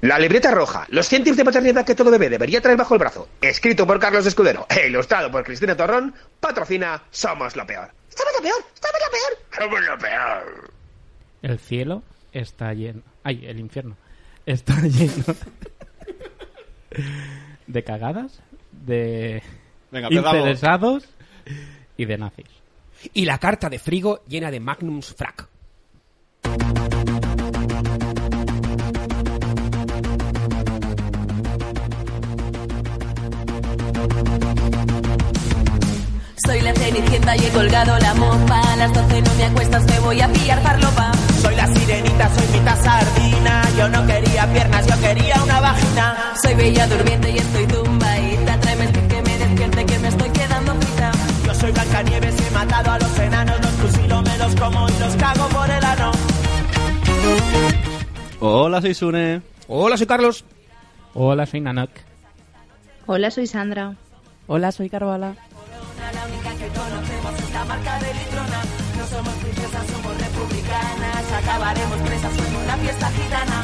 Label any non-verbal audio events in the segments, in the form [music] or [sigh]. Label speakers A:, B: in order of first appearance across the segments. A: La libreta roja, los 100 tips de paternidad que todo bebé debería traer bajo el brazo, escrito por Carlos Escudero e ilustrado por Cristina Torrón, patrocina Somos lo peor. ¡Estamos lo peor! ¡Estamos lo peor! ¡Somos lo peor!
B: El cielo está lleno. Ay, el infierno. Está [laughs] lleno. de cagadas, de
C: Venga, empezamos.
B: interesados y de nazis.
D: Y la carta de frigo llena de magnums frac.
E: Soy la cenicienta y he colgado la mopa. A las 12 no me acuestas, me voy a pillar farlopa.
F: Soy la sirenita, soy mitad sardina. Yo no quería piernas, yo quería una vagina.
E: Soy bella durmiente y estoy tumbadita. Tráeme el té que me despierte que me estoy quedando frita.
F: Yo soy Blancanieves, he matado a los enanos. Los fusilo, me los como y los cago por el ano.
C: Hola, soy Sune.
D: Hola, soy Carlos.
B: Hola, soy Nanok.
G: Hola, soy Sandra.
H: Hola, soy Carvala.
E: Corona, la única que conocemos es la marca de Litrona. No somos princesas, somos republicanas. Acabaremos presas en una fiesta gitana.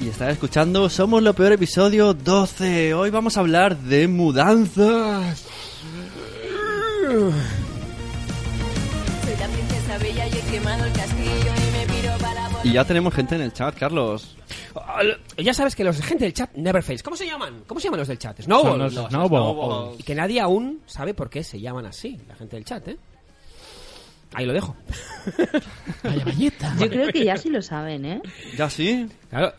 C: Y estás escuchando Somos lo peor episodio 12. Hoy vamos a hablar de mudanzas.
E: Soy la princesa bella y he quemado el castillo. Y me piro para volar.
C: Y ya tenemos gente en el chat, Carlos.
D: Ya sabes que los gente del chat never fails. ¿Cómo se llaman? ¿Cómo se llaman los del chat? Snowball.
B: Son los
D: No,
B: Snowball.
D: Y que nadie aún sabe por qué se llaman así, la gente del chat, ¿eh? Ahí lo dejo.
B: Vaya valleta.
G: Yo creo que ya sí lo saben, ¿eh?
C: ¿Ya sí?
D: Claro,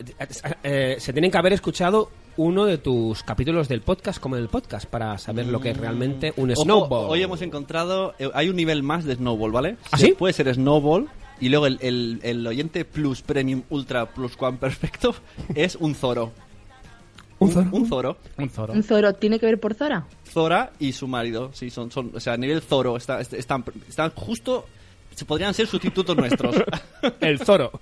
D: eh, se tienen que haber escuchado uno de tus capítulos del podcast como el podcast para saber lo que es realmente un
C: Ojo,
D: snowball.
C: Hoy hemos encontrado. eh, Hay un nivel más de snowball, ¿vale?
D: ¿Ah,
C: Se-
D: sí?
C: Puede ser snowball. Y luego el, el- el oyente plus premium ultra plus cuan perfecto [laughs] es un zoro.
D: ¿Un zoro?
C: Un zoro.
B: Un zoro.
G: ¿Un Zoro tiene que ver por Zora?
C: Zora y su marido. Sí, son, son, o sea, a nivel Zoro. está- est- están, están justo. Se podrían ser sustitutos nuestros.
B: [laughs] El zoro.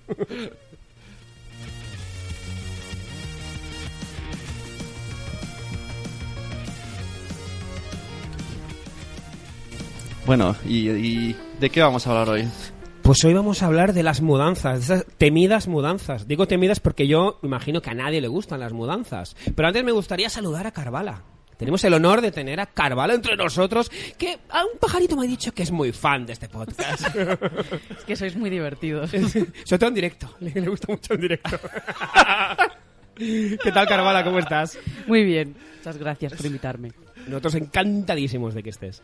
C: bueno, y, y ¿de qué vamos a hablar hoy?
D: Pues hoy vamos a hablar de las mudanzas, de esas temidas mudanzas. Digo temidas porque yo imagino que a nadie le gustan las mudanzas. Pero antes me gustaría saludar a Carvala. Tenemos el honor de tener a Carvala entre nosotros, que a un pajarito me ha dicho que es muy fan de este podcast.
H: [laughs] Es que sois muy divertidos.
D: Sobre todo en directo, [laughs] le, le gusta mucho en
H: [laughs]
D: directo. ¿Qué tal, Carvala? ¿Cómo estás?
H: Muy bien. Muchas gracias por invitarme.
D: Nosotros encantadísimos de que estés.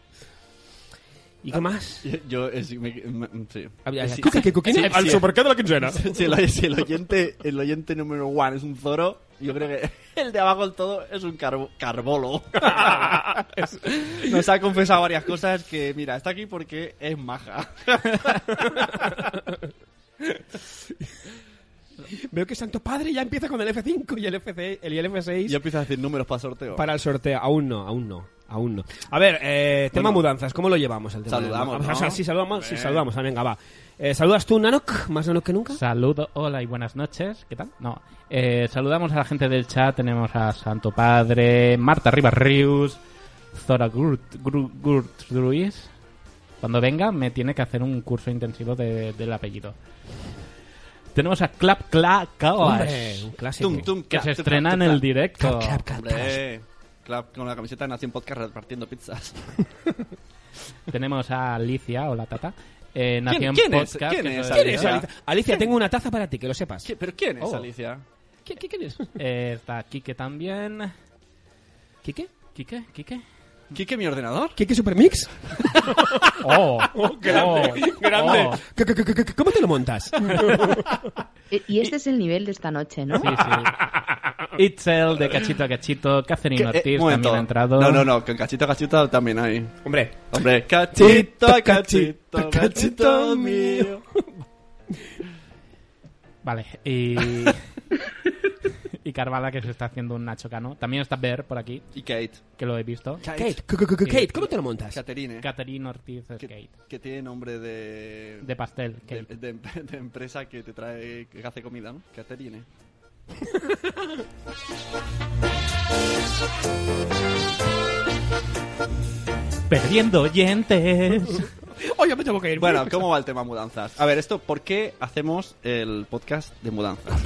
D: ¿Y
C: Ah,
D: qué más?
C: Yo, eh, sí, me- me- sí. Eh,
D: Había-
C: Sí,
D: ¿Cookie,
C: sí,
D: cookie,
C: sí,
D: al
C: sí.
D: supermercado de la quincena.
C: Si el, si el oyente, el oyente número one es un zoro, yo creo que [laughs] el de abajo del todo es un carbo-
B: [laughs]
C: carbolo. Nos ha confesado varias cosas que, mira, está aquí porque es maja.
D: Veo que Santo Padre ya empieza con el F5 y el, F6, el ILF6.
C: Y empieza a decir números para sorteo.
D: Para el sorteo, aún no, aún no, aún no. A ver, eh, tema
C: Bueno.
D: mudanzas, ¿cómo lo llevamos? El tema
C: Saludamos,
D: de-
C: ¿no?
D: O sea, sí, saludamos, sí, saludamos. Ah, venga, va. Eh, ¿Saludas tú, Nanok? ¿Más Nanok que nunca?
B: Saludo, hola y buenas noches. ¿Qué tal? No. Eh, saludamos a la gente del chat. Tenemos a Santo Padre, Marta Rivas Rius, Zora Gurt, Gru- Gurtruis. Cuando venga me tiene que hacer un curso intensivo de- del apellido. Tenemos a Clap Cla
D: [laughs] Hombre,
B: Caoas,
D: un clásico.
C: Tum, tum,
B: que
C: clap,
B: se
C: tum,
B: estrena
C: clap,
B: en el
C: tum,
B: directo.
D: Clap, clap, clap.
C: Hombre, clap, con la camiseta de Nación Podcast repartiendo pizzas.
B: Tenemos a Alicia, hola Tata. Eh, Nación
C: quién es?
B: Podcast.
C: ¿Quién
B: que
C: es?
B: todavía-
D: ¿Quién es, Alicia? Alicia, tengo una taza para ti, que lo sepas.
C: ¿Qué- ¿Pero quién es
D: Oh.
C: Alicia?
D: ¿Qué, qué, quién [laughs] es?
B: Eh, está Kike también.
D: ¿Quique?
B: ¿Kike? ¿Kike?
C: ¿Quique mi ordenador?
D: ¿Quique Supermix?
B: ¡Oh! oh,
D: Grande, grande.
B: oh.
D: ¿Qué- qué- qué- qué- ¿Cómo te lo montas?
G: E- Y este es el nivel de esta noche, ¿no?
B: Sí, sí. Itzel de cachito a cachito,
C: ¿Qué-
B: Catherine
C: eh,
B: Ortiz
C: momento.
B: también ha entrado.
C: No, no, no, con cachito a cachito también hay.
D: Hombre,
C: Hombre, cachito a cachito, cachito mío.
B: Vale, y. y Carvala que se está haciendo un Nacho Cano. También está Ber por aquí,
C: Y Kate.
B: que lo he visto.
D: Kate, cu- cu- cu- cu- Kate, ¿cómo te lo montas?
C: Caterine.
B: Catherine Ortiz es
C: que,
B: Kate.
C: que tiene nombre de
B: De pastel,
C: de,
B: Kate.
C: de- de empresa que te trae que hace comida, ¿no? Caterine.
B: Perdiendo oyentes.
D: Oh, ya me tengo que ir.
C: Bueno, ¿cómo va el tema mudanzas? A ver, esto, ¿por qué hacemos el podcast de mudanzas?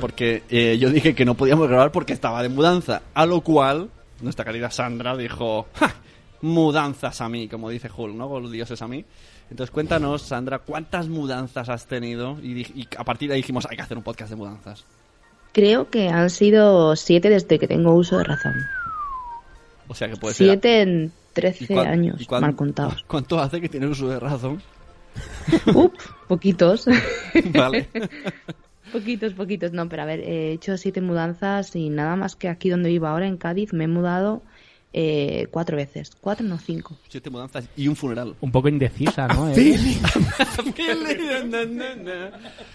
C: Porque eh, yo dije que no podíamos grabar porque estaba de mudanza, a lo cual nuestra querida Sandra dijo, "Ja, mudanzas a mí, como dice Hulk, ¿no? Los dioses a mí. Entonces cuéntanos, Sandra, ¿cuántas mudanzas has tenido? Y, di- y a partir de ahí dijimos, hay que hacer un podcast de mudanzas.
G: Creo que han sido siete desde que tengo uso de razón.
C: O sea que puede ser...
G: siete en
C: ¿Y
G: 13
C: cuán- y
G: años,
C: cuán- Ah.
G: mal contados.
C: [laughs] ¿Cuánto hace que tiene uso de razón?
G: Up, poquitos.
C: [laughs] Vale.
G: poquitos, poquitos. No, pero a ver, he hecho siete mudanzas y nada más que aquí donde vivo ahora, en Cádiz, me he mudado eh, cuatro veces. Cuatro, no cinco.
C: Siete mudanzas y un funeral.
B: Un poco indecisa,
D: Ah,
B: ¿no? Eh,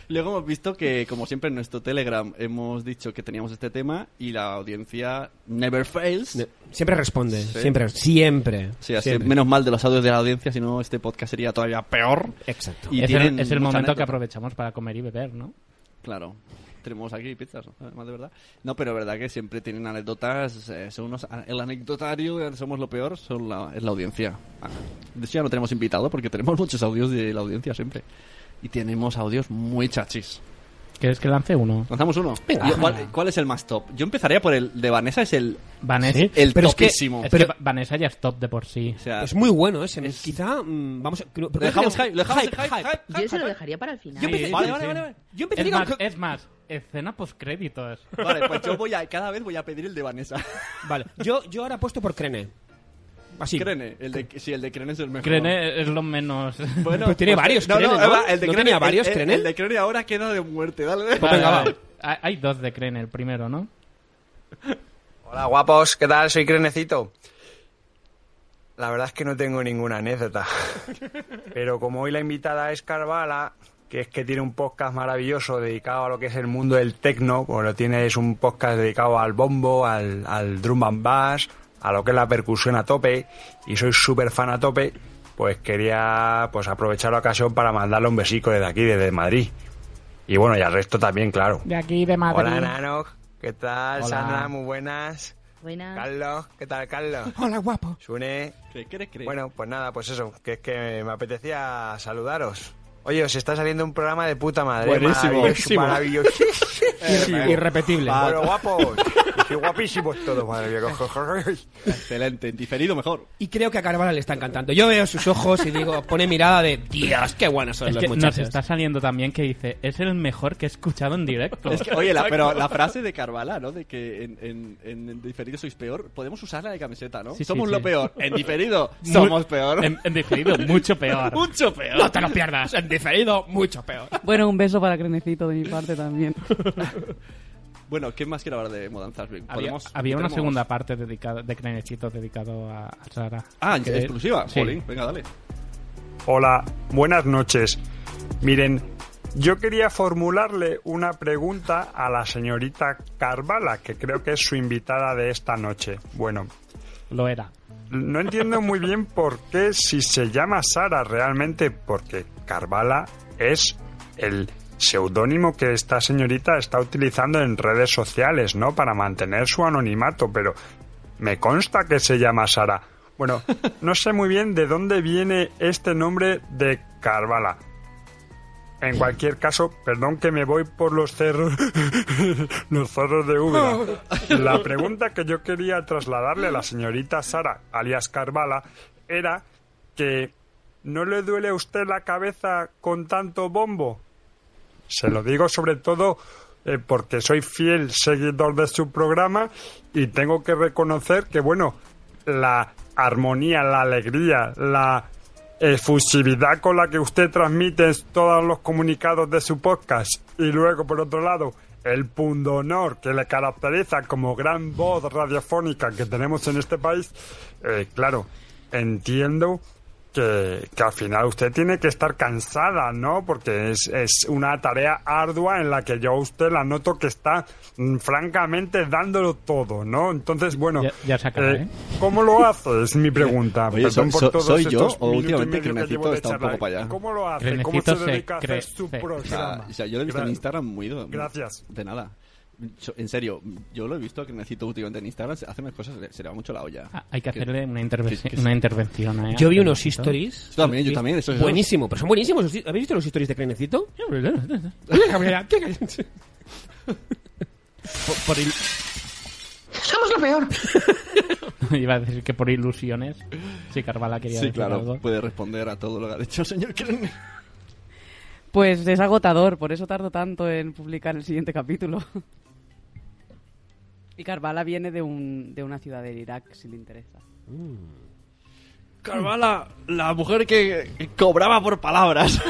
C: Luego hemos visto que, como siempre, en nuestro Telegram hemos dicho que teníamos este tema y la audiencia never fails.
D: Siempre responde,
C: Sí.
D: siempre, siempre.
C: Sí, así,
D: siempre.
C: menos mal de los audios de la audiencia, si no, este podcast sería todavía peor.
D: Exacto.
C: Y
B: es,
C: tienen
B: el, es el
C: mucha
B: momento que
C: anécdota.
B: aprovechamos para comer y beber, ¿no?
C: Claro. Tenemos aquí pizzas, ¿no? además de verdad. No, pero verdad que siempre tienen anécdotas. eh, son unos- el anecdotario, eh, somos lo peor, son la, es la audiencia. Ah, De hecho, ya no tenemos invitado porque tenemos muchos audios de la audiencia siempre. Y tenemos audios muy chachis.
B: ¿Quieres que lance uno?
C: Lanzamos uno. Yo- ¿cuál, cuál es el más top? Yo empezaría por el de Vanessa, es el,
B: Vanessa,
D: Sí.
C: el
D: Pero es que-
C: topísimo.
B: es
D: Pero-
B: que Va- Vanessa ya es top de por sí.
C: O sea,
D: Es muy bueno ese.
C: Es-
D: Quizá mm, vamos a. creo-
C: lo dejamos
D: creo-
C: hype, lo dejamos hype, hype.
G: Yo se lo dejaría para el final.
D: Yo empecé-
B: Sí,
C: vale,
B: sí,
C: vale,
B: sí.
C: vale, vale.
D: Yo empecé
B: Es
D: con-
B: más, es más, escena postcréditos.
C: Vale, pues [laughs] yo voy a, cada vez voy a pedir el de Vanessa.
D: Vale, yo, yo ahora apuesto por Crene. Así.
C: Crene, el de, sí, el de Crene es el mejor.
B: Crene es lo menos.
C: [laughs] Bueno,
D: Pues tiene varios
C: no,
D: Crene,
C: no,
D: ¿no?
C: ahora el de
D: ¿No
C: Crene-
D: tenía
C: el-
D: varios
C: el,
D: Crene?
C: el de Crene ahora queda de muerte, dale.
B: Vale,
I: [laughs]
D: venga, va.
B: vale. Hay hay dos de Crene, el primero, ¿no?
I: Hola guapos, ¿qué tal? Soy Crenecito. La verdad es que no tengo ninguna anécdota. Pero como hoy la invitada es Carvala, que es que tiene un podcast maravilloso dedicado a lo que es el mundo del techno, bueno, tiene es un podcast dedicado al bombo, al, al drum and bass, a lo que es la percusión a tope, y soy súper fan a tope, pues quería pues aprovechar la ocasión para mandarle un besico desde aquí, desde Madrid. Y bueno, y al resto también, claro.
B: De aquí, de
I: Hola Nano, ¿qué tal?
B: Hola.
I: Sandra, muy buenas.
G: Buena.
I: Carlos, ¿qué tal, Carlos?
D: Hola, guapo.
I: Sune.
C: ¿Qué crees, Crene?
I: Bueno, pues nada, pues eso, que es que me apetecía saludaros. Oye, os está saliendo un programa de puta madre.
C: Buenísimo.
I: Maravilloso, maravilloso.
C: Eh,
D: Irrepetible.
I: Bueno, guapos. Qué guapísimos todos, madre mía.
C: Excelente, en diferido mejor.
D: Y creo que a Carvala le está encantando. Yo veo sus ojos y digo, pone mirada de Dios, qué buenos son
B: Es
D: los
B: que nos
D: muchachos.
B: está saliendo también que dice, es el mejor que he escuchado en directo.
C: Es que, oye, la- pero la
D: [laughs]
C: frase de Carvala, ¿no? De que en, en, en- en diferido sois peor, podemos usarla de camiseta, ¿no?
B: Sí, sí,
C: somos
B: sí.
C: lo peor. En
D: [laughs]
C: diferido
B: Mu-
C: somos peor.
B: En, en diferido, mucho
C: [laughs]
B: peor.
C: Mucho peor.
D: No te lo pierdas, en diferido, mucho peor.
H: Bueno, un beso para Crenecito de mi
B: [laughs]
H: parte también.
C: Bueno, ¿qué más quiero hablar de mudanzas? Bien,
B: Había,
C: podemos-
B: había una
C: tenemos-
B: segunda parte dedicada de Crenecito dedicado a, a Sara.
C: Ah,
B: Que-
C: exclusiva.
B: Sí.
C: Jolín, venga, dale.
I: Hola, buenas noches. Miren, yo quería formularle una pregunta a la señorita Carvala, que creo que es su invitada de esta noche. Bueno,
B: Lo era.
I: no entiendo muy bien por qué si se llama Sara realmente, porque Carvala es el seudónimo que esta señorita está utilizando en redes sociales, ¿no? Para mantener su anonimato, pero me consta que se llama Sara.
B: [laughs]
I: Bueno, no sé muy bien de dónde viene este nombre de Carvala. En cualquier caso, perdón que me voy por los cerros, [laughs] los cerros de Úbeda. [laughs] La pregunta que yo quería trasladarle a la señorita Sara, alias Carvala, era que ¿no le duele a usted la cabeza con tanto bombo? Se lo digo sobre todo eh, porque soy fiel seguidor de su programa y tengo que reconocer que, bueno, la armonía, la alegría, la efusividad con la que usted transmite en todos los comunicados de su podcast y luego, por otro lado, el pundonor que le caracteriza como gran voz radiofónica que tenemos en este país, eh, claro, entiendo que, Eh, que al final usted tiene que estar cansada, ¿no? Porque es, es una tarea ardua en la que yo a usted la noto que está mm, francamente dándolo todo, ¿no? Entonces, bueno,
B: Ya- ya se acaba, ¿eh?
I: ¿cómo lo hace? Es mi pregunta.
C: Oye,
I: Perdón
C: ¿so-
I: por
C: so-
I: todos
C: soy yo
I: estos
C: o
I: minuto y
C: últimamente
I: medio que
C: Crenecito
I: llevo de
C: está un
I: charla?
C: poco para allá?
I: ¿Cómo lo hace? ¿Cómo
B: Crenecito
I: se
B: se
I: dedica a hacer
B: crece.
I: su
B: O sea,
C: O sea,
I: programa?
C: o sea, yo lo he visto en
I: Gra-
C: Instagram muy...
I: Gracias.
C: De nada. yo- en serio, yo lo he visto que necesito últimamente en Instagram, se- hace unas cosas, se le- se le va mucho la olla.
B: Ah, hay que hacerle una,
C: que-
B: intervenci-
C: que-
B: una intervención. ¿eh? a-
D: Yo vi
B: a-
D: unos stories.
C: Yo también, yo también, eso es-
D: Buenísimo, pero son buenísimos. los- ¿Habéis visto los stories de Crenecito?
B: Por, por il- [laughs]
A: ¡Somos lo peor!
B: Iba a decir que por ilusiones. Sí, Carvala quería
C: Sí,
B: decir algo.
C: claro, puede responder a todo lo que ha dicho el señor
I: [laughs]
C: Krennic.
H: Pues es agotador, por eso tardo tanto en publicar el siguiente capítulo. Y Carvala viene de, un, de una ciudad del Irak, si le interesa.
B: Mm.
C: Carvala, la mujer que que cobraba por
D: [laughs]
C: palabras.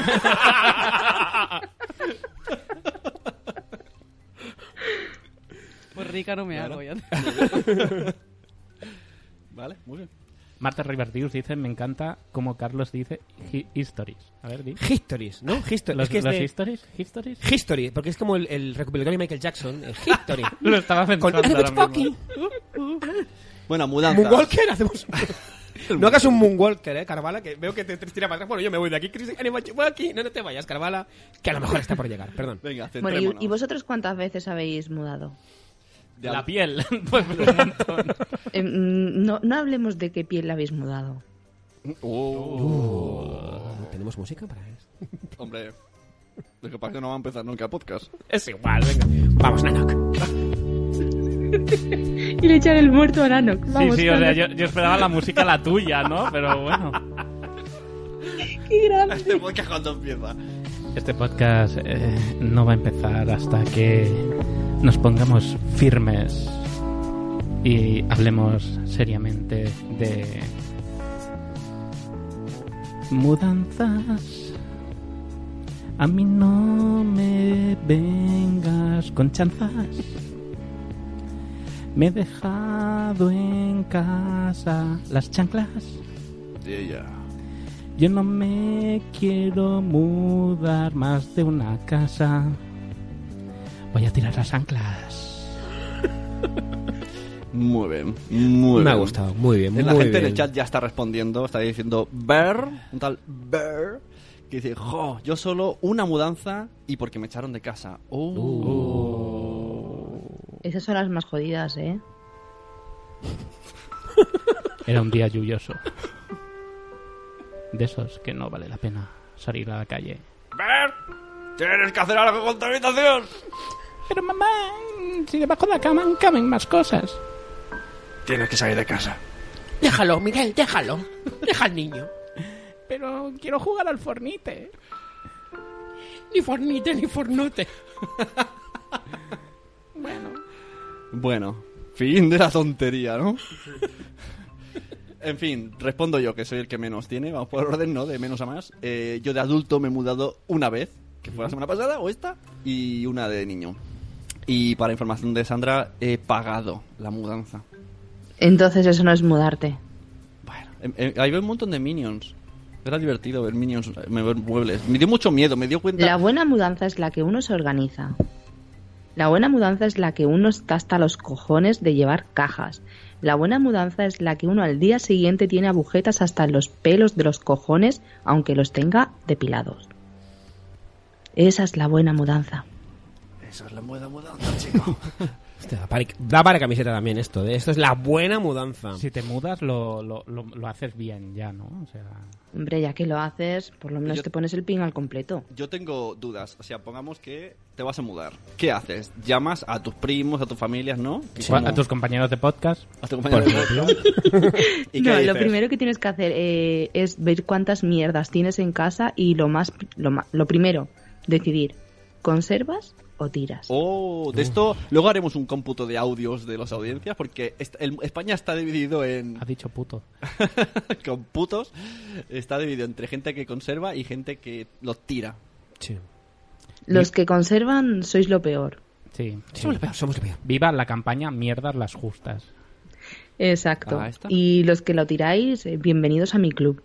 H: Pues rica no me hago ya.
C: vale, muy bien.
B: Marta Riverdius dice: Me encanta como Carlos dice hi- histories. A ver, di.
D: Histories, ¿no? Histo-
B: ¿Los,
D: es que este es
B: los
D: de-
B: histories? ¿Histories?
D: History, porque es como el, el recopilatorio de Michael Jackson. el History.
B: [laughs] Lo estaba
D: Con
B: pensando ahora mismo.
D: Fucking
C: Bueno, mudanza.
D: Moonwalker hacemos.
C: [laughs]
D: No hagas un Moonwalker, eh, Carvala, que veo que te te tira para atrás. Bueno, yo me voy de aquí, Chris, anima, yo voy aquí. No, no te vayas, Carvala, que a lo mejor está por llegar, perdón.
C: Venga,
G: Bueno,
C: centrémonos.
G: ¿y, y vosotros cuántas veces habéis mudado?
C: Ya-
B: La piel. [laughs] Pues un
G: [laughs]
B: montón.
G: Eh, mm, no, no hablemos de qué piel la habéis mudado.
D: Uh. Oh, ¿Tenemos música para eso?
C: Hombre, lo que pasa es que no va a empezar nunca el podcast.
D: Es igual, venga. Vamos, Nanok.
G: [laughs] Y le echan el muerto a Nanoc.
B: Sí,
G: Vamos,
B: sí, o sea,
G: Nanoc.
B: yo, yo esperaba la música la tuya, ¿no? Pero bueno.
G: Qué grande.
C: Este podcast cuando empieza.
B: Este podcast eh, no va a empezar hasta que nos pongamos firmes y hablemos seriamente de mudanzas. A mí no me vengas con chanzas. Me he dejado en casa las chanclas.
C: Y ella.
B: Yo no me quiero mudar más de una casa. Voy a tirar las anclas.
C: Muy bien, muy
D: Me ha
C: bien.
D: gustado, muy bien, muy
C: La gente
D: bien.
C: en el chat ya está respondiendo, está diciendo Bear, un tal Bear, que dice, jo, yo solo una mudanza y porque me echaron de casa. Oh.
G: Esas son las más jodidas, ¿eh?
B: Era un día lluvioso. De esos que no vale la pena salir a la calle.
C: Bear, tienes que hacer algo con tu habitación.
B: Pero mamá, si debajo de la cama caben más cosas.
C: Tienes que salir de casa.
D: Déjalo, Miguel, déjalo. Deja al niño.
B: Pero quiero jugar al fornite.
D: Ni fornite, ni fornute.
C: Bueno, fin de la tontería, ¿no? en fin, respondo yo, que soy el que menos tiene, vamos por orden, ¿no? De menos a más. Eh, yo de adulto me he mudado una vez, que fue la semana pasada o esta, y una de niño. Y para información de Sandra, he pagado la mudanza.
G: Entonces eso no es mudarte.
C: Bueno, em- em, ahí veo un montón de minions. Era divertido ver minions, eh, ver muebles. Me dio mucho miedo, me dio cuenta.
G: La buena mudanza es la que uno se organiza. La buena mudanza es la que uno está hasta los cojones de llevar cajas. La buena mudanza es la que uno al día siguiente tiene agujetas hasta en los pelos de los cojones, aunque los tenga depilados. Esa es la buena mudanza.
C: Esa es la muda mudanza, [laughs] chico.
D: Da para, da para camiseta también esto, ¿eh? Esto es la buena mudanza.
B: Si te mudas, lo, lo, lo, lo haces bien ya, ¿no? O sea,
G: Hombre, ya que lo haces, por lo menos
C: Yo-
G: te pones el pin al completo.
C: Yo tengo dudas. O sea, pongamos que te vas a mudar. ¿Qué haces? ¿Llamas a tus primos, a tus familias, no? ¿Y cómo? [laughs]
B: a tus compañeros de podcast.
C: a tu compañero de
G: [laughs]
C: podcast? ¿Y qué
G: No, lo
C: dices?
G: primero que tienes que hacer eh, es ver cuántas mierdas tienes en casa y lo más, lo, ma- lo primero, decidir, ¿conservas o tiras?
C: Oh, de esto luego haremos un cómputo de audios de las audiencias porque est- el- España está dividido en
B: Ha dicho
C: [laughs]
B: puto.
C: computos, está dividido entre gente que conserva y gente que lo tira.
D: Sí.
G: Los que conservan sois lo peor.
B: Sí.
D: Somos lo peor, somos lo peor.
B: Viva la campaña Mierdas las Justas.
G: Exacto.
C: Ah, ¿esta?
G: y los que lo tiráis, eh, bienvenidos a mi club.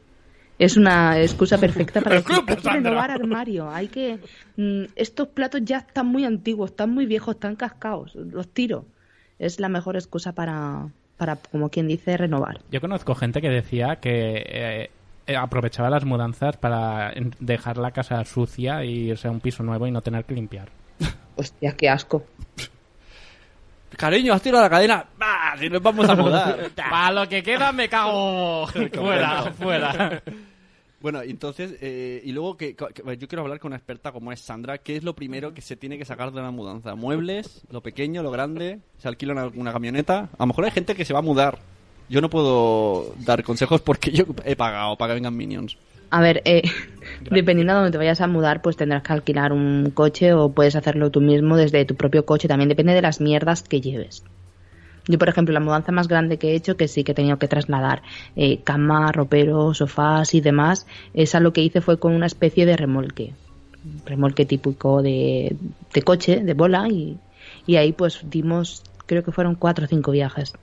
G: Es una excusa
C: [laughs]
G: perfecta para decir,
D: club de
G: "Hay que
D: Sandra".
G: renovar armario. Hay que mm, estos platos ya están muy antiguos, están muy viejos, están cascados. Los tiro. Es la mejor excusa para, para como quien dice, renovar.
B: Yo conozco gente que decía que eh, eh, aprovechaba las mudanzas para en- dejar la casa sucia y irse a un piso nuevo y no tener que limpiar.
G: Hostia, qué asco.
C: Cariño, has tirado la cadena. Bah, si nos vamos a mudar.
B: Para lo que queda me cago. [laughs] fuera, fuera.
C: [laughs] Bueno, entonces, eh, y luego que, que- yo quiero hablar con una experta como es Sandra, ¿qué es lo primero que se tiene que sacar de una mudanza? ¿Muebles? ¿Lo pequeño? ¿Lo grande? ¿Se alquila una, una camioneta? A lo mejor hay gente que se va a mudar. Yo no puedo dar consejos porque yo he pagado para que vengan minions.
G: A ver, eh, [laughs] dependiendo de dónde te vayas a mudar, pues tendrás que alquilar un coche o puedes hacerlo tú mismo desde tu propio coche. También depende de las mierdas que lleves. Yo, por ejemplo, la mudanza más grande que he hecho, que sí que he tenido que trasladar eh, cama, ropero, sofás y demás, esa lo que hice fue con una especie de remolque. Un Remolque típico de, de coche, de bola, y, y ahí pues dimos, creo que fueron cuatro o cinco viajes.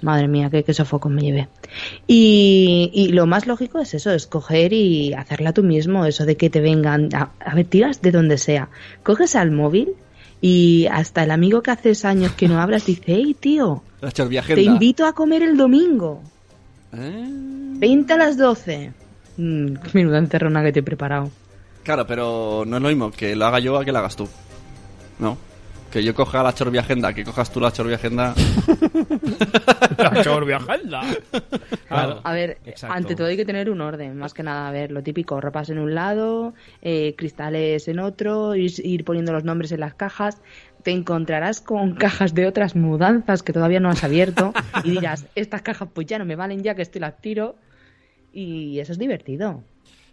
G: Madre mía, qué, qué sofocos me llevé. Y, y lo más lógico es eso, escoger y hacerla tú mismo, eso de que te vengan, a, a ver, tiras de donde sea, coges al móvil y hasta el amigo que haces años que no hablas dice, hey tío,
C: Te has hecho el viaje.
G: te invito a comer el domingo,
C: ¿Eh?
G: 20 a las 12. Mm, menuda encerrona que te he preparado.
C: Claro, pero no es lo mismo que lo haga yo a que lo hagas tú. No. Que yo coja la chorbi agenda, que cojas tú la chorbi
D: [laughs]
C: agenda.
D: Claro.
G: A ver,
D: Exacto.
G: ante todo hay que tener un orden, más que nada, a ver, lo típico, ropas en un lado, eh, cristales en otro, ir, ir poniendo los nombres en las cajas, te encontrarás con cajas de otras mudanzas que todavía no
D: [laughs]
G: has abierto y dirás, estas cajas pues ya no me valen ya que estoy las tiro y eso es divertido.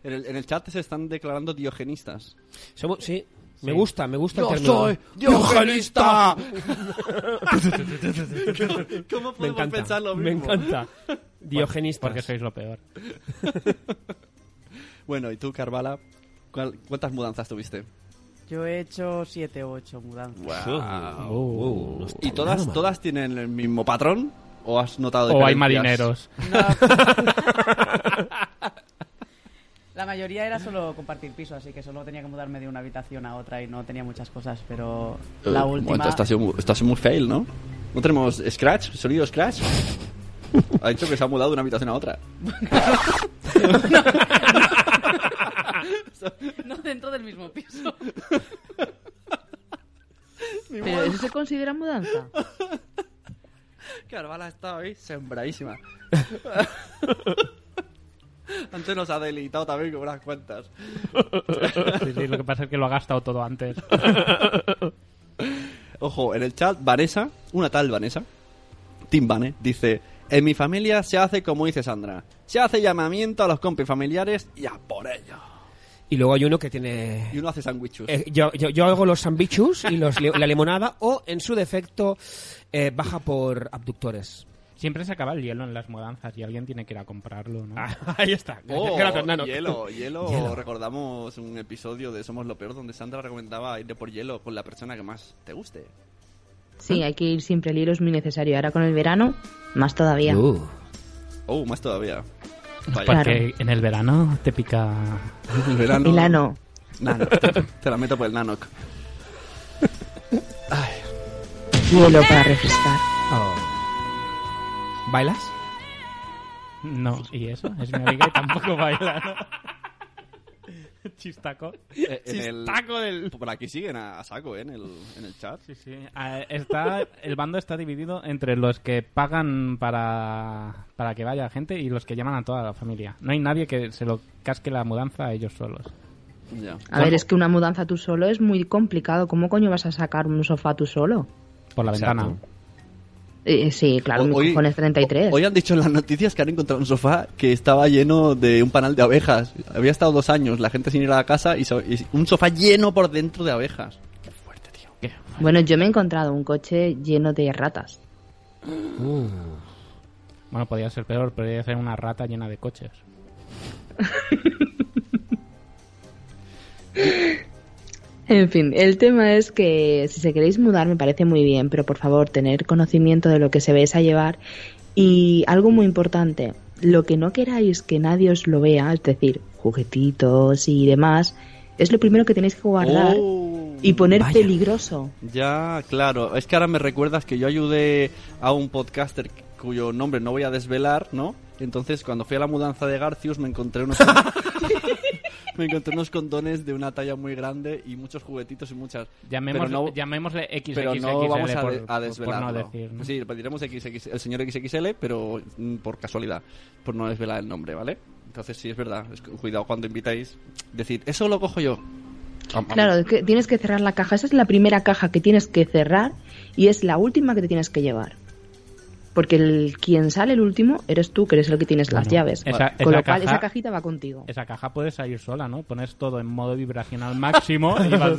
C: En el, en el chat se están declarando diogenistas.
D: Somos- sí, me gusta, me gusta el término.
C: soy
D: [laughs]
C: diogenista! ¿Cómo
D: Me
C: podemos
D: encanta,
C: pensar lo
D: me
C: mismo? [laughs]
D: encanta. Diogenistas.
B: Porque sois lo peor.
C: Bueno, y tú, Carvala, ¿cuál- ¿cuántas mudanzas tuviste?
H: Yo he hecho siete o ocho mudanzas.
D: Uh,
B: Oh,
D: no está
C: ¿Y todas,
D: nada mal.
C: todas tienen el mismo patrón? ¿O has notado
B: O hay
C: diferencias?
H: [laughs]
B: marineros.
C: [laughs]
H: La mayoría era solo compartir piso, así que solo tenía que mudarme de una habitación a otra y no tenía muchas cosas, pero
C: Eh,
H: la
C: un
H: última...
C: momento, esto, ha sido, mu- esto ha sido muy fail, ¿no? ¿No tenemos Scratch? ¿Sonido Scratch? ha dicho que se ha mudado de una habitación a otra.
H: [laughs] [laughs]
C: [laughs]
H: No dentro del mismo [laughs] piso.
G: Pero eso se considera mudanza.
C: Carvala está hoy [laughs] sembradísima. Antes nos ha deleitado también con unas cuantas.
B: Sí, sí, lo que pasa es que lo ha gastado todo antes.
C: [laughs] Ojo, en el chat, Vanessa, una tal Vanessa, Tim Vane, dice: En mi familia se hace como dice Sandra: se hace llamamiento a los compis familiares y a por ello.
D: Y luego hay uno que
C: Y
D: tiene...
C: uno hace sándwichus.
D: eh, yo, yo, yo hago los sambichus y los, li- la limonada o, en su defecto, eh, baja por abductores.
B: Siempre se acaba el hielo en las mudanzas y alguien tiene que ir a comprarlo, ¿no?
D: ahí
B: Ah,
D: está.
C: Oh,
D: Gracias, Nano.
C: hielo, hielo,
B: [laughs]
D: Hielo.
C: Recordamos un episodio de Somos lo Peor donde Sandra recomendaba ir por hielo con la persona que más te guste.
G: Sí, hay que ir siempre al hilo, es muy necesario. Ahora con el verano, más todavía.
D: Uh.
C: Oh, más todavía.
G: Claro.
B: Porque en el verano te pica
C: El verano.
G: El ano.
C: Nano. [laughs] Te, te la meto por el nanoc.
G: hielo para refrescar.
D: Oh. ¿Bailas?
B: No, y eso, es mi amiga y tampoco baila. ¿no? [laughs] Chistaco.
C: Eh, en el-
B: Chistaco del...
C: Por aquí siguen a, a saco, ¿eh? En el, en el chat.
B: Sí, sí. Ah, Está, el bando está dividido entre los que pagan para, para que vaya gente y los que llaman a toda la familia. No hay nadie que se lo casque la mudanza a ellos solos.
C: Ya.
G: A ver, es que una mudanza tú solo es muy complicado. ¿Cómo coño vas a sacar un sofá tú solo?
B: Por la
C: Exacto.
B: ventana.
G: Eh, sí, claro, mi cojón es 33.
C: Hoy han dicho en las noticias que han encontrado un sofá que estaba lleno de un panal de abejas. Había estado dos años la gente sin ir a la casa y, so- y un sofá lleno por dentro de abejas. Qué fuerte, tío.
G: Bueno, yo me he encontrado un coche lleno de ratas.
B: Uh. Bueno, podía ser peor, podría ser una rata llena de coches.
G: En fin, el tema es que si se queréis mudar me parece muy bien, pero por favor, tener conocimiento de lo que se vais a llevar y algo muy importante, lo que no queráis que nadie os lo vea, es decir, juguetitos y demás, es lo primero que tenéis que guardar
C: Oh.
G: y poner
D: vaya.
G: peligroso.
C: Ya, claro. Es que ahora me recuerdas que yo ayudé a un podcaster cuyo nombre no voy a desvelar, ¿no? Entonces, cuando fui a la mudanza de Garcius, me encontré unos... [laughs] me encontré unos condones de una talla muy grande y muchos juguetitos y muchas.
B: Llamemos-
C: Pero no-
B: llamémosle
C: Pero no
B: XXXL
C: vamos a,
B: por-
C: de- a
B: por- por no
C: desvelarlo.
B: decir, ¿no?
C: Sí, le pediremos XX el señor XXL, pero mm, por casualidad, por no desvelar el nombre, ¿vale? Entonces sí, es verdad. es cu- cuidado cuando invitáis. Decir, eso lo cojo yo. Am- am-
G: Claro, es que tienes que cerrar la caja. Esa es la primera caja que tienes que cerrar y es la última que te tienes que llevar. Porque el quien sale el último eres tú, que eres el que tienes las
B: Bueno,
G: llaves.
B: esa-
G: Con
B: esa
G: lo cual,
B: caja-
G: esa cajita va contigo.
B: Esa caja puede salir sola, ¿no? Pones todo en modo vibracional máximo
C: [laughs]
B: y vas...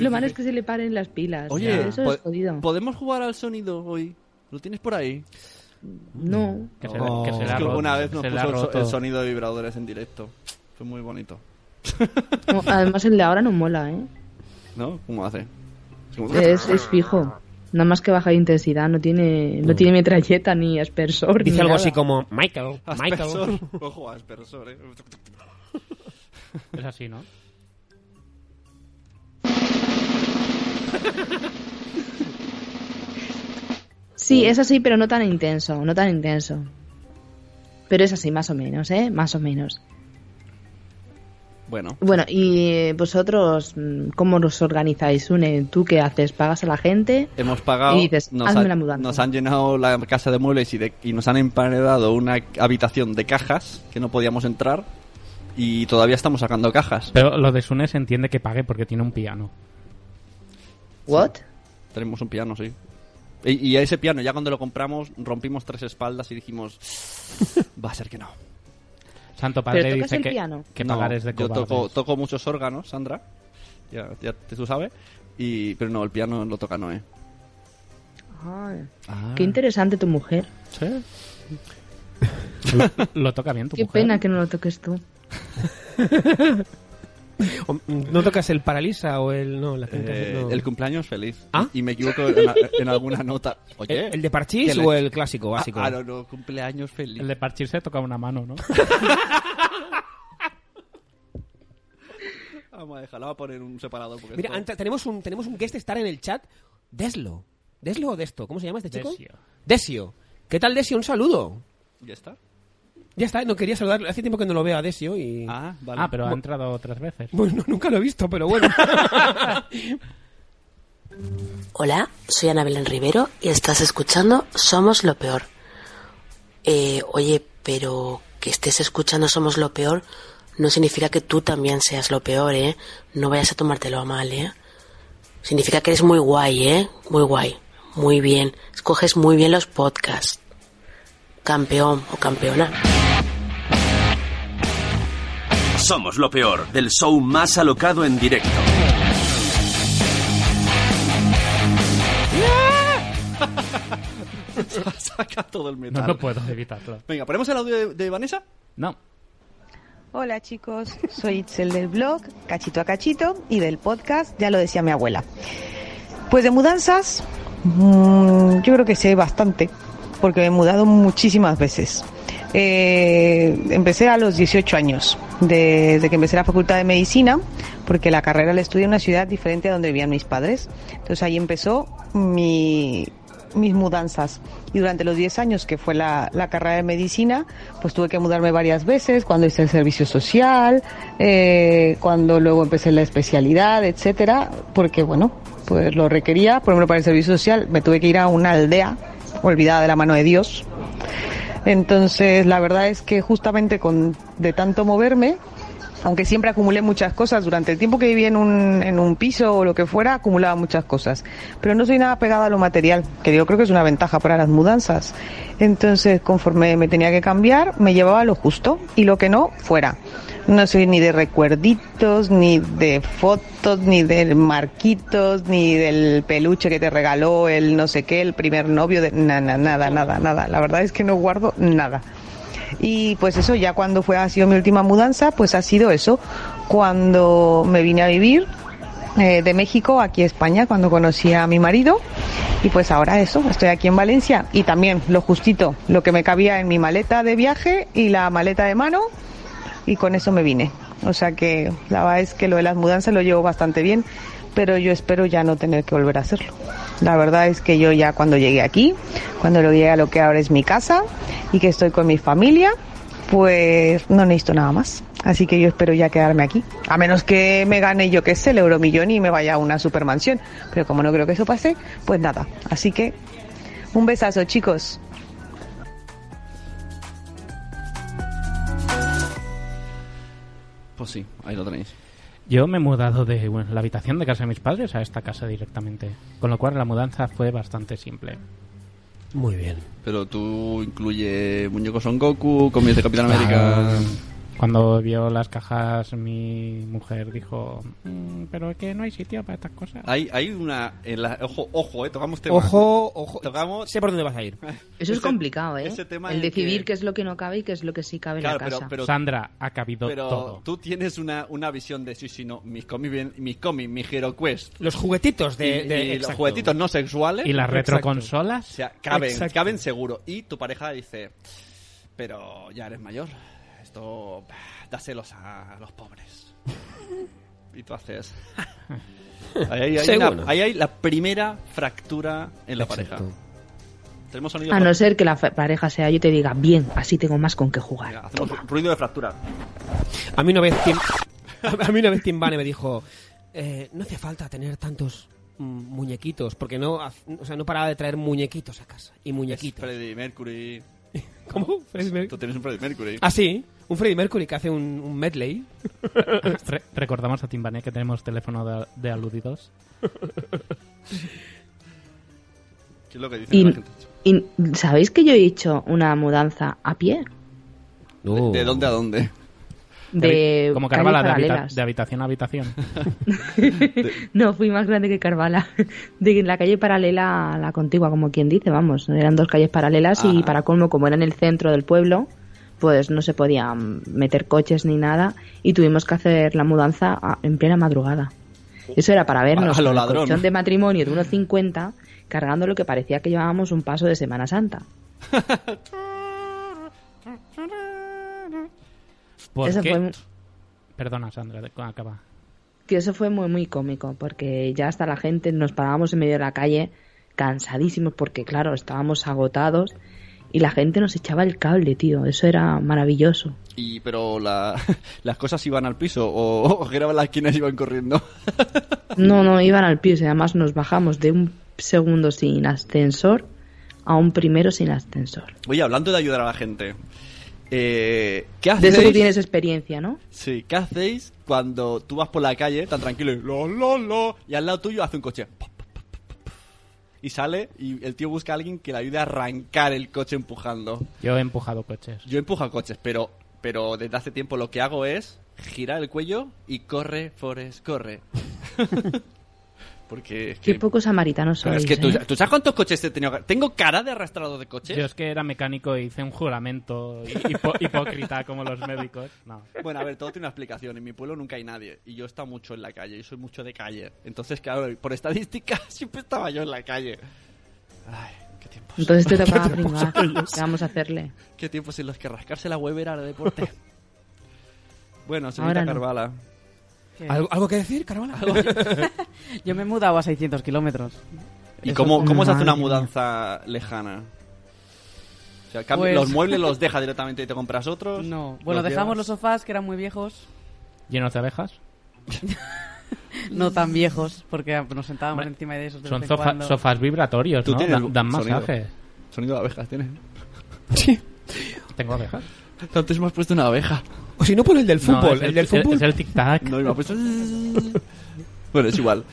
G: Lo malo es que se le paren las pilas.
C: Oye, pues-
G: eso
B: pues-
C: po-
G: es jodido.
C: ¿podemos jugar al sonido hoy? ¿Lo tienes por ahí?
G: No.
B: Que se,
D: Oh.
B: que se
D: Es
B: la
C: Es
B: ha
C: que
B: roto,
C: alguna vez nos
B: se la ha
C: puso el so-
B: roto.
C: el sonido de vibradores en directo. Fue muy bonito.
G: No, Además, el de ahora no mola, ¿eh?
C: ¿No? ¿Cómo hace? Es como-
G: Es, es fijo. Nada más que baja de intensidad, no tiene, no tiene metralleta ni aspersor. ni
D: Dice algo
G: nada.
D: así como Michael,
C: Aspersor.
D: Michael.
C: Ojo, aspersor, eh.
B: Es así, ¿no?
G: Sí, es así, pero no tan intenso, no tan intenso. Pero es así, más o menos, ¿eh? Más o menos.
C: Bueno,
G: Bueno, y eh, vosotros, mm, ¿cómo os organizáis, Une? ¿Tú qué haces? ¿Pagas a la gente?
C: hemos pagado.
G: Y dices,
C: nos,
G: hazme
C: han-
G: la mudanza.
C: nos han llenado la casa de muebles y, de- y nos han emparedado una habitación de cajas que no podíamos entrar. Y todavía estamos sacando cajas.
B: Pero lo de Sune se entiende que pague porque tiene un piano.
G: ¿What?
C: Tenemos un piano, sí. Y, y a ese piano, ya cuando lo compramos, rompimos tres espaldas y dijimos. Va a ser
D: [laughs]
C: que no.
B: Santo Padre
G: ¿Pero tocas
B: dice
G: el
B: que,
G: piano?
B: que
C: No,
B: pagar es de
C: Yo toco,
B: cobardes.
C: toco muchos órganos, Sandra. Ya, ya te- tú sabes. Y, pero no, el piano lo toca Noé.
G: Ay,
B: Ah.
G: Qué interesante tu mujer.
B: Lo, lo toca bien tu
G: Qué
B: mujer.
G: pena que no lo
B: [laughs]
G: toques tú.
D: O- ¿No tocas el paralisa o el no? La quinta-
C: Eh,
D: no.
C: El cumpleaños feliz.
D: ¿Ah?
C: Y me equivoco en, en alguna nota. Oye,
D: [laughs] ¿El- el de
C: que
D: parchís
C: le-
D: o el clásico básico?
C: Ah, no, no, cumpleaños feliz.
B: El de parchirse toca una
C: [laughs]
B: mano, ¿no?
C: Vamos a dejarlo, voy a poner un separador. Porque
D: Mira,
C: esto-
D: ante- tenemos un tenemos un guest star en el chat. Deslo. Deslo o Desto. ¿Cómo se llama este chico?
B: Desio.
D: Desio. ¿Qué tal, Desio? Un saludo.
C: ¿Ya está?
D: Ya está, no quería saludarlo. Hace tiempo que no lo veo a Desio y...
C: Ah, vale.
B: Ah, pero ha entrado tres veces.
D: Bueno, [laughs] nunca lo he visto, pero bueno.
J: Hola, soy Ana Belén Rivero y estás escuchando Somos lo Peor. Eh, oye, pero que estés escuchando Somos lo Peor no significa que tú también seas lo peor, ¿eh? No vayas a tomártelo a mal, ¿eh? Significa que eres muy guay, ¿eh? Muy guay. Muy bien. Escoges muy bien los podcasts. Campeón o campeona.
K: Somos lo peor del show más alocado
C: [laughs]
K: en directo.
C: Saca todo el metal.
B: No, no puedo evitarlo.
C: Venga, ¿ponemos el audio de, de Vanessa?
B: No.
E: Hola chicos, soy Itzel del blog Cachito a Cachito y del podcast Ya lo decía mi abuela. Pues de mudanzas, mm, yo creo que sé bastante, porque me he mudado muchísimas veces. Eh, empecé a los 18 años, de- desde que empecé la facultad de medicina, porque la carrera la estudié en una ciudad diferente a donde vivían mis padres. Entonces ahí empezó mi, mis mudanzas. Y durante los 10 años que fue la, la carrera de medicina, pues tuve que mudarme varias veces, cuando hice el servicio social, eh, cuando luego empecé la especialidad, etcétera, porque bueno, pues lo requería. Por ejemplo, para el servicio social me tuve que ir a una aldea olvidada de la mano de Dios. Entonces, la verdad es que justamente con de tanto moverme, aunque siempre acumulé muchas cosas, durante el tiempo que viví en un, en un piso o lo que fuera, acumulaba muchas cosas. Pero no soy nada pegada a lo material, que yo creo que es una ventaja para las mudanzas. Entonces, conforme me tenía que cambiar, me llevaba lo justo y lo que no, fuera. No soy ni de recuerditos, ni de fotos, ni de marquitos, ni del peluche que te regaló el no sé qué, el primer novio, de nada, nada, nada, nada. La verdad es que no guardo nada. Y pues eso, ya cuando fue, ha sido mi última mudanza, pues ha sido eso. Cuando me vine a vivir eh, de México aquí a España, cuando conocí a mi marido. Y pues ahora eso, estoy aquí en Valencia. Y también lo justito, lo que me cabía en mi maleta de viaje y la maleta de mano. Y con eso me vine. O sea que la verdad es que lo de las mudanzas lo llevo bastante bien, pero yo espero ya no tener que volver a hacerlo. La verdad es que yo ya cuando llegué aquí, cuando lo llegué a lo que ahora es mi casa y que estoy con mi familia, pues no necesito nada más. Así que yo espero ya quedarme aquí. A menos que me gane yo que sé el euromillón y me vaya a una supermansión. Pero como no creo que eso pase, pues nada. Así que un besazo, chicos.
C: Pues sí, ahí lo tenéis.
B: Yo me he mudado de bueno, la habitación de casa de mis padres a esta casa directamente. Con lo cual la mudanza fue bastante simple.
D: Muy bien.
C: Pero tú incluye muñecos Son Goku, cómics de Capitán América.
B: Cuando vio las cajas, mi mujer dijo: "Mm, Pero es que no hay sitio para estas cosas.
C: Hay, hay una. en la- ojo, ojo, eh, tocamos tema.
D: Ojo, ojo.
C: Tocamos.
D: Sé por dónde vas a ir.
G: Eso es
C: Ese-
G: complicado, ¿eh?
C: ese tema en
G: el
C: el
G: decidir
C: que-
G: qué es lo que no cabe y qué es lo que sí cabe
C: Claro,
G: en la
C: pero-
G: casa.
C: pero-
B: Sandra, ha cabido
C: Pero
B: todo.
C: tú tienes una, una visión de sí, sí, no. Mis cómics, bien- mis cómics, mis Hero Quest.
D: Los juguetitos de.
C: y,
D: de-
C: y los
D: exacto.
C: juguetitos no sexuales.
B: ¿Y las
D: Exacto.
B: retroconsolas?
C: O sea, caben,
D: Exacto.
C: caben seguro. Y tu pareja dice, pero ya eres mayor. Esto, bah, dáselos a los pobres. y tú haces... [laughs] ahí, hay- hay
D: Seguro.
C: una- ahí hay la primera fractura en la
D: Exacto.
C: pareja. Tenemos sonido...
G: A
C: fra-
G: no ser que la fa- pareja sea yo y te diga, bien, así tengo más con qué
C: Mira,
G: jugar.
C: [laughs] hacemos ruido de fractura.
D: A mí una vez Tim, [laughs] a mí una vez Tim Bane me dijo, eh, no hace falta tener tantos mm, muñequitos, porque no, haz- o sea, no paraba de traer muñequitos a casa y
C: Es
D: muñequitos.
C: Freddie Mercury.
D: [laughs] ¿Cómo? Freddie Mercury.
C: Uh, Tú tienes un Freddie Mercury.
D: Ah, sí, un Freddie Mercury que hace un, un medley.
B: [laughs] Re- recordamos a Timbané que tenemos teléfono de, de aludidos.
C: ¿Qué es lo que dice
G: Y,
C: la gente?
G: y ¿sabéis que yo he hecho una mudanza a pie?
C: ¿De dónde a dónde?
G: De,
B: habi- como Carvala, de,
G: calles
B: habita-
G: paralelas.
B: de habitación a
G: [laughs]
B: habitación.
G: No, fui más grande que Carvala. [laughs] De la calle paralela a la contigua, como quien dice, vamos. Eran dos calles paralelas y
C: Ah.
G: para colmo, como era en el centro del pueblo, pues no se podían meter coches ni nada y tuvimos que hacer la mudanza a- en plena madrugada. Eso era para vernos
C: A- a lo
G: con el
C: ladrón.
G: colchón de matrimonio de 1,50 cargando lo que parecía que llevábamos un paso de Semana Santa.
B: ¿Por
G: Eso
B: qué?
G: fue-
B: Perdona, Sandra, de- acaba.
G: Que eso fue muy, muy cómico, porque ya hasta la gente nos parábamos en medio de la calle cansadísimos, porque claro, estábamos agotados y la gente nos echaba el cable, tío. Eso era maravilloso.
C: Y, pero la- [laughs] las cosas iban al piso o, [laughs] o giraban las esquinas y iban corriendo.
G: No, no, iban al piso y además nos bajamos de un segundo sin ascensor a un primero sin ascensor.
C: Oye, hablando de ayudar a la gente, eh, ¿qué
G: De
C: hacéis?
G: eso tú tienes experiencia, ¿no?
C: Sí, ¿qué hacéis cuando tú vas por la calle tan tranquilo y lo, lo, lo, y al lado tuyo hace un coche? pa, pa, pa, pa, pa, Y sale y el tío busca a alguien que le ayude a arrancar el coche empujando.
B: Yo he empujado coches.
C: Yo empujo coches, pero, pero desde hace tiempo lo que hago es girar el cuello y corre, Forrest, corre. [laughs] Porque es
G: Qué
C: que...
G: pocos samaritanos
C: Pero
G: sois,
C: es que tú,
G: ¿eh?
C: ¿tú sabes cuántos coches he tenido? que- ¿Tengo cara de arrastrado de coches?
B: Yo es que era mecánico e hice un juramento
C: [laughs]
B: hi- hipo- hipócrita como los médicos. No.
C: Bueno, a ver, todo tiene una explicación. En mi pueblo nunca hay nadie. Y yo he estado mucho en la calle. Yo soy mucho de calle. Entonces, claro, por estadística, [laughs] siempre estaba yo en la calle. Ay, qué tiempos. [laughs]
G: Entonces te tocaba primar. ¿Qué vamos a hacerle?
C: Qué tiempos en los que rascarse la web era de
H: [laughs]
C: deporte. Bueno, señorita
G: Ahora no.
C: Carvala.
H: Que
D: ¿Algo, algo que decir, Carola?
C: [laughs]
H: [laughs] Yo me he mudado a 600 kilómetros.
C: ¿Y
H: Eso
C: cómo,
H: es-
C: cómo se hace una
G: Madre
C: mudanza lejana? O sea, cambia-
H: Pues-
C: los muebles los deja directamente y te compras otros.
H: No. Bueno, dejamos los sofás que eran muy viejos.
B: ¿Llenos de abejas?
H: No tan viejos, porque nos sentábamos
B: Hombre,
H: encima de esos de
B: Son
H: vez en
B: sofa-
H: cuando.
B: sofás vibratorios,
C: Tú
B: ¿no?
C: tienes
B: Dan, dan
C: sonido.
B: masajes.
C: los. Sonido de abejas tienes.
B: [laughs] ¿Tengo abejas?
C: Antes me has puesto una abeja.
D: O si no, por el del
B: No,
D: fútbol.
B: es
D: el del fútbol.
B: Es el tic-tac.
C: No, y me ha puesto- [laughs] bueno, es igual.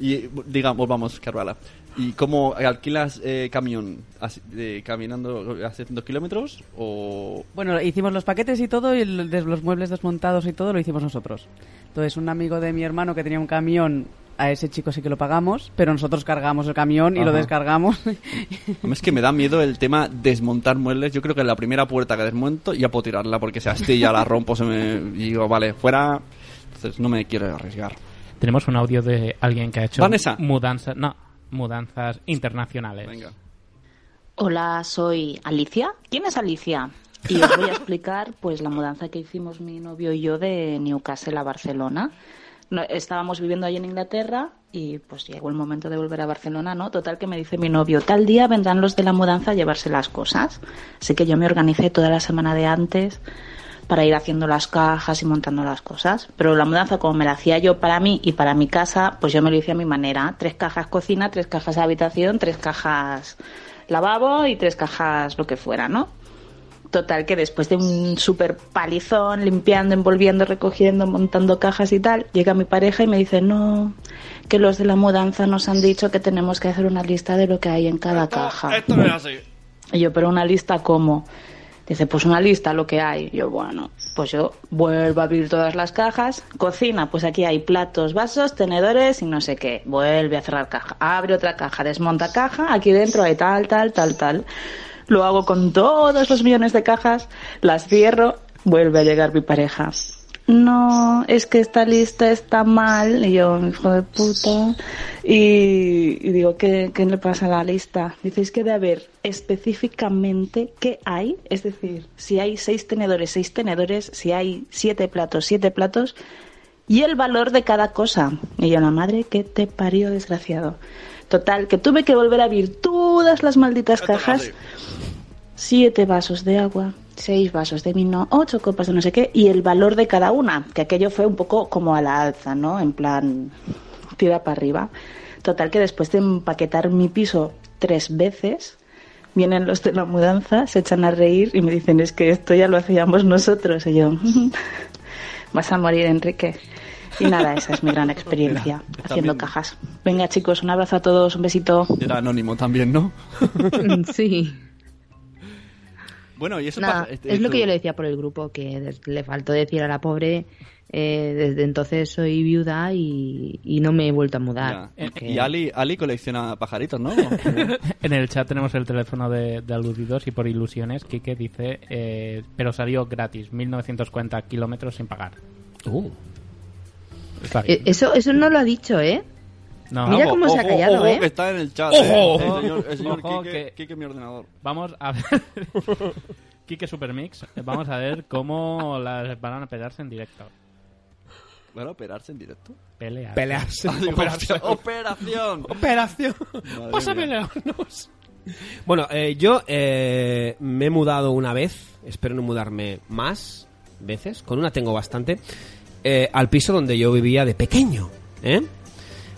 C: Y digamos, vamos, Carvala. ¿Y cómo alquilas eh, camión? Así- eh, ¿Caminando a 700 kilómetros? ¿O
H: Bueno, hicimos los paquetes y todo, y el- des- los muebles desmontados y todo lo hicimos nosotros. Entonces, un amigo de mi hermano que tenía un camión, a ese chico sí que lo pagamos, pero nosotros cargamos el camión y lo
C: Ajá.
B: [laughs]
H: descargamos.
C: A mí Es que me da miedo el tema desmontar muebles. Yo creo que la primera puerta que desmonto ya puedo tirarla porque se astilla, la rompo, se me... Y digo, vale, fuera. Entonces no me quiero arriesgar.
B: Tenemos un audio de alguien que ha hecho
C: Vanessa.
B: mudanzas. No, mudanzas internacionales.
C: Venga.
L: Hola, soy Alicia. ¿Quién es Alicia? Y os voy a explicar pues la mudanza que hicimos mi novio y yo de Newcastle a Barcelona. No, estábamos viviendo ahí en Inglaterra y pues llegó el momento de volver a Barcelona, ¿no? Total que me dice mi novio, tal día vendrán los de la mudanza a llevarse las cosas. Así que yo me organicé toda la semana de antes para ir haciendo las cajas y montando las cosas. Pero la mudanza, como me la hacía yo para mí y para mi casa, pues yo me lo hice a mi manera. Tres cajas cocina, tres cajas habitación, tres cajas lavabo y tres cajas lo que fuera, ¿no? Total, que después de un súper palizón, limpiando, envolviendo, recogiendo, montando cajas y tal, llega mi pareja y me dice, no, que los de la mudanza nos han dicho que tenemos que hacer una lista de lo que hay en cada caja.
C: Esto no es así.
L: Y yo, pero una lista cómo? Dice, pues una lista lo que hay. Y yo, bueno, pues yo vuelvo a abrir todas las cajas. Cocina, pues aquí hay platos, vasos, tenedores y no sé qué. Vuelve a cerrar caja. Abre otra caja, desmonta caja. Aquí dentro hay tal, tal, tal, tal. Lo hago con todos los millones de cajas. Las cierro. Vuelve a llegar mi pareja. No, es que esta lista está mal. Y yo, hijo de puta. Y, y digo, ¿qué, ¿qué le pasa a la lista? Dice, es que de haber específicamente qué hay, es decir, si hay seis tenedores, seis tenedores, si hay siete platos, siete platos, y el valor de cada cosa. Y yo, la madre que te parió, desgraciado. Total, que tuve que volver a abrir todas las malditas cajas. Siete vasos de agua, seis vasos de vino, ocho copas de no sé qué, y el valor de cada una, que aquello fue un poco como a la alza, ¿no? En plan, tira para arriba. Total, que después de empaquetar mi piso tres veces, vienen los de la mudanza, se echan a reír y me dicen, es que esto ya lo hacíamos nosotros. Y yo, "Mm, vas a morir, Enrique. Y nada, esa es mi gran experiencia,
C: Mira,
L: haciendo
C: también-
L: cajas. Venga, chicos, un abrazo a todos, un besito.
C: Era anónimo también, ¿no?
G: sí.
C: Bueno, y eso
G: Nada,
C: pasa- este-
G: es lo
C: tú-
G: que yo le decía por el grupo, que des- le faltó decir a la pobre, eh, desde entonces soy viuda y, y no me he vuelto a mudar. Eh, porque-
C: Y Ali, Ali colecciona pajaritos,
G: [laughs]
C: ¿no?
B: [laughs] En el chat tenemos el teléfono de, de aludidos y por ilusiones, Quique dice, eh, pero salió gratis, 1940 kilómetros sin pagar.
C: Uh.
B: Está bien.
G: Eh, Eso, eso no lo ha dicho, ¿eh?
B: No.
G: Mira
B: Ojo,
G: cómo se ha
B: ojo,
G: callado,
B: ojo,
G: ¿eh?
C: que está en el chat.
B: Ojo.
C: eh. El señor, el señor
B: Ojo,
C: Quique,
B: que-
C: Quique, mi ordenador.
B: Vamos a ver. [laughs] Quique Supermix, eh, vamos a ver cómo las van a pelarse en directo.
C: ¿Van a operarse en directo?
B: Pelear.
D: Pelearse.
C: Ah, digo,
D: Operación.
C: [laughs] ¡Operación!
D: Operación.
C: Madre
D: Vas a
C: mía.
D: pelearnos. Bueno, eh, yo eh, me he mudado una vez, espero no mudarme más veces, con una tengo bastante, eh, al piso donde yo vivía de pequeño, ¿eh?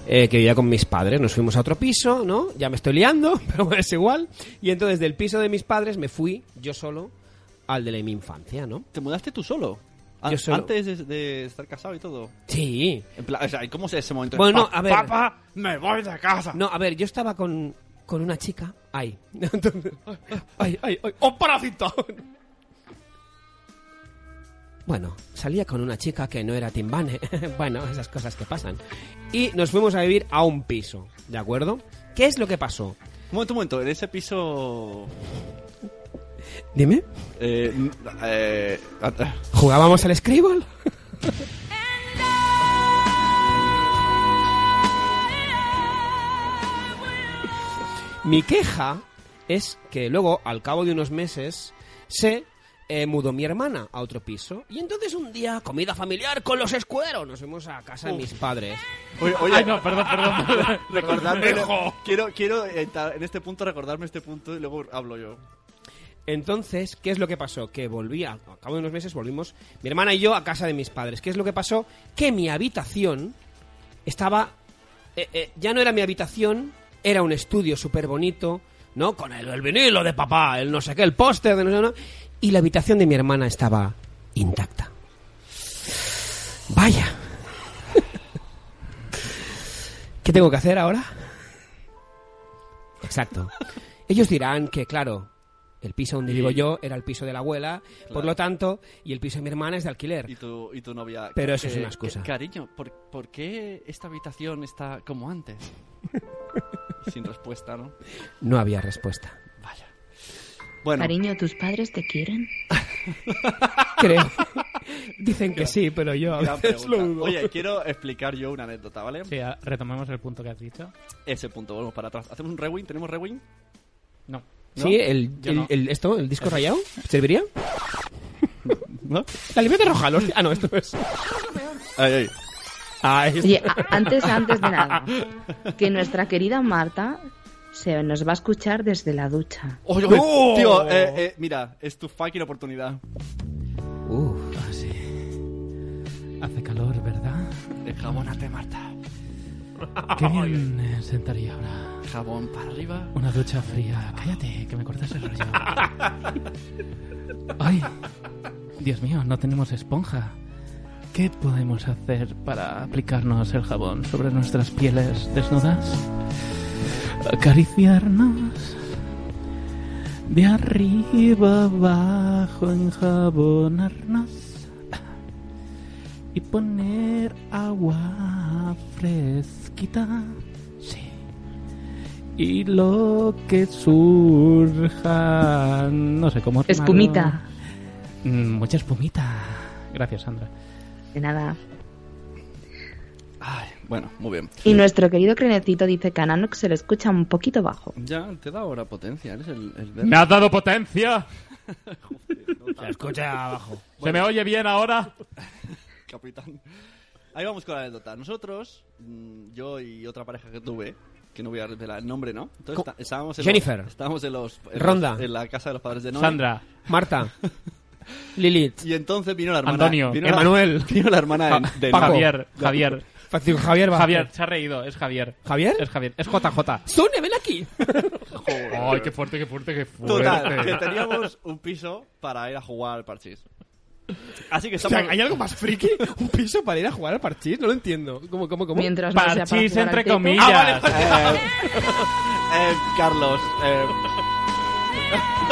D: Eh, que vivía con mis padres, nos fuimos a otro piso, ¿no? Ya me estoy liando, [laughs] pero bueno, es igual. Y entonces del piso de mis padres me fui yo solo al de la- mi infancia, ¿no?
C: ¿Te mudaste tú solo? An-
D: Yo solo.
C: Ah, Antes de, de estar casado y todo.
D: Sí.
C: En plan, o sea, ¿y ¿cómo es ese momento?
D: Bueno,
C: Pa-
D: a ver.
C: Papá, me voy de casa.
D: No, a ver, yo estaba con, con una chica. Ay. Entonces, ay, ay, ay. ¡Un parásito! Bueno, salía con una chica que no era timbane. [laughs] bueno, esas cosas que pasan. Y nos fuimos a vivir a un piso, ¿de acuerdo? ¿Qué es lo que pasó?
C: Un momento, un momento. En ese piso...
D: Dime.
C: Eh, n- eh, a-
D: ¿Jugábamos al
C: [laughs]
D: Scribble? Mi queja es que luego, al cabo de unos meses, se eh, mudó mi hermana a otro piso. Y entonces un día, comida familiar con los escueros. Nos fuimos a casa de mis padres.
C: Oye, oye.
B: Ay, no, perdón,
C: [laughs]
B: perdón.
C: Recordarme.
B: Hijo.
C: Quiero, quiero entrar en este punto recordarme este punto y luego hablo yo.
D: Entonces, ¿qué es lo que pasó? Que volví, a, a cabo de unos meses volvimos mi hermana y yo a casa de mis padres. ¿Qué es lo que pasó? Que mi habitación estaba... eh, eh, ya no era mi habitación, era un estudio súper bonito, ¿no? Con el, el vinilo de papá, el no sé qué, el póster de no sé qué, ¿no? Y la habitación de mi hermana estaba intacta. Vaya. ¿Qué tengo que hacer ahora? Exacto. Ellos dirán que, claro, el piso donde vivo yo era el piso de la abuela, por
C: Claro.
D: lo tanto, y el piso de mi hermana es de alquiler.
C: Y tu, y tu novia.
D: Pero eso es
C: eh,
D: una excusa.
C: ca- Cariño, ¿por, por qué esta habitación está como antes?
D: [laughs]
C: Sin respuesta, ¿no?
D: No había respuesta.
C: Vaya. Bueno,
G: Cariño, ¿tus padres te quieren?
D: [laughs] Creo.
B: [laughs]
D: Dicen que sí, pero yo a
C: gran
D: veces lo
C: pregunta.
D: dudo.
C: Oye, quiero explicar yo una anécdota, ¿vale?
B: Sí, a- retomemos el punto que has dicho.
C: Ese punto, volvemos para atrás. ¿Hacemos un rewind? ¿Tenemos rewind?
B: No.
D: ¿Sí? El,
B: yo
D: el-
B: no.
D: el- ¿Esto? ¿El disco rayado? ¿Serviría?
C: ¿No?
D: La libreta roja. los- Ah, no, esto no es. Ah,
C: Ay, ay.
D: Ay, esto-
G: Oye, a-
C: [laughs]
G: antes, antes de nada, que nuestra querida Marta se nos va a escuchar desde la ducha.
C: Oye,
D: ¡No!
C: eh, Tío, eh, eh, mira, es tu fucking oportunidad.
D: Uf. ah,
B: Hace calor, ¿verdad?
C: Jabónate, [laughs] Marta.
B: Qué bien eh, sentaría ahora.
C: Jabón para arriba.
B: Una ducha fría. Cállate, que me cortas
C: [laughs]
B: el rollo. Ay, Dios mío, no tenemos esponja. ¿Qué podemos hacer para aplicarnos el jabón sobre nuestras pieles desnudas? Acariciarnos de arriba abajo, enjabonarnos y poner agua fresquita. Sí. Y lo que surja, no sé cómo. llamarlo.
G: Espumita.
B: Mm, Mucha espumita. Gracias, Sandra.
G: De nada.
C: Bueno, muy bien.
G: Y nuestro querido Crenecito dice que a Nanox se le escucha un poquito bajo.
C: Ya, te da ahora potencia. Eres el, el
B: ¡Me has dado potencia!
C: Se escucha abajo.
B: ¿Se me oye bien ahora?
C: [laughs] Capitán. Ahí vamos con la anécdota. Nosotros, mm, yo y otra pareja que tuve, que no voy a revelar el nombre, ¿no? Entonces
D: Co-
C: está- estábamos en
D: Jennifer.
C: Los, estábamos en los. en
D: Ronda.
C: los- en la casa de los padres de Noé.
B: Sandra.
D: Marta. Lilith.
C: Y entonces vino la hermana.
B: Antonio.
C: Vino
D: Emanuel.
C: La, [laughs] vino la hermana de, de
B: Paco.
C: Noé.
B: Javier, Javier.
D: Fácil, Javier Vázquez.
B: Javier, se ha reído, es Javier.
D: ¿Javier?
B: Es Javier, es JJ.
D: ¡Sune, ven aquí!
B: Ay, qué fuerte, qué fuerte, qué fuerte.
C: Total, que teníamos un piso para ir a jugar al parchís. Así que
D: O
C: estamos.
D: sea, ¿Hay algo más friki? ¿Un piso para ir a jugar al parchís? No lo entiendo. ¿Cómo, cómo, cómo?
G: Mientras no sea para
B: Parchís
G: jugar al
B: entre
G: teto.
B: comillas.
D: Ah,
G: [laughs]
C: Eh, eh, Carlos. eh,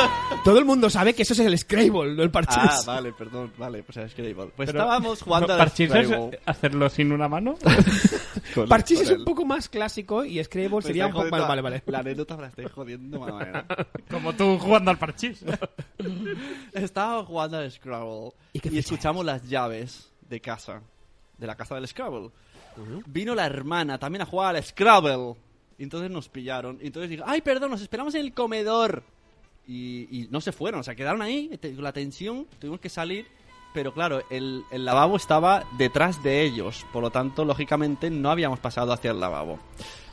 G: [laughs]
D: Todo el mundo sabe que eso es el Scrabble, no el parchís.
C: ah, vale, perdón, vale. Pues es que Pues
B: Pero-
C: estábamos jugando al
B: ¿Parchís es
C: Scrabble
B: hacerlo sin una
D: [laughs]
B: mano?
C: con-
D: Parchís
C: con
D: es un
C: él.
D: poco más clásico y Scrabble
C: Me
D: sería un
C: estáis
D: poco más...
C: jodiendo-
D: Vale, vale.
C: La anécdota me la estoy jodiendo de mala manera.
B: [laughs] Como tú jugando al
C: [laughs]
B: parchís.
C: Estábamos jugando al Scrabble
D: ¿Y qué
C: y,
D: fecha
C: escuchamos las llaves de casa, de la casa del Scrabble. Vino la hermana también a jugar al Scrabble. Y entonces nos pillaron. Y entonces dijo, ay, perdón, nos esperamos en el comedor. Y, y no se fueron, o sea, quedaron ahí, te- la tensión, tuvimos que salir. Pero claro, el, el lavabo estaba detrás de ellos. Por lo tanto, lógicamente, no habíamos pasado hacia el lavabo.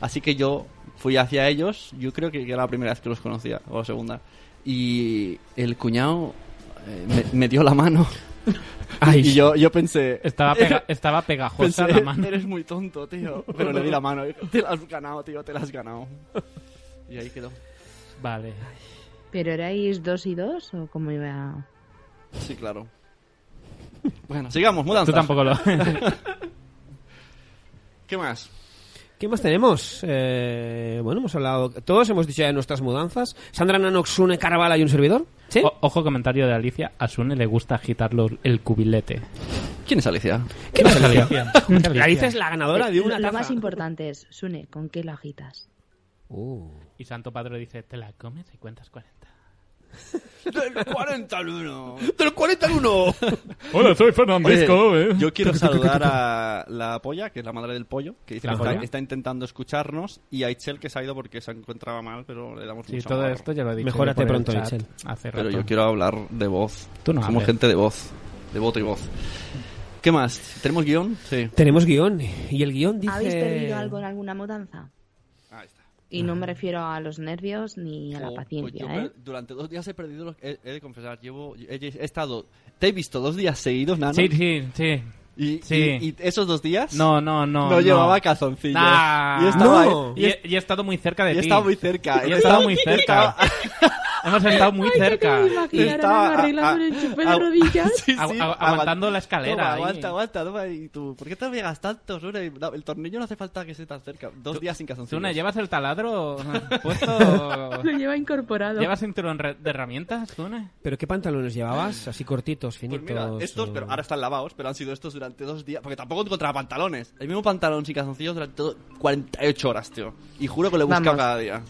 C: Así que yo fui hacia ellos. Yo creo que era la primera vez que los conocía, o la segunda. Y el cuñado eh, me, me dio la
B: [laughs]
C: mano. y yo, yo pensé.
B: Estaba,
C: [laughs]
B: pega- estaba pegajosa
C: pensé,
B: la mano.
C: Eres muy tonto, tío. Pero le di la mano. Te la has ganado, tío, te la has ganado. Y ahí quedó.
B: Vale.
G: ¿Pero erais dos y dos o cómo iba?
C: Sí,
B: [laughs]
C: claro. Bueno, sigamos, mudanza.
B: Tú tampoco lo...
C: [laughs] ¿Qué más?
D: ¿Qué más tenemos? Eh, bueno, hemos hablado... Todos hemos dicho ya de nuestras mudanzas. Sandra Nanoxune, Carvala y un servidor. ¿Sí?
B: O- ojo comentario de Alicia. A Sune le gusta agitarlo el cubilete.
C: ¿Quién es Alicia?
D: ¿Qué más Alicia?
B: Alicia.
D: Alicia es la ganadora de una
G: Lo
D: taza.
G: más importante es, Sune, ¿con qué lo agitas?
D: Uh.
B: Y Santo Padre dice, te la comes y cuentas 40.
C: ¡Del 41!
D: ¡Del 41!
B: Hola, soy ¿eh?
C: Oye,
B: Fernandisco.
C: Yo
B: [laughs]
C: quiero saludar a la polla, que es la madre del pollo, que dice
B: ¿La
C: que está,
B: polla?
C: está intentando escucharnos, y a Itzel, que se ha ido porque se encontraba mal, pero le damos
B: Sí,
C: mucho
B: todo
C: amor.
B: esto ya lo he dicho.
D: Mejórate
B: yo por el
D: pronto,
B: chat
D: Michel.
B: Hace
C: Pero
B: rato.
C: yo quiero hablar de voz.
B: Tú no
C: Somos
B: hables.
C: gente de voz, de voto y voz. ¿Qué más? ¿Tenemos guión? Sí.
D: Tenemos guión. Y el guión dice...
G: ¿Habéis perdido algo en alguna mudanza?
C: Ahí está.
G: Y no me refiero a los nervios ni a la
C: Oh, pues
G: paciencia,
C: yo
G: ¿eh?
C: per- Durante dos días he perdido los... He, he de confesar, llevo... He, he estado... Te he visto dos días seguidos, Nano.
B: Sí, sí, sí.
C: Y,
B: sí.
C: y- y esos dos días...
B: No, no, no.
C: No, llevaba calzoncillos.
B: Nah.
C: Y estaba...
D: No.
B: Y he, y he estado muy cerca de
C: Y
B: ti.
C: estaba muy cerca.
B: Y he estado muy cerca.
C: Estaba-
B: [laughs] Hemos estado muy cerca.
C: Estaba arreglando el chupe de rodillas. [laughs]
B: Agu- agu- aguantando la escalera ahí.
C: aguanta, aguanta. toma, y tú, ¿Por qué te pegas tanto, Sune? No, El tornillo no hace falta que esté tan cerca. Dos días sin calzoncillos.
B: Zuna, ¿llevas el
D: [laughs]
B: taladro puesto?
G: lleva incorporado.
B: ¿Llevas cinturón re- de herramientas, Zuna?
D: ¿Pero qué pantalones llevabas? Así cortitos,
C: Pues
D: finitos...
C: mira, estos,
D: o-
C: pero ahora están lavados, pero han sido estos durante dos días. Porque tampoco encontraba pantalones. El mismo pantalón sin calzoncillos durante todo- 48 horas, tío. Y juro que lo he buscado
G: Vamos.
C: cada día.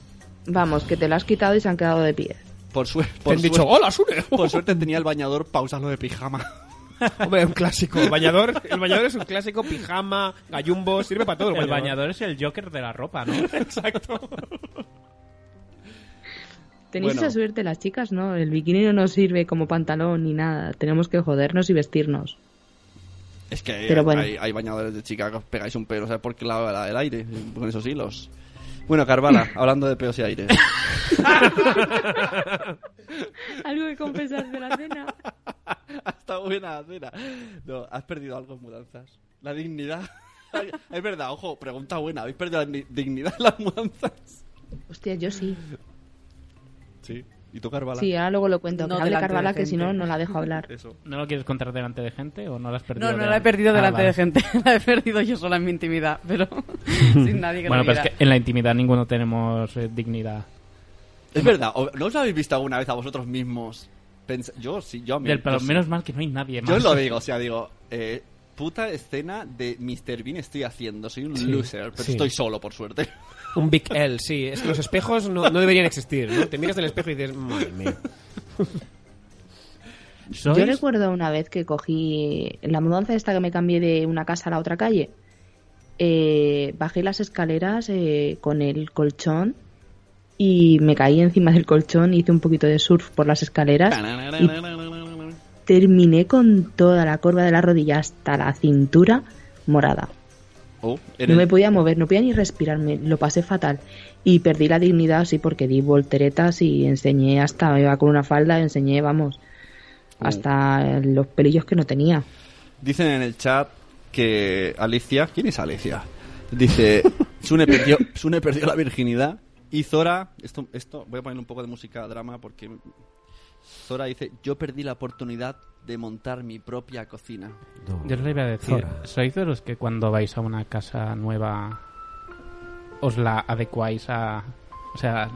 G: Vamos, que te lo has quitado y se han quedado de pie.
C: Por, suerte
D: Te
C: por,
D: han
C: suer-
D: dicho, hola, Sune.
C: por suerte tenía el bañador pausado de
D: [laughs]
C: pijama. [laughs]
D: Hombre, un clásico. El bañador, el bañador es un clásico. Pijama, gallumbo, sirve para todo el
B: El
D: bañador.
B: bañador es el Joker de la ropa, ¿no?
G: Tenéis
C: Bueno.
G: esa suerte las chicas, ¿no? El bikini no nos sirve como pantalón ni nada. Tenemos que jodernos y vestirnos.
C: Es que hay,
G: Pero bueno.
C: hay, hay bañadores de chica que os pegáis un pelo, ¿sabes por qué lava la- el aire? Con esos hilos. Bueno,
D: [laughs]
C: Carvala, hablando de pelos y aire.
G: Algo que compensar de la cena.
C: [laughs] Está buena, Cena. Ah, No, ¿has perdido algo en mudanzas? La dignidad. [laughs] Ay, es verdad, ojo, pregunta buena. ¿Habéis perdido la ni- dignidad en las mudanzas?
G: Hostia, yo sí.
C: Sí. ¿Y tú, Carvala?
G: Sí, ahora luego lo cuento.
H: No
G: que hable
H: delante de
G: Carvala, que
H: gente.
G: si no, no la dejo hablar.
B: ¿No lo quieres contar delante de gente o no lo has perdido?
H: No, no
B: delan-
H: la he perdido
B: Ah,
H: delante
B: vale.
H: de gente, [laughs] la he perdido yo sola en mi intimidad, pero [laughs] sin nadie
B: [laughs]
H: que
B: Bueno,
H: lo
B: pero es
H: viera.
B: que eh, en la intimidad ninguno tenemos eh, dignidad.
C: Es verdad, ¿o- ¿no os habéis visto alguna vez a vosotros mismos? Pens- yo sí, yo a mí.
B: Del- pero
C: yo sí.
B: menos mal que no hay nadie más.
C: Yo lo digo, o sea, digo, eh, puta escena de Mr. Bean estoy haciendo, soy un
D: Sí,
C: loser, pero
D: sí.
C: estoy solo, por suerte. [laughs]
D: Un Big L, sí. Es que los espejos no, no deberían existir, ¿no? Te miras del espejo y dices, madre mía.
G: Yo recuerdo una vez que cogí la mudanza esta que me cambié de una casa a la otra calle. eh, bajé las escaleras eh, con el colchón y me caí encima del colchón, hice un poquito de surf por las escaleras y terminé con toda la curva de la rodilla hasta la cintura morada.
C: Oh, en
G: No
C: el-
G: me podía mover, no podía ni respirarme, lo pasé fatal. Y perdí la dignidad, sí, porque di volteretas y enseñé hasta, iba con una falda, enseñé, vamos,
C: Mm.
G: hasta los pelillos que
C: [laughs]
G: no tenía.
C: Dicen en el chat que Alicia. ¿Quién es Alicia? Dice. Sune perdió, Sune perdió la virginidad. Y Zora. Esto, esto. Voy a poner un poco de música drama porque. Zora dice: Yo perdí la oportunidad de montar mi propia cocina.
B: Yo le iba a decir,
C: Zora.
B: ¿sois de los que cuando vais a una casa nueva os la adecuáis a... O sea,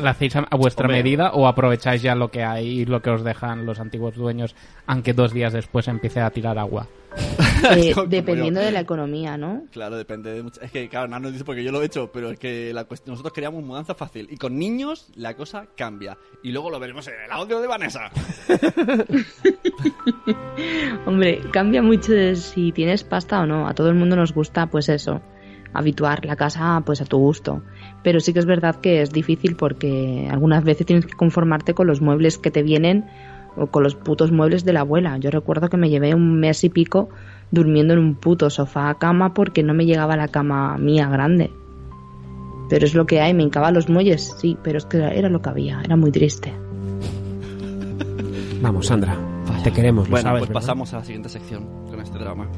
B: ¿la hacéis a, a vuestra
C: Hombre.
B: medida o aprovecháis ya lo que hay y lo que os dejan los antiguos dueños, aunque dos días después empiece a tirar agua?
G: [laughs] Eh,
C: como
G: dependiendo
C: yo.
G: de la economía, ¿no?
C: Claro, depende de muchas. Es que, claro, Nano dice porque yo lo he hecho, pero es que la cuest- nosotros queríamos mudanza fácil. Y con niños la cosa cambia. Y luego lo veremos en el audio de Vanessa.
G: Hombre, cambia mucho de si tienes pasta o no. A todo el mundo nos gusta, pues eso, habituar la casa pues a tu gusto. Pero sí que es verdad que es difícil porque algunas veces tienes que conformarte con los muebles que te vienen o con los putos muebles de la abuela. Yo recuerdo que me llevé un mes y pico durmiendo en un puto sofá a cama porque no me llegaba la cama mía grande. Pero es lo que hay, me hincaba los muelles, sí, pero es que era lo que había, era muy triste.
D: Vamos, Sandra. Te queremos, lo
C: Bueno,
D: sabes,
C: pues
D: ¿verdad?
C: pasamos a la siguiente sección con este drama.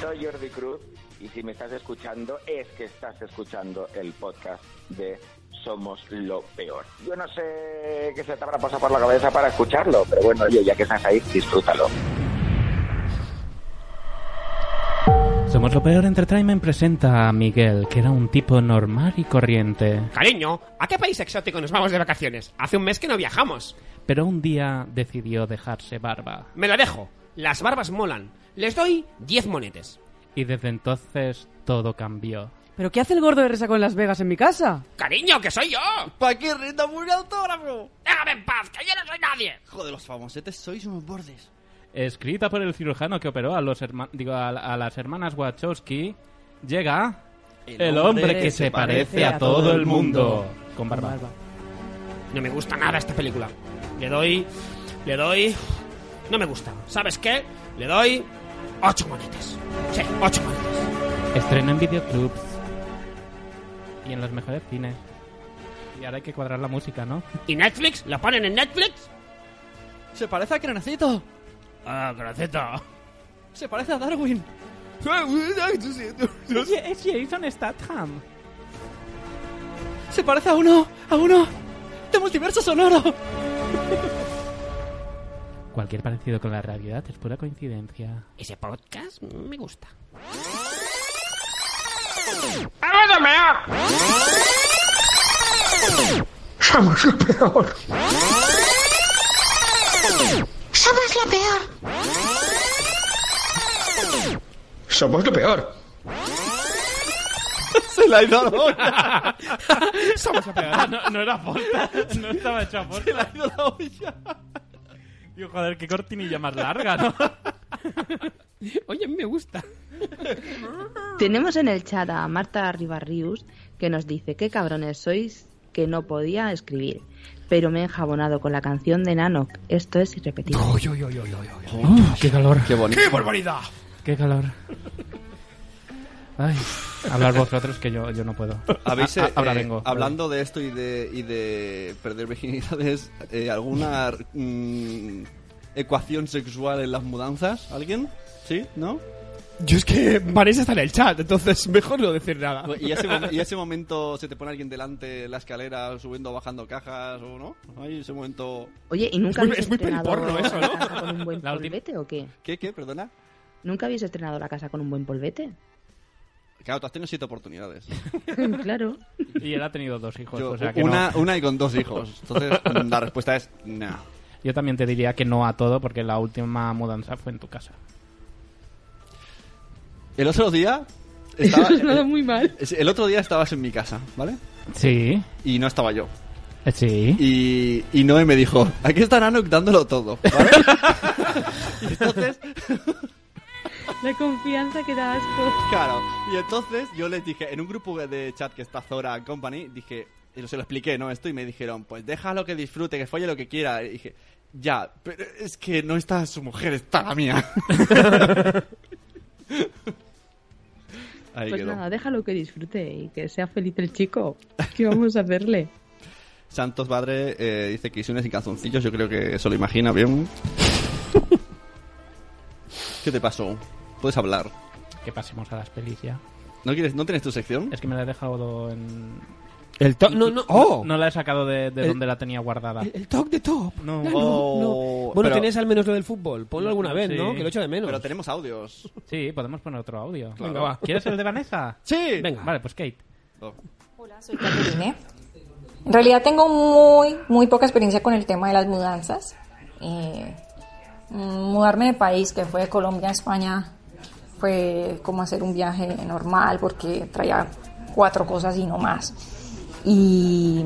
M: Soy Jordi Cruz y si me estás escuchando es que estás escuchando el podcast de Somos lo Peor. Yo no sé qué se te habrá pasado por la cabeza para escucharlo, pero bueno, oye, ya que estás ahí, disfrútalo.
B: Somos lo peor Entertainment presenta a Miguel, que era un tipo normal y corriente.
D: Cariño, ¿a qué país exótico nos vamos de vacaciones? Hace un mes que no viajamos.
B: Pero un día decidió dejarse barba.
D: Me la dejo. Las barbas molan. Les doy 10 monetes.
B: Y desde entonces todo cambió.
H: ¿Pero qué hace el gordo de resaco en Las Vegas en mi casa?
D: ¡Cariño, que soy yo!
C: ¿Para qué rindo por un autógrafo?
D: ¡Déjame en paz, que yo no soy nadie!
C: Joder, los famosetes sois unos bordes.
B: escrita por el cirujano que operó a los herma- digo, a, a las hermanas Wachowski, llega
D: El
B: el, hombre,
D: hombre
B: que se parece a todo el mundo. Con barba.
D: No me gusta nada esta película. Le doy. Le doy. No me gusta. ¿Sabes qué? Le doy. 8 monetes. Sí, 8 monetes.
B: Estreno en videoclubs y en los mejores cines. Y ahora hay que cuadrar la música, ¿no?
D: ¿Y Netflix? ¿La ponen en Netflix?
C: Se parece a Crenacito.
D: Ah, graceta.
C: Se parece a Darwin.
B: Es Jason Statham.
C: Se parece a uno, a uno de multiverso sonoro.
B: Cualquier parecido con la realidad es pura coincidencia.
D: Ese podcast me gusta.
F: Somos lo peor.
N: Somos lo peor.
A: Somos
O: [laughs]
A: lo peor.
C: Se la ha ido la olla.
D: Somos lo
O: Ah,
B: peor. No, no era falta. No estaba hecha falta. Se la ha
C: ido la olla.
B: Digo, joder, qué cortinilla más larga, [laughs] ¿no?
O: [laughs]
D: Oye, a mí me gusta.
G: Tenemos en el chat a Marta Ribarrius que nos dice qué cabrones sois que no podía escribir, pero me he enjabonado con la canción de Nanok. Esto es irrepetible.
B: qué calor.
C: Qué bonito.
B: Qué barbaridad. Qué calor. Ay. Hablar vosotros que yo, yo no puedo.
C: ¿Habéis,
B: Ha-
C: eh,
B: habla
C: eh,
B: Bengo.
C: hablando de esto y de, y de perder virginidades, eh, ¿alguna mm, ecuación sexual en las mudanzas? ¿Alguien? ¿Sí? ¿No?
D: Yo es que parece estar en el chat, entonces mejor no decir nada.
C: ¿Y ese, mom- y ese momento se te pone alguien delante en la escalera subiendo o bajando cajas o no? Ay, ese momento...
G: Oye, ¿y nunca habéis estrenado la casa con un buen
C: La última-
G: polvete o qué?
C: ¿Qué, qué? Perdona.
G: ¿Nunca habéis estrenado la casa con un buen
C: [laughs]
G: polvete?
C: Claro, tú has tenido siete oportunidades.
G: claro.
B: Y él ha tenido dos hijos.
C: Yo-
B: o sea que
C: una,
B: no.
C: una y con dos hijos.
B: [laughs]
C: Entonces, la respuesta es no.
B: Yo también te diría que no a todo, porque la última mudanza fue en tu casa.
C: El otro día...
G: [laughs]
C: Estaba, eh,
G: Eso suena muy mal.
C: El otro día estabas en mi casa, ¿vale?
B: Sí.
C: Y no estaba yo.
B: Sí.
C: Y, y Noé me dijo, aquí está Nanook dándolo todo.
B: [laughs]
C: ¿vale? [laughs]
G: La confianza que da asco.
C: Claro. Y entonces yo les dije, en un grupo de chat que está Zora and Company, dije, y se lo expliqué, ¿no? Esto, y me dijeron, pues déjalo que disfrute, que folle lo que quiera. Y dije, ya, pero es que no está su mujer, está la mía. Ahí
G: Pues
C: quedó.
G: nada, déjalo que disfrute y que sea feliz el chico. ¿Qué vamos
C: [laughs]
G: a hacerle?
C: Santos Padre eh, dice que Isune sin calzoncillos, yo creo que se lo imagina
G: [laughs]
C: bien. ¿Qué te pasó? Puedes hablar.
B: Que pasemos a las pelis ya.
C: ¿No, quieres, ¿No tienes tu sección?
B: Es que me la he dejado en...
D: El top... No,
B: No,
D: no... ¡Oh!
B: no la he sacado de, de
D: El-
B: donde la tenía guardada.
D: El top de top.
B: No.
D: No,
C: Oh,
D: no. Bueno,
C: pero-
D: tenías al menos lo del fútbol. Ponlo alguna vez,
B: Sí.
D: ¿no? Que lo echo de menos.
C: Pero tenemos audios.
B: Sí, podemos poner otro audio.
C: Claro.
D: Venga, va.
B: ¿Quieres el de
D: [laughs]
B: Vanessa?
C: Sí.
B: Venga. Vale, pues Kate.
P: En realidad tengo muy, muy poca experiencia con el tema de las mudanzas. Eh, mm, mudarme de país, que fue de Colombia a España, fue como hacer un viaje normal porque traía cuatro cosas y no más. Y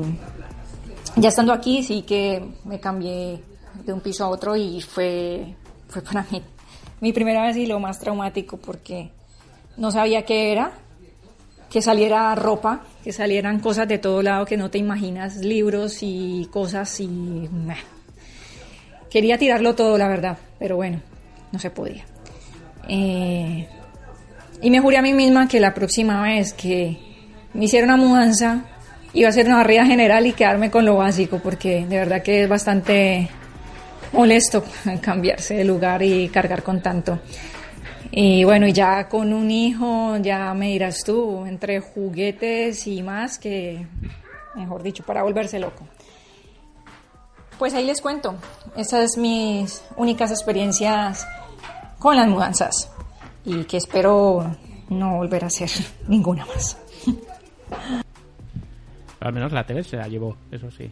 P: ya estando aquí sí que me cambié de un piso a otro y fue, fue para mí mi primera vez y lo más traumático porque no sabía qué era, que saliera ropa, que salieran cosas de todo lado que no te imaginas, libros y cosas y... meh. Quería tirarlo todo, la verdad, pero bueno, no se podía. Eh, y me juré a mí misma que la próxima vez que me hiciera una mudanza iba a hacer una barrida general y quedarme con lo básico, porque de verdad que es bastante molesto [laughs] cambiarse de lugar y cargar con tanto. Y bueno, y ya con un hijo, ya me dirás tú, entre juguetes y más, que mejor dicho, para volverse loco. Pues ahí les cuento, esas son mis únicas experiencias con las mudanzas y que espero no volver a hacer [laughs] ninguna más.
B: Al menos la tele se la llevó, eso sí.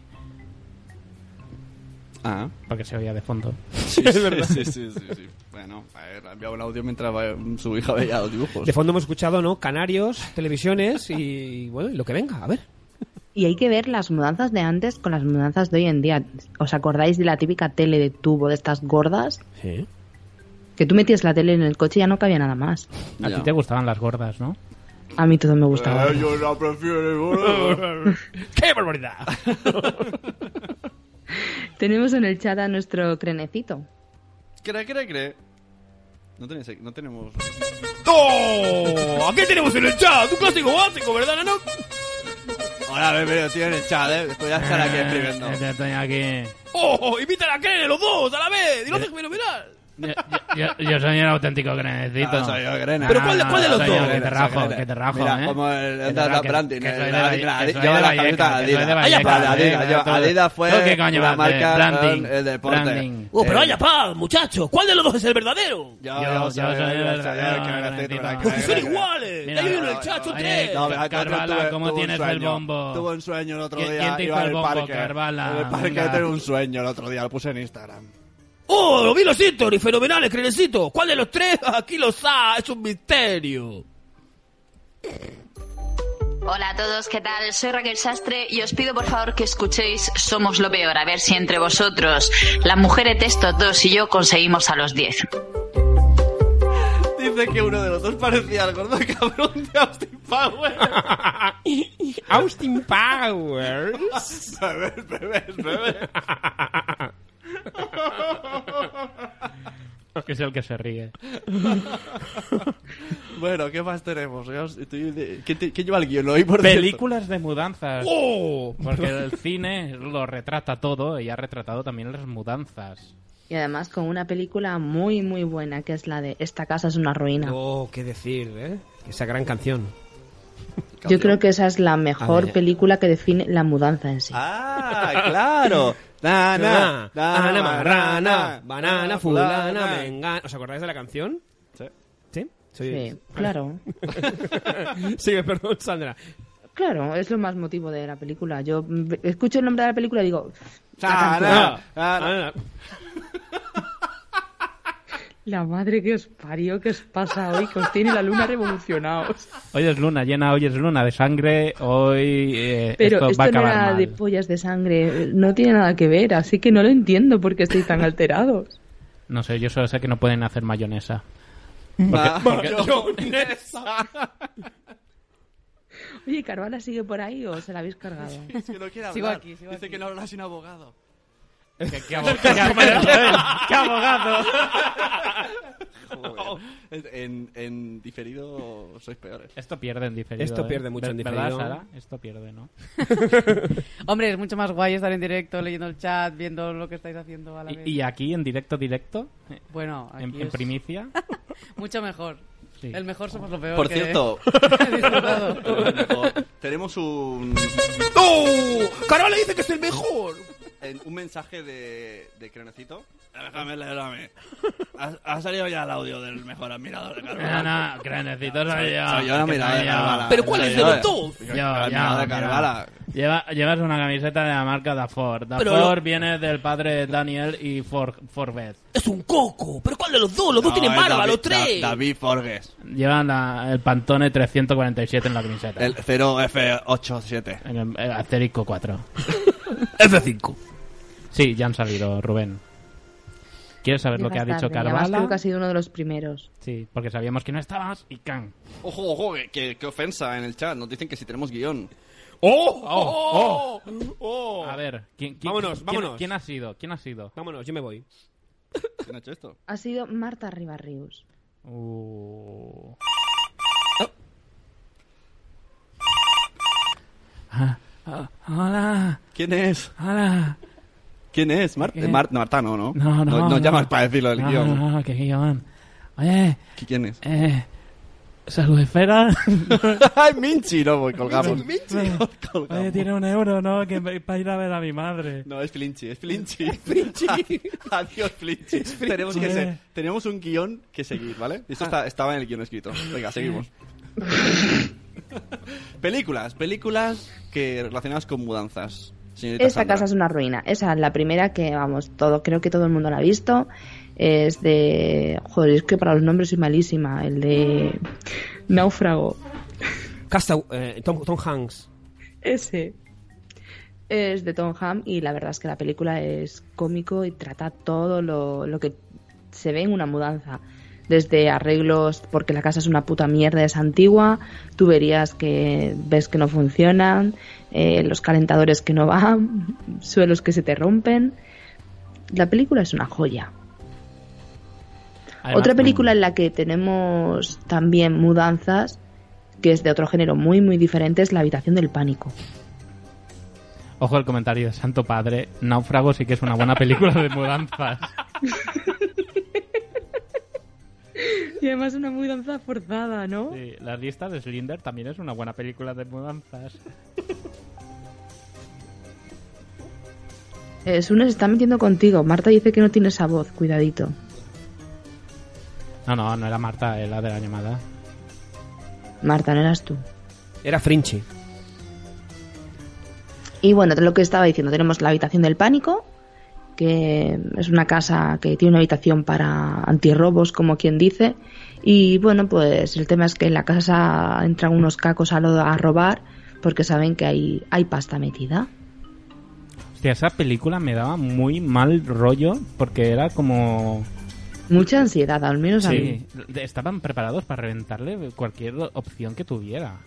C: Ah.
B: Porque se oía de fondo. [laughs]
C: Sí,
D: [laughs]
C: sí, Sí, sí, sí, sí. Bueno, a ver, ha enviado un audio mientras va- su hija veía los dibujos.
D: De fondo hemos escuchado, ¿no? Canarios, televisiones y, bueno, y lo que venga. A ver.
G: Y hay que ver las mudanzas de antes con las mudanzas de hoy en día. ¿Os acordáis de la típica tele de tubo de estas gordas?
D: Sí.
G: Que tú metías la tele en el coche y ya no cabía nada más.
B: A ti te gustaban las gordas, ¿no?
G: A mí todo me gustaba.
O: Eh,
C: yo la prefiero.
D: ¡Qué barbaridad!
G: [laughs] Tenemos en el chat a nuestro crenecito.
C: Cre, cre, cre. No, tenéis- no tenemos.
D: ¡No! Aquí tenemos en el chat un clásico básico, ¿verdad, Nano?
C: Ahora, bebé, tío en el chat, eh. Después ya estar aquí escribiendo.
B: Yo estoy aquí.
D: ¡Oh! ¡Invítala a Kene, los dos, a la vez! ¡Y lo haces fenomenal!
B: Yo, yo soy el auténtico grenecito.
C: Ah, soy yo, Grena.
B: No, no,
C: de los
B: Ah, soy
C: dos?
B: yo, Que te rajo,
C: Grena.
B: que te rajo,
C: Mira,
B: ¿eh?
C: como el-
B: Que
C: la-
B: te
C: la
B: rajo, que-
C: branding,
B: que
C: eh,
B: soy de
C: la-
B: Valle-
C: la-
B: que soy
C: lleva
B: de
C: la
B: Vallecas,
C: camiseta de
B: que soy de
C: Adidas. Vaya
B: Vallecas,
C: pal,
B: ¿eh?
C: Adidas, yo-
B: Todo-
C: Adidas fue
B: ¿Tú qué
C: la
B: coño vas a hacer?
C: marca,
B: Branding,
C: eh, el deporte.
B: branding.
C: Oh, pero vaya
D: paz, muchachos. ¿Cuál de los dos es el verdadero?
C: Yo, yo soy el verdadero Grenecito, la- Porque son
D: iguales.
B: Mira,
D: Hay uno en el chat, son
B: eh,
D: tres.
C: No, pero otro
B: Carvala,
C: tuve-
B: ¿cómo
C: tuve un
B: tienes el
C: sueño.
B: bombo?
C: Tuve un sueño el otro
B: ¿Quién-
C: día.
B: quién te
C: iba
B: hizo
C: al
B: el bombo,
C: parque.
B: Carvala?
C: En el parque
B: Venga.
C: tuve un sueño el otro día, lo puse en Instagram.
D: ¡Oh, lo vi los y fenomenales, crenecito! ¿Cuál de los tres? [laughs] Aquí los ha, es un misterio.
Q: Hola a todos, ¿qué tal? Soy Raquel Sastre y os pido por favor que escuchéis Somos lo peor, a ver si entre vosotros, la mujer de estos dos y yo conseguimos a los 10.
C: Dice que uno de los dos parecía el gordo [laughs] cabrón de Austin Power.
D: [laughs] Austin
C: [laughs]
D: Powers.
C: Bebés, bebés, bebés.
B: Que es el que se ríe.
C: Bueno, ¿qué más tenemos? Ya os- estoy de- ¿Quién, te- quién lleva el guión hoy, por cierto?
B: Películas de mudanzas.
C: ¡Oh!
B: Porque el cine lo retrata todo y ha retratado también las mudanzas.
G: Y además con una película muy, muy buena, que es la de Esta casa es una ruina.
D: Oh, qué decir, ¿eh? Esa gran canción.
G: Yo creo que esa es la
D: A
G: mejor
D: ver.
G: película que define la mudanza en sí.
C: Ah, claro.
D: [laughs]
C: Na, na, na,
D: Ana
C: na,
D: marrana,
C: na,
D: banana,
C: na,
D: fulana,
C: fulana.
D: mengana. ¿Os acordáis de la canción?
C: Sí.
D: ¿Sí?
G: Sí, claro.
D: [laughs] Sigue, perdón, Sandra.
G: Claro, es lo más motivo de la película. Yo mm, escucho el nombre de la película y digo... "La canción".
D: Ana, Ana.
G: La madre que os parió, que os pasa hoy, que os tiene la luna revolucionados.
B: Hoy es luna llena, hoy es luna de sangre, hoy eh,
G: Pero esto,
B: esto, va a
G: no
B: acabar
G: era
B: mal.
G: de pollas de sangre, no tiene nada que ver, así que no lo entiendo porque estoy tan
C: [laughs]
G: alterados.
B: No sé, yo solo sé que no pueden hacer mayonesa.
C: Ma- [laughs]
B: porque-
C: mayonesa.
G: Oye, ¿Carvala sigue por ahí o se la habéis cargado?
C: Es que no quiere
G: Sigo
C: hablar.
G: aquí, sigo
C: Dice que no habla sin abogado. ¿eh? [laughs]
B: ¿Qué, abogado? [laughs] ¡Qué abogado!
C: Joder. En, en diferido sois peores.
B: Esto pierde en diferido.
D: Esto
B: ¿eh?
D: pierde mucho en
B: ¿Verdad,
D: diferido.
B: Sara? Esto pierde, [laughs] ¿no?
H: Hombre, es mucho más guay estar en directo, leyendo el chat, viendo lo que estáis haciendo a la vez.
B: ¿Y, y aquí, en directo, directo?
H: Bueno, aquí
B: ¿En, en
H: es-
B: primicia?
H: Mucho mejor.
B: Sí.
H: El mejor somos ¿eh? lo peor.
C: Por
B: [laughs]
H: que- [laughs]
C: cierto, [laughs]
H: he disfrutado.
C: tenemos un.
D: ¡No! ¡Carola dice que es el mejor!
C: En un mensaje de, de Crenecito. Ah, Déjame leerme. Ha, ha salido ya el audio del mejor admirador de Carvalho.
B: No, no, Crenecito soy yo.
C: Soy yo el admirador de
B: Soy yo.
C: Carvalho.
B: ¿Pero cuál
C: Soy yo
B: es de
C: el-
B: los dos?
C: soy
B: Yo,
C: el admirador
B: yo,
C: de Carvalho.
B: Lleva- Ah, llevas una camiseta de la marca Da Ford. Da
O: Pero
B: Ford viene del padre de Daniel y Ford, Forbes.
O: Es un coco. ¿Pero cuál de los dos? Los dos
C: No,
O: tienen
C: es
O: barba,
C: David-
O: los tres.
C: Da- David Forges.
B: Llevan la- el Pantone 347 en la camiseta.
C: El 0F87.
B: En el, el asterisco
D: [laughs]
B: 4.
O: F5.
B: Sí, ya han salido, Rubén. ¿Quieres saber lo que ha
G: Llegas
B: dicho
G: tarde, además
B: Carvala?
G: creo que ha sido uno de los primeros.
B: Sí, porque sabíamos que no estabas y can.
C: Ojo, ojo, que, que- que ofensa en el chat. Nos dicen que si tenemos guión.
B: ¡Oh! A ver, ¿quién, quién-
D: Vámonos,
B: quién-
D: vámonos.
B: ¿quién ha sido? ¿Quién ha sido?
D: Vámonos, yo me voy.
C: ¿Quién ha hecho esto?
G: Ha sido Marta Ribarrius.
B: Uh.
O: Ah,
B: hola.
C: ¿Quién es?
B: Hola.
C: ¿Quién es? Mar-
B: ¿Quién?
C: Mar- no, Marta no, ¿no?
B: No, no.
C: Nos,
B: no.
C: llamas para decirlo del
B: No,
C: guión.
B: No, no, qué guión. Oye.
C: ¿Qui- ¿Quién es?
B: Eh. Saludesfera.
C: [laughs] ¡Ay, Minchi! No, pues [laughs] colgamos.
B: Oye, tiene un euro, ¿no? Que me- para ir a ver a mi madre.
C: No, es Flinchi, es Flinchi. [laughs] Adiós, Flinchi. Ah. Tenemos, que
B: Eh.
C: ser- tenemos un guión que seguir, ¿vale? Esto está- estaba en el guión escrito. Venga, seguimos. [laughs] películas, películas que relacionadas con mudanzas. Señorita
G: Esta
C: Sandra.
G: casa es una ruina. Esa es la primera que, vamos, todo creo que todo el mundo la ha visto. Es de... Joder, es que para los nombres soy malísima. El de... Náufrago.
D: Casta, eh, Tom, Tom Hanks.
G: Ese. Es de Tom Hamm y la verdad es que la película es cómico y trata todo lo, lo que se ve en una mudanza. Desde arreglos porque la casa es una puta mierda, es antigua, tuberías que ves que no funcionan, eh, los calentadores que no van, [laughs] suelos que se te rompen. La película es una joya.
B: Además,
R: mm.
G: Otra película en la que tenemos también mudanzas, que es de otro género muy, muy diferente, es La habitación del pánico.
B: Ojo el comentario de Santo Padre. Náufrago sí que es una buena película de mudanzas.
G: [laughs] Y además una mudanza forzada, ¿no?
B: Sí, las listas de Slinder también es una buena película de mudanzas.
G: Eh, Sune se está metiendo contigo. Marta dice que no tiene esa voz, cuidadito.
B: No, no, no era Marta, era de la llamada.
G: Marta, no eras tú.
D: Era Frinchi.
G: Y bueno, lo que estaba diciendo, tenemos la habitación del pánico, que es una casa que tiene una habitación para antirrobos, como quien dice. Y bueno, pues el tema es que en la casa entran unos cacos a, lo- a robar porque saben que hay, hay pasta metida.
B: Hostia, esa película me daba muy mal rollo porque era como...
G: Mucha ansiedad, al menos a mí.
B: Sí, estaban preparados para reventarle cualquier opción que tuviera.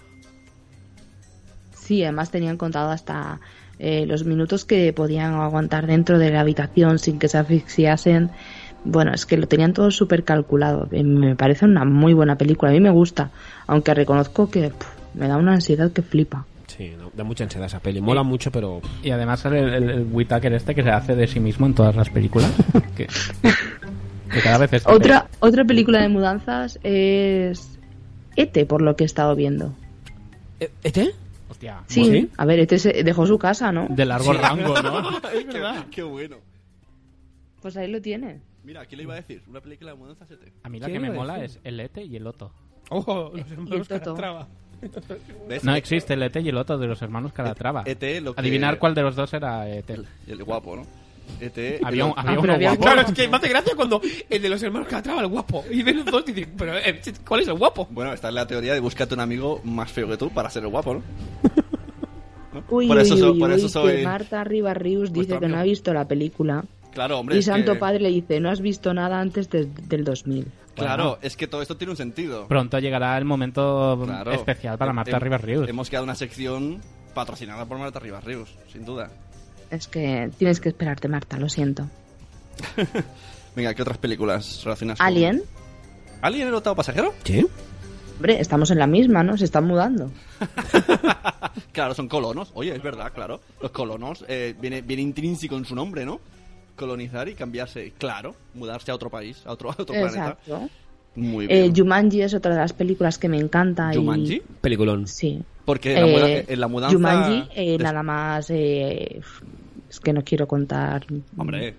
G: Sí, además tenían contado hasta eh, los minutos que podían aguantar dentro de la habitación sin que se asfixiasen. Bueno, es que lo tenían todo súper calculado. Eh, Me parece una muy buena película. A mí me gusta. Aunque reconozco que puf, me da una ansiedad que flipa.
D: Sí, no, da mucha ansiedad esa peli. Mola mucho, pero.
B: Y además sale el, el, el Whittaker este que se hace de sí mismo en todas las
D: [laughs]
B: películas. que, que cada vez es peor.
G: Otra, otra película de mudanzas es Ete, por lo que he estado viendo.
D: ¿Este?
B: Hostia.
G: ¿E-, Sí. A ver, Ete se dejó su casa, ¿no?
B: De largo
G: Sí.
B: rango, ¿no?
C: [laughs] es verdad. Qué, bueno.
G: Pues ahí lo tiene.
C: Mira, ¿qué le iba a decir? Una película de mudanzas E ET.
B: A mí la que me mola es el Ete y el Oto.
C: Oh,
D: Ojo,
G: los hermanos Toto. Calatrava.
C: ¿Ves? E
B: No existe el Ete y el Oto de los hermanos Calatrava.
C: ET, lo que-
B: Adivinar cuál de los dos era E Ete.
C: El guapo, ¿no? E ET.
B: Había un-
C: el-
B: había Ah, pero uno había guapo.
D: Claro, es que me hace gracia cuando el de los hermanos Calatrava, el guapo. Y ven los dos y dicen, pero eh, ¿cuál es el guapo?
C: Bueno, esta es la teoría de búscate un amigo más feo que tú para ser el guapo,
G: [laughs]
C: ¿no?
G: Uy,
C: Por eso
G: uy,
C: so-
G: uy,
C: por
G: uy,
C: eso
G: que
C: soy-
G: Marta Ribarrius dice que no ha visto la película.
C: Claro, hombre.
G: y
C: es
G: Santo
C: que-
G: Padre le dice, no has visto nada antes de- del 2000.
C: Claro,
B: Bueno.
C: es que todo esto tiene un sentido.
B: Pronto llegará el momento
C: Claro.
B: especial para
C: Hem-
B: Marta
C: hem-
B: Rivas Ríos.
C: Hemos creado una sección patrocinada por Marta Rivas Ríos, sin duda.
G: Es que tienes que esperarte, Marta, lo siento.
C: Venga, ¿qué otras películas relacionas? con-
G: Alien,
C: ¿Alien el octavo pasajero?
D: Sí.
G: hombre, estamos en la misma, ¿no? Se están mudando.
C: [laughs] Claro, son colonos. Oye, es verdad, claro. Los colonos eh, viene, viene intrínseco en su nombre, ¿no? Colonizar y cambiarse. Claro, mudarse a otro país, a otro, a otro planeta.
G: Exacto.
C: Muy
G: Eh,
C: bien.
G: Jumanji es otra de las películas que me encanta.
C: ¿Jumanji?
G: Y...
D: Peliculón.
G: Sí.
C: Porque en la, muda-
G: Eh,
C: en la mudanza...
G: Jumanji, eh,
C: des-
G: nada más... eh, es que no quiero contar...
C: Hombre,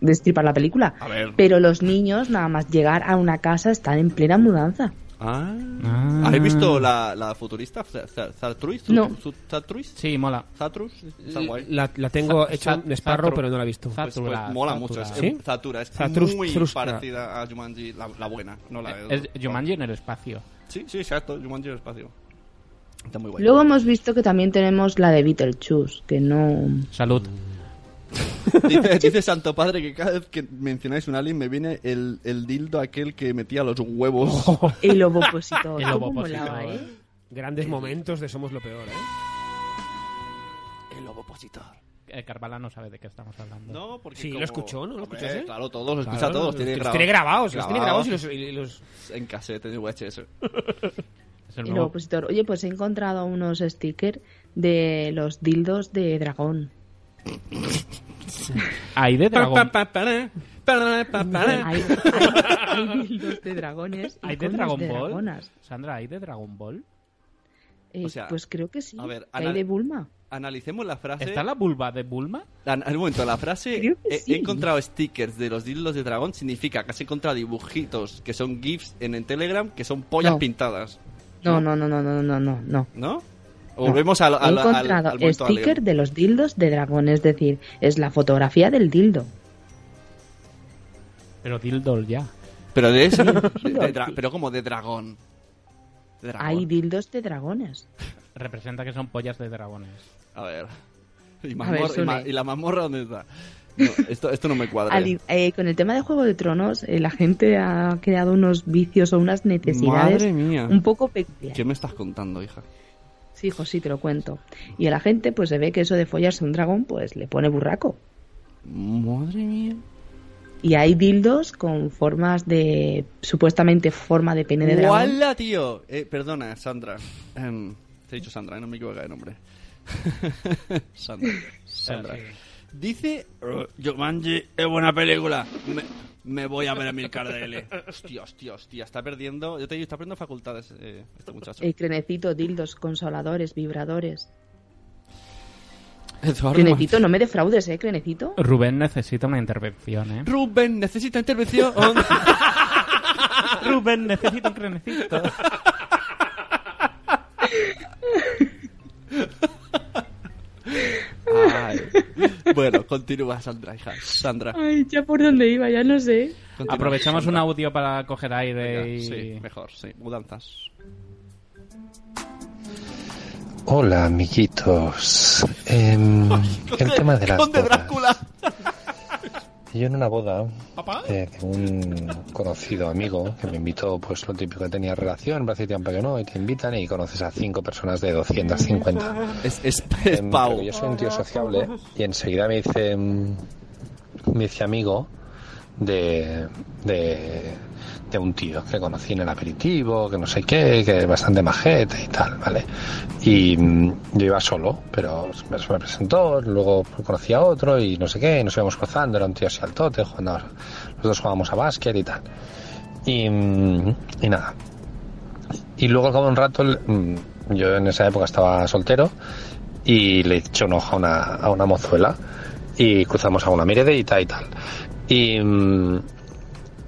G: Destripar la película.
C: a ver.
G: Pero los niños, nada más llegar a una casa, están en plena mudanza.
C: Ah. ¿Habéis visto la, la futurista? Za- za- ¿Zartruis?
G: No.
C: Zu- ¿Zartruis?
B: Sí, mola.
C: ¿Zartrus? Está guay.
D: La, la tengo
C: Sa-
D: hecha
C: sa-
D: un esparro,
C: Zatru-
D: pero no la he visto.
C: Pues, pues mola mucho. Es,
D: ¿Sí?
C: Zatura, es
D: Zatrus-
C: muy
D: Zatrustra.
C: parecida a Jumanji, la, la buena, no la de-
B: Es Jumanji en el espacio.
C: Sí, sí, exacto, Jumanji en el espacio. Está muy guay.
G: Luego hemos visto que también tenemos la de Beetlejuice, que no...
B: Salud.
C: [laughs] Dice, dice Santo Padre que cada vez que mencionáis un alien me viene el, el dildo aquel que metía los huevos.
G: [laughs] El lobo
B: [laughs]
G: opositor.
D: El lobo
G: ¿Cómo
D: opositor.
G: molaba, eh?
D: Grandes momentos de Somos lo Peor, ¿eh?
C: El lobo opositor.
B: Eh, Carvala no sabe de qué estamos hablando.
C: No, porque
D: Sí, lo
C: como-
D: escuchó, ¿no? ¿Lo
C: Hombre,
D: escuchaste?
C: Claro, todos, los
D: Claro,
C: escucha a todos.
D: los
C: Tiene
D: tiene
C: grabados.
D: grabados, los tiene grabados y los- y los-
C: [laughs] En cassette, en [laughs] VHS.
B: Es el
G: El
B: nuevo-
G: opositor. Oye, pues he encontrado unos stickers de los dildos de dragón.
B: Ahí de dragón.
G: Hay, hay- hay dildos de dragones. y
B: ¿Hay de
G: conos
B: Dragon Ball?
G: dragonas.
B: Sandra, ¿hay de Dragon Ball?
G: Eh,
C: O sea,
G: pues creo que sí.
C: Ah, a ver,
G: que hay
C: anal-
G: de Bulma.
C: Analicemos la frase.
B: ¿Está la vulva de Bulma?
C: An- Un momento, la frase
G: Creo que
C: he,
G: sí.
C: he encontrado stickers de los dildos de dragón significa que has encontrado dibujitos que son gifs en el Telegram que son pollas
G: No.
C: pintadas,
G: No, no, no, no, no, no, no, no.
C: ¿no? Volvemos al,
G: He
C: al, al-
G: encontrado
C: al momento
G: sticker
C: alien.
G: de los dildos de dragón, es decir, es la fotografía del dildo.
B: Pero Dildol ya.
C: Pero de
G: [laughs]
C: eso, de-
G: Dildo,
C: de dra-
G: sí.
C: pero como de dragón. De dragón.
G: Hay dildos de dragones.
B: Representa que son pollas de dragones.
C: A ver. Y,
G: A ver,
C: mazmorra- y
G: Sune.
C: ma- y la mazmorra dónde está? No, esto, esto no me cuadra.
G: Al- eh, con el tema de Juego de Tronos, eh, la gente ha creado unos vicios o unas necesidades
C: Madre mía.
G: un poco peculiares.
C: ¿Qué me estás contando, hija?
G: Sí, hijo, sí, te lo cuento. Y a la gente, pues se ve que eso de follarse un dragón, pues le pone burraco.
C: Madre mía.
G: Y hay dildos con formas de. supuestamente forma de pene de dragón.
C: ¡Wala, tío! Eh, perdona, Sandra. Em, te he dicho Sandra, eh, no me equivoco de nombre. [laughs] Sandra. Sandra. Dice "Eh, Jumanji es buena película. Me, me voy a ver a Milcar de L. Hostia, hostia, hostia. Está perdiendo. Yo te digo, está perdiendo facultades eh, este muchacho.
G: Eh, crenecito, dildos, consoladores, vibradores.
C: Eduardo
G: Crenecito, no me defraudes, ¿eh, Crenecito?
B: Rubén necesita una intervención, ¿eh?
C: Rubén necesita intervención.
B: [laughs] Rubén necesita un
D: [laughs]
B: crenecito.
C: Ay. Bueno, continúa, Sandra, hija. Sandra.
G: Ay, ya por dónde iba, ya no sé.
C: continúa,
B: Aprovechamos un
C: Sandra.
B: audio para coger aire
C: Venga,
B: y...
C: Sí, mejor, sí. Mudanzas.
S: Hola, amiguitos.
C: [laughs]
S: Em, el tema de las
C: Conde
S: bodas.
C: Drácula.
S: Yo en una boda eh, de un conocido amigo que me invitó, pues lo típico que tenía relación, pero hace tiempo que no, y te invitan y conoces a cinco personas de 250.
C: [laughs] Es, es,
S: Em, pero Yo soy un tío sociable y enseguida me dice, mm, me dice em, amigo, de, de, de un tío que conocí en el aperitivo, que no sé qué, que es bastante majete y tal, ¿vale? Y mm, yo iba solo, pero se me se me presentó, luego conocí a otro y no sé qué, y nos íbamos cruzando, era un tío así altote, jugando, los dos jugábamos a básquet y tal. Y, mm, y nada. Y luego al cabo de un rato, el- mm, yo en esa época estaba soltero y le eché un ojo a una, a una mozuela y cruzamos a una miredita y tal. Y, mm,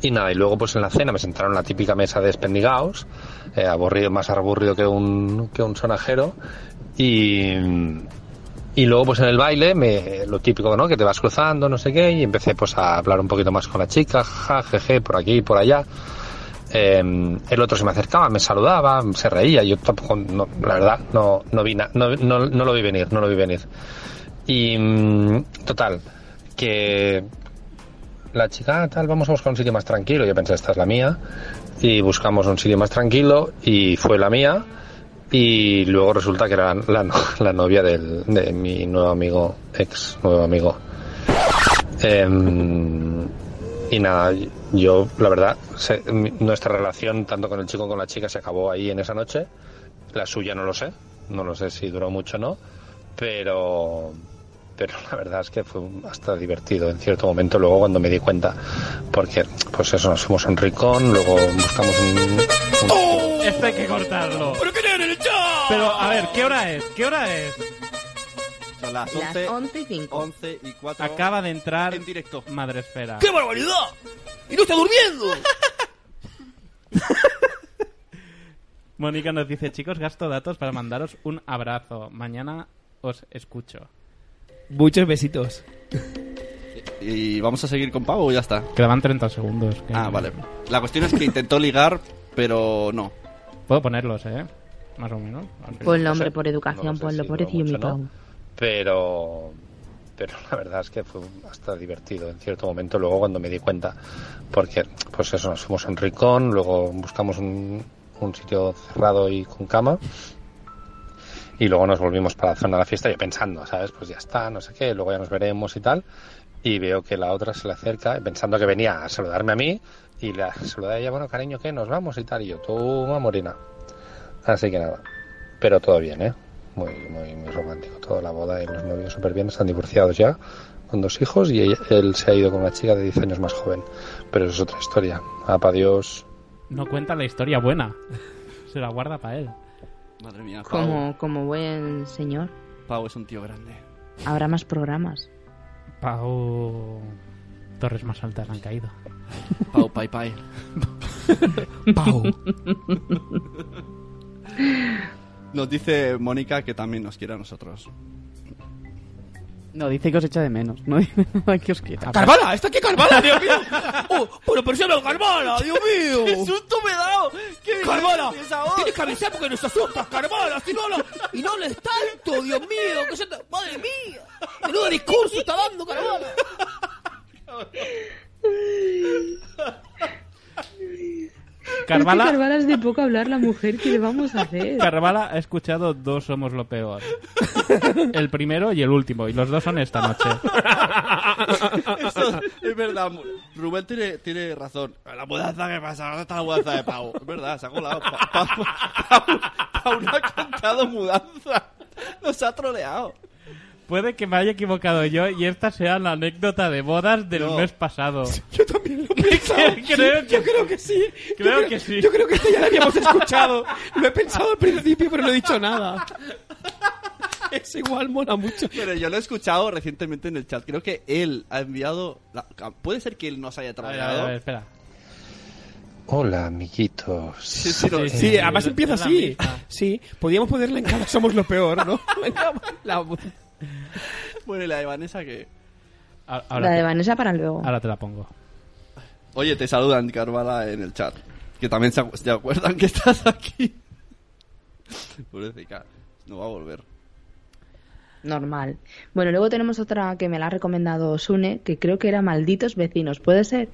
S: y nada, y luego pues en la cena me sentaron en la típica mesa de espendigaos, eh, aburrido, más aburrido que un, que un sonajero. Y, y luego pues en el baile, me, lo típico, ¿no? Que te vas cruzando, no sé qué, y empecé pues a hablar un poquito más con la chica, ja, jeje, por aquí, por allá. Eh, el otro se me acercaba, me saludaba, se reía, yo tampoco, no, la verdad, no, no, vi na- no, no, no lo vi venir, no lo vi venir. Y mm, total, que la chica, "Ah, tal, vamos a buscar un sitio más tranquilo. Yo pensé, esta es la mía. Y buscamos un sitio más tranquilo y fue la mía. Y luego resulta que era la, la [laughs] no- la novia del- de mi nuevo amigo, ex nuevo amigo. Em, y nada, yo, la verdad, se- mi- nuestra relación, tanto con el chico como con la chica, se acabó ahí en esa noche. La suya no lo sé. No lo sé si duró mucho o no. Pero pero la verdad es que fue hasta divertido en cierto momento luego cuando me di cuenta porque pues eso nos fuimos a un rincón luego buscamos
O: Eh,
S: un, un-
B: Esto hay que cortarlo. ¡Pero Pero, a ver, ¿qué hora es? ¿Qué hora es?
C: Son las
G: Las
C: 11,
G: 11 y 5.
C: 11 y 4.
B: Acaba de entrar en directo. Madresfera.
O: ¡Qué barbaridad! ¡Y no está
D: [laughs]
O: durmiendo!
B: Mónica nos dice, chicos, gasto datos para mandaros un abrazo. Mañana os escucho.
D: Muchos besitos.
C: ¿Y vamos a seguir con Pau o ya está?
B: Quedaban 30 segundos. que-
C: Ah, vale. La cuestión es que intentó ligar, pero no.
B: Puedo ponerlos, ¿eh? Más o menos. Así.
G: Ponlo, hombre,
B: No sé.
G: por educación, ponlo, pobrecillo, mi pavo.
S: pero pero la verdad es que fue hasta divertido en cierto momento luego cuando me di cuenta porque pues eso nos fuimos a un rincón luego buscamos un, un sitio cerrado y con cama y luego nos volvimos para la zona de la fiesta yo pensando sabes pues ya está no sé qué luego ya nos veremos y tal y veo que la otra se le acerca pensando que venía a saludarme a mí y la saluda a ella bueno cariño que nos vamos y tal y yo toma morena así que nada pero todo bien eh muy, muy, muy romántico. Toda la boda y los novios súper bien, están divorciados ya, con dos hijos, y ella- él se ha ido con una chica de 10 años más joven. Pero eso es otra historia. Apa, Dios.
B: No cuenta la historia buena. Se la guarda para él.
C: Madre mía, Pau.
G: Como, como buen señor.
C: Pau es un tío grande.
G: Habrá más programas.
B: Pau... Torres más altas han caído.
C: Pau,
S: [laughs]
C: pai, pai.
B: Pau.
C: Nos dice Mónica que también nos quiere a nosotros.
H: No, dice que os echa de menos. No dice [laughs] nada que os quiera.
O: ¡Carvala! ¡Está aquí Carvala, Dios mío! [laughs] ¡Oh, pero, pero si habla Carvala, Dios
D: [laughs]
O: mío!
F: ¡Qué
O: susto me he dado! ¡Carvala! Tienes que avisar porque nos asustas, Carvala. Si no hablas, y no hables tanto, Dios mío. Que se te- ¡Madre mía! ¡Menudo discurso está dando,
D: [laughs]
O: Carvala!
B: [laughs] Carvala-
G: Es que Carvala es de poco hablar la mujer. ¿Qué le vamos a hacer?
B: Carvala ha escuchado dos Somos lo Peor. El primero y el último. Y los dos son esta noche.
C: [laughs] Eso es verdad, Mu- Rubén tiene, tiene razón. La mudanza que pasa, ¿dónde está la mudanza de Pau? Es verdad, se ha colado. Pa- Pau, Pau- Pau no ha contado mudanza. Nos ha troleado.
B: Puede que me haya equivocado yo y esta sea la anécdota de bodas del mes
C: [laughs]
B: pasado. creo que-
O: [laughs]
D: Yo creo que sí. Yo
B: Creo que sí.
D: Yo creo que esto ya lo habíamos escuchado. Lo he pensado al principio, pero no he dicho nada. Es igual, mola mucho.
C: Pero yo lo he escuchado recientemente en el chat. Creo que él ha enviado. la- Puede ser que él nos haya
B: A ver, a ver, a ver,
C: troleado.
B: espera.
S: Hola, amiguitos. Sí,
D: Sí, además empieza
B: es la
D: así.
B: misma.
D: Sí, podíamos ponerle en cada somos lo
B: [laughs]
D: peor, ¿no? Venga, la-
C: Bueno, y la de Vanessa que.
B: A-
G: la de
B: Ahora,
G: Vanessa para luego.
B: ahora te la pongo.
C: Oye, te saludan, Carvala, en el chat. Que también se, acu- se acuerdan que estás aquí. [laughs] Pobrecita, no va a volver.
G: Normal. Bueno, luego tenemos otra que me la ha recomendado Sune, que creo que era Malditos Vecinos, ¿puede ser?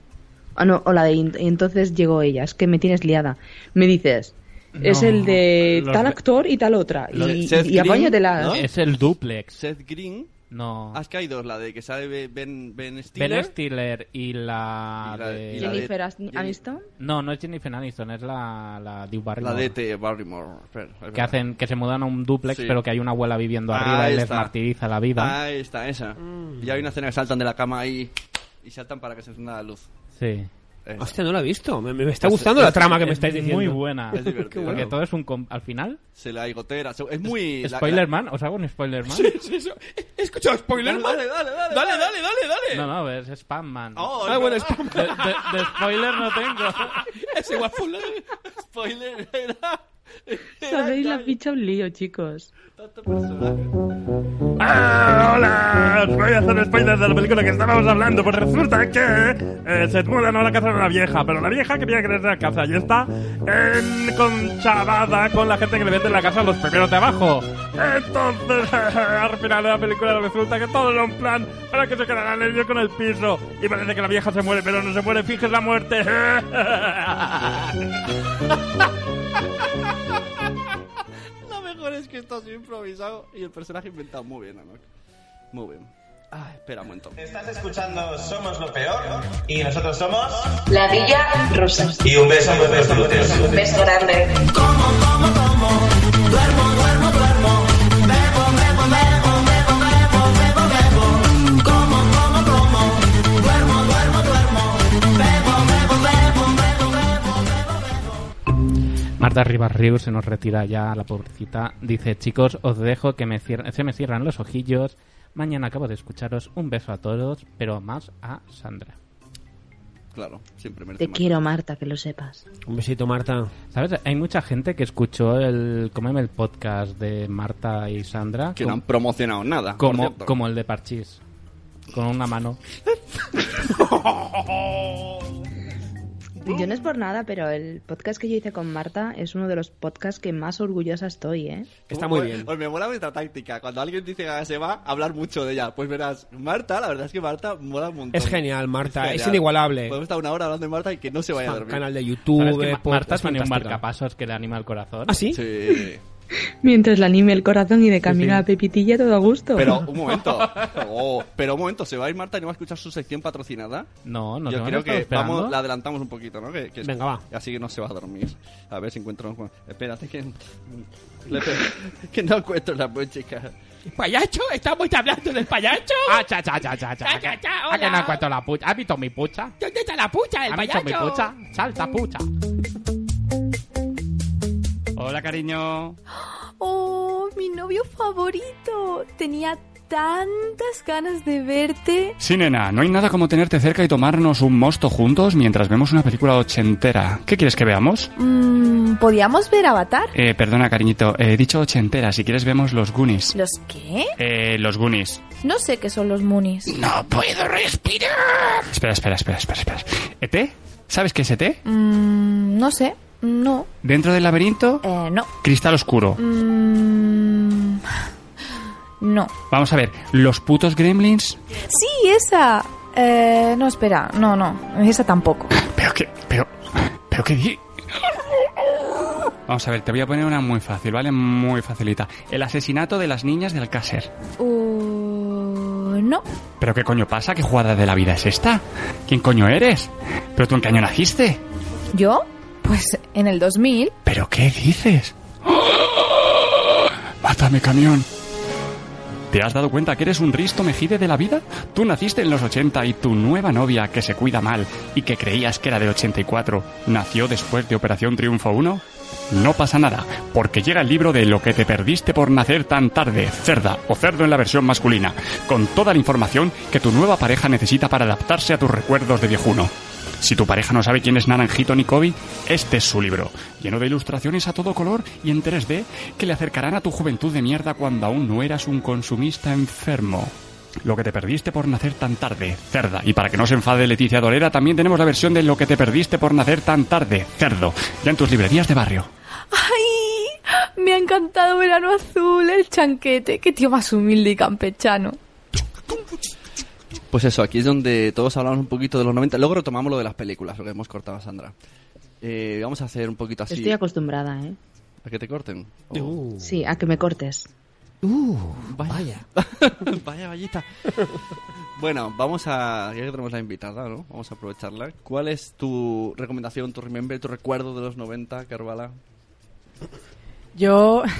G: Ah, no, o la de "Y Entonces llegó ella, es que me tienes liada. Me dices, es
B: No,
G: el de
B: los
G: tal
B: ve-
G: actor y tal otra.
C: los de
G: Y,
C: Seth
G: y
C: Green,
G: apáñatelas.
C: ¿no?
B: Es el duplex.
C: Seth Green
B: No.
C: Has caído la de que sale Ben, ben Stiller.
B: Ben Stiller y la,
C: Y la-
B: de-
C: y la
G: Jennifer Asn- Aniston.
B: No, no es Jennifer Aniston, es la, la Drew
C: La
B: Barrymore.
C: de T. Barrymore. Espera, es
B: que
C: verdad.
B: hacen que se mudan a un duplex
C: Sí. Ah,
B: pero que hay una abuela viviendo
C: Ahí
B: arriba y les
C: está.
B: martiriza la vida
C: Ahí está, esa.
G: Mm.
C: Y hay una escena que saltan de la cama y, y saltan para que se encienda la luz.
B: sí
C: Eh.
D: Hostia, no la he visto. Me, me- me
C: Pues
D: está gustando la trama que me estáis diciendo.
B: muy buena
C: Es divertido.
B: porque todo es un com- al final
C: Se la gotera. se- Es muy. la-
B: Spoilerman os hago un Spoilerman
C: Sí,
D: He escuchado spoiler.
C: Dale, dale, dale.
D: Dale, dale, dale, dale.
B: no no es Spamman
D: Oh, Ah, es bueno, verdad. Spamman.
B: de, de- de spoiler no
D: [laughs]
C: [laughs]
B: tengo
D: Es igual full.
C: Spoiler era.
G: Sabéis la ficha un lío, chicos.
T: Ah, ¡Hola! Os voy a hacer spoilers de la película que estábamos hablando. Pues resulta que eh, se mudan a la casa de una vieja, pero la vieja que viene a crecer la casa y está en conchavada con la gente que le vende la casa a los primeros de abajo. Entonces, [laughs] al final de la película resulta que todo era un plan para que se quedaran ellos con el piso. Y parece que la vieja se muere, pero no se muere, fijes la muerte. [laughs]
C: Lo mejor es que esto ha sido improvisado y el personaje inventado muy bien, Anok. Muy bien. Ah, espera un momento.
F: Estás escuchando Somos lo Peor y nosotros somos...
N: La Villa Rosa.
F: Y un beso en vuestros glúteos.
N: Un beso grande.
B: Marta Rivas Rius se nos retira ya la pobrecita. Dice, chicos, os dejo que me cierren- se me cierran los ojillos. Mañana acabo de escucharos. Un beso a todos, pero más a Sandra.
C: Claro, siempre merece
G: Te
C: más.
G: quiero, Marta, que lo sepas.
D: Un besito, Marta.
B: ¿Sabes? Hay mucha gente que escuchó el Comeme el podcast de Marta y Sandra.
C: Que
B: com-
C: no han promocionado nada. por
B: Como,
C: cierto.
B: como el de Parchís. Con una mano.
G: Yo no es por nada, pero el podcast que yo hice con Marta es uno de los podcasts que más orgullosa estoy, ¿eh?
D: Está muy
C: Oye,
D: bien.
C: Oye, me mola vuestra táctica. Cuando alguien dice que se va, hablar mucho de ella. Pues verás, Marta, la verdad es que Marta mola un montón.
D: Es genial, Marta.
C: genial.
D: Es inigualable.
C: Podemos estar una hora hablando de Marta y que no se
D: [laughs]
C: vaya a dormir.
D: Canal de
B: ¿Sabes
D: YouTube.
B: que Ma-
D: podcast,
B: Marta tiene un
D: fantástica.
B: marcapasos que le anima el corazón.
D: ¿Ah, sí?
C: Sí.
G: Mientras la anime el corazón y de camino a la pepitilla, todo a gusto.
C: Pero
B: [laughs]
C: un momento. Oh, pero un momento, ¿se va a ir Marta y no va a escuchar su sección patrocinada?
B: No, no
C: Yo creo
B: te van a estar
C: que
B: esperando.
C: vamos, la adelantamos un poquito, ¿no? Que, que-
B: Venga, va.
C: Así que no se va a dormir. A ver si encuentro. Espérate que. le- [laughs] que no encuentro la buena chica.
D: ¿Payacho? ¿Estamos hablando del payacho?
B: Ah, cha, cha, cha, cha, cha.
D: Cha, cha, cha,
B: Ah, que no
D: hola.
B: encuentro la pucha. ¿Has visto mi pucha?
D: ¿Dónde está la pucha?
B: ¿Has visto mi pucha? Salta, pucha.
U: Hola, cariño.
V: Oh, mi novio favorito. Tenía tantas ganas de verte.
U: Sí, nena, no hay nada como tenerte cerca y tomarnos un mosto juntos mientras vemos una película ochentera. ¿Qué quieres que veamos?
V: Mm, ¿Podíamos ver Avatar?
U: Eh, perdona, cariñito, eh, he dicho ochentera. Si quieres, vemos los Goonies.
V: ¿Los qué?
U: Eh, los Goonies.
V: No sé qué son los Moonies. No puedo respirar.
U: Espera, espera, espera, espera, espera. ¿ET? ¿Sabes qué es ET?
V: Mm, no sé. No.
U: ¿Dentro del laberinto?
V: Eh, no.
U: Cristal oscuro.
V: Mm, no.
U: Vamos a ver, ¿los putos gremlins?
V: Sí, esa. Eh, no, espera. No, no. Esa tampoco.
U: ¿Pero qué? ¿Pero, pero qué di- Vamos a ver, te voy a poner una muy fácil, ¿vale? Muy facilita. El asesinato de las niñas de Alcácer.
V: Uh, no.
U: ¿Pero qué coño pasa? ¿Qué jugada de la vida es esta? ¿Quién coño eres? ¿Pero tú en qué año naciste?
V: ¿Yo? Pues en el 2000.
U: ¿Pero qué dices? [gasps] ¡Mátame, camión! ¿Te has dado cuenta que eres un risto mejide de la vida? Tú naciste en los 80 y tu nueva novia, que se cuida mal y que creías que era del 84, nació después de Operación Triunfo 1? No pasa nada, porque llega el libro de Lo que te perdiste por nacer tan tarde, cerda o cerdo en la versión masculina, con toda la información que tu nueva pareja necesita para adaptarse a tus recuerdos de viejuno. Si tu pareja no sabe quién es Naranjito ni Kobe, este es su libro, lleno de ilustraciones a todo color y en 3D que le acercarán a tu juventud de mierda cuando aún no eras un consumista enfermo. Lo que te perdiste por nacer tan tarde, cerda. Y para que no se enfade Leticia Dolera, también tenemos la versión de Lo que te perdiste por nacer tan tarde, cerdo, ya en tus librerías de barrio.
V: ¡Ay! Me ha encantado Verano Azul, el chanquete. Qué tío más humilde y campechano.
C: Pues eso, aquí es donde todos hablamos un poquito de los 90. Luego retomamos lo de las películas, lo que hemos cortado a Sandra. Eh, vamos a hacer un poquito así.
G: Estoy acostumbrada, ¿eh?
C: ¿A que te corten?
G: Sí, a que me cortes.
D: Uh,
C: vaya. vaya, vallita. Bueno, vamos a. Ya que tenemos la invitada, ¿no? Vamos a aprovecharla. ¿Cuál es tu recomendación, tu remember, tu recuerdo de los 90, Carvala?
H: Yo.
C: [laughs]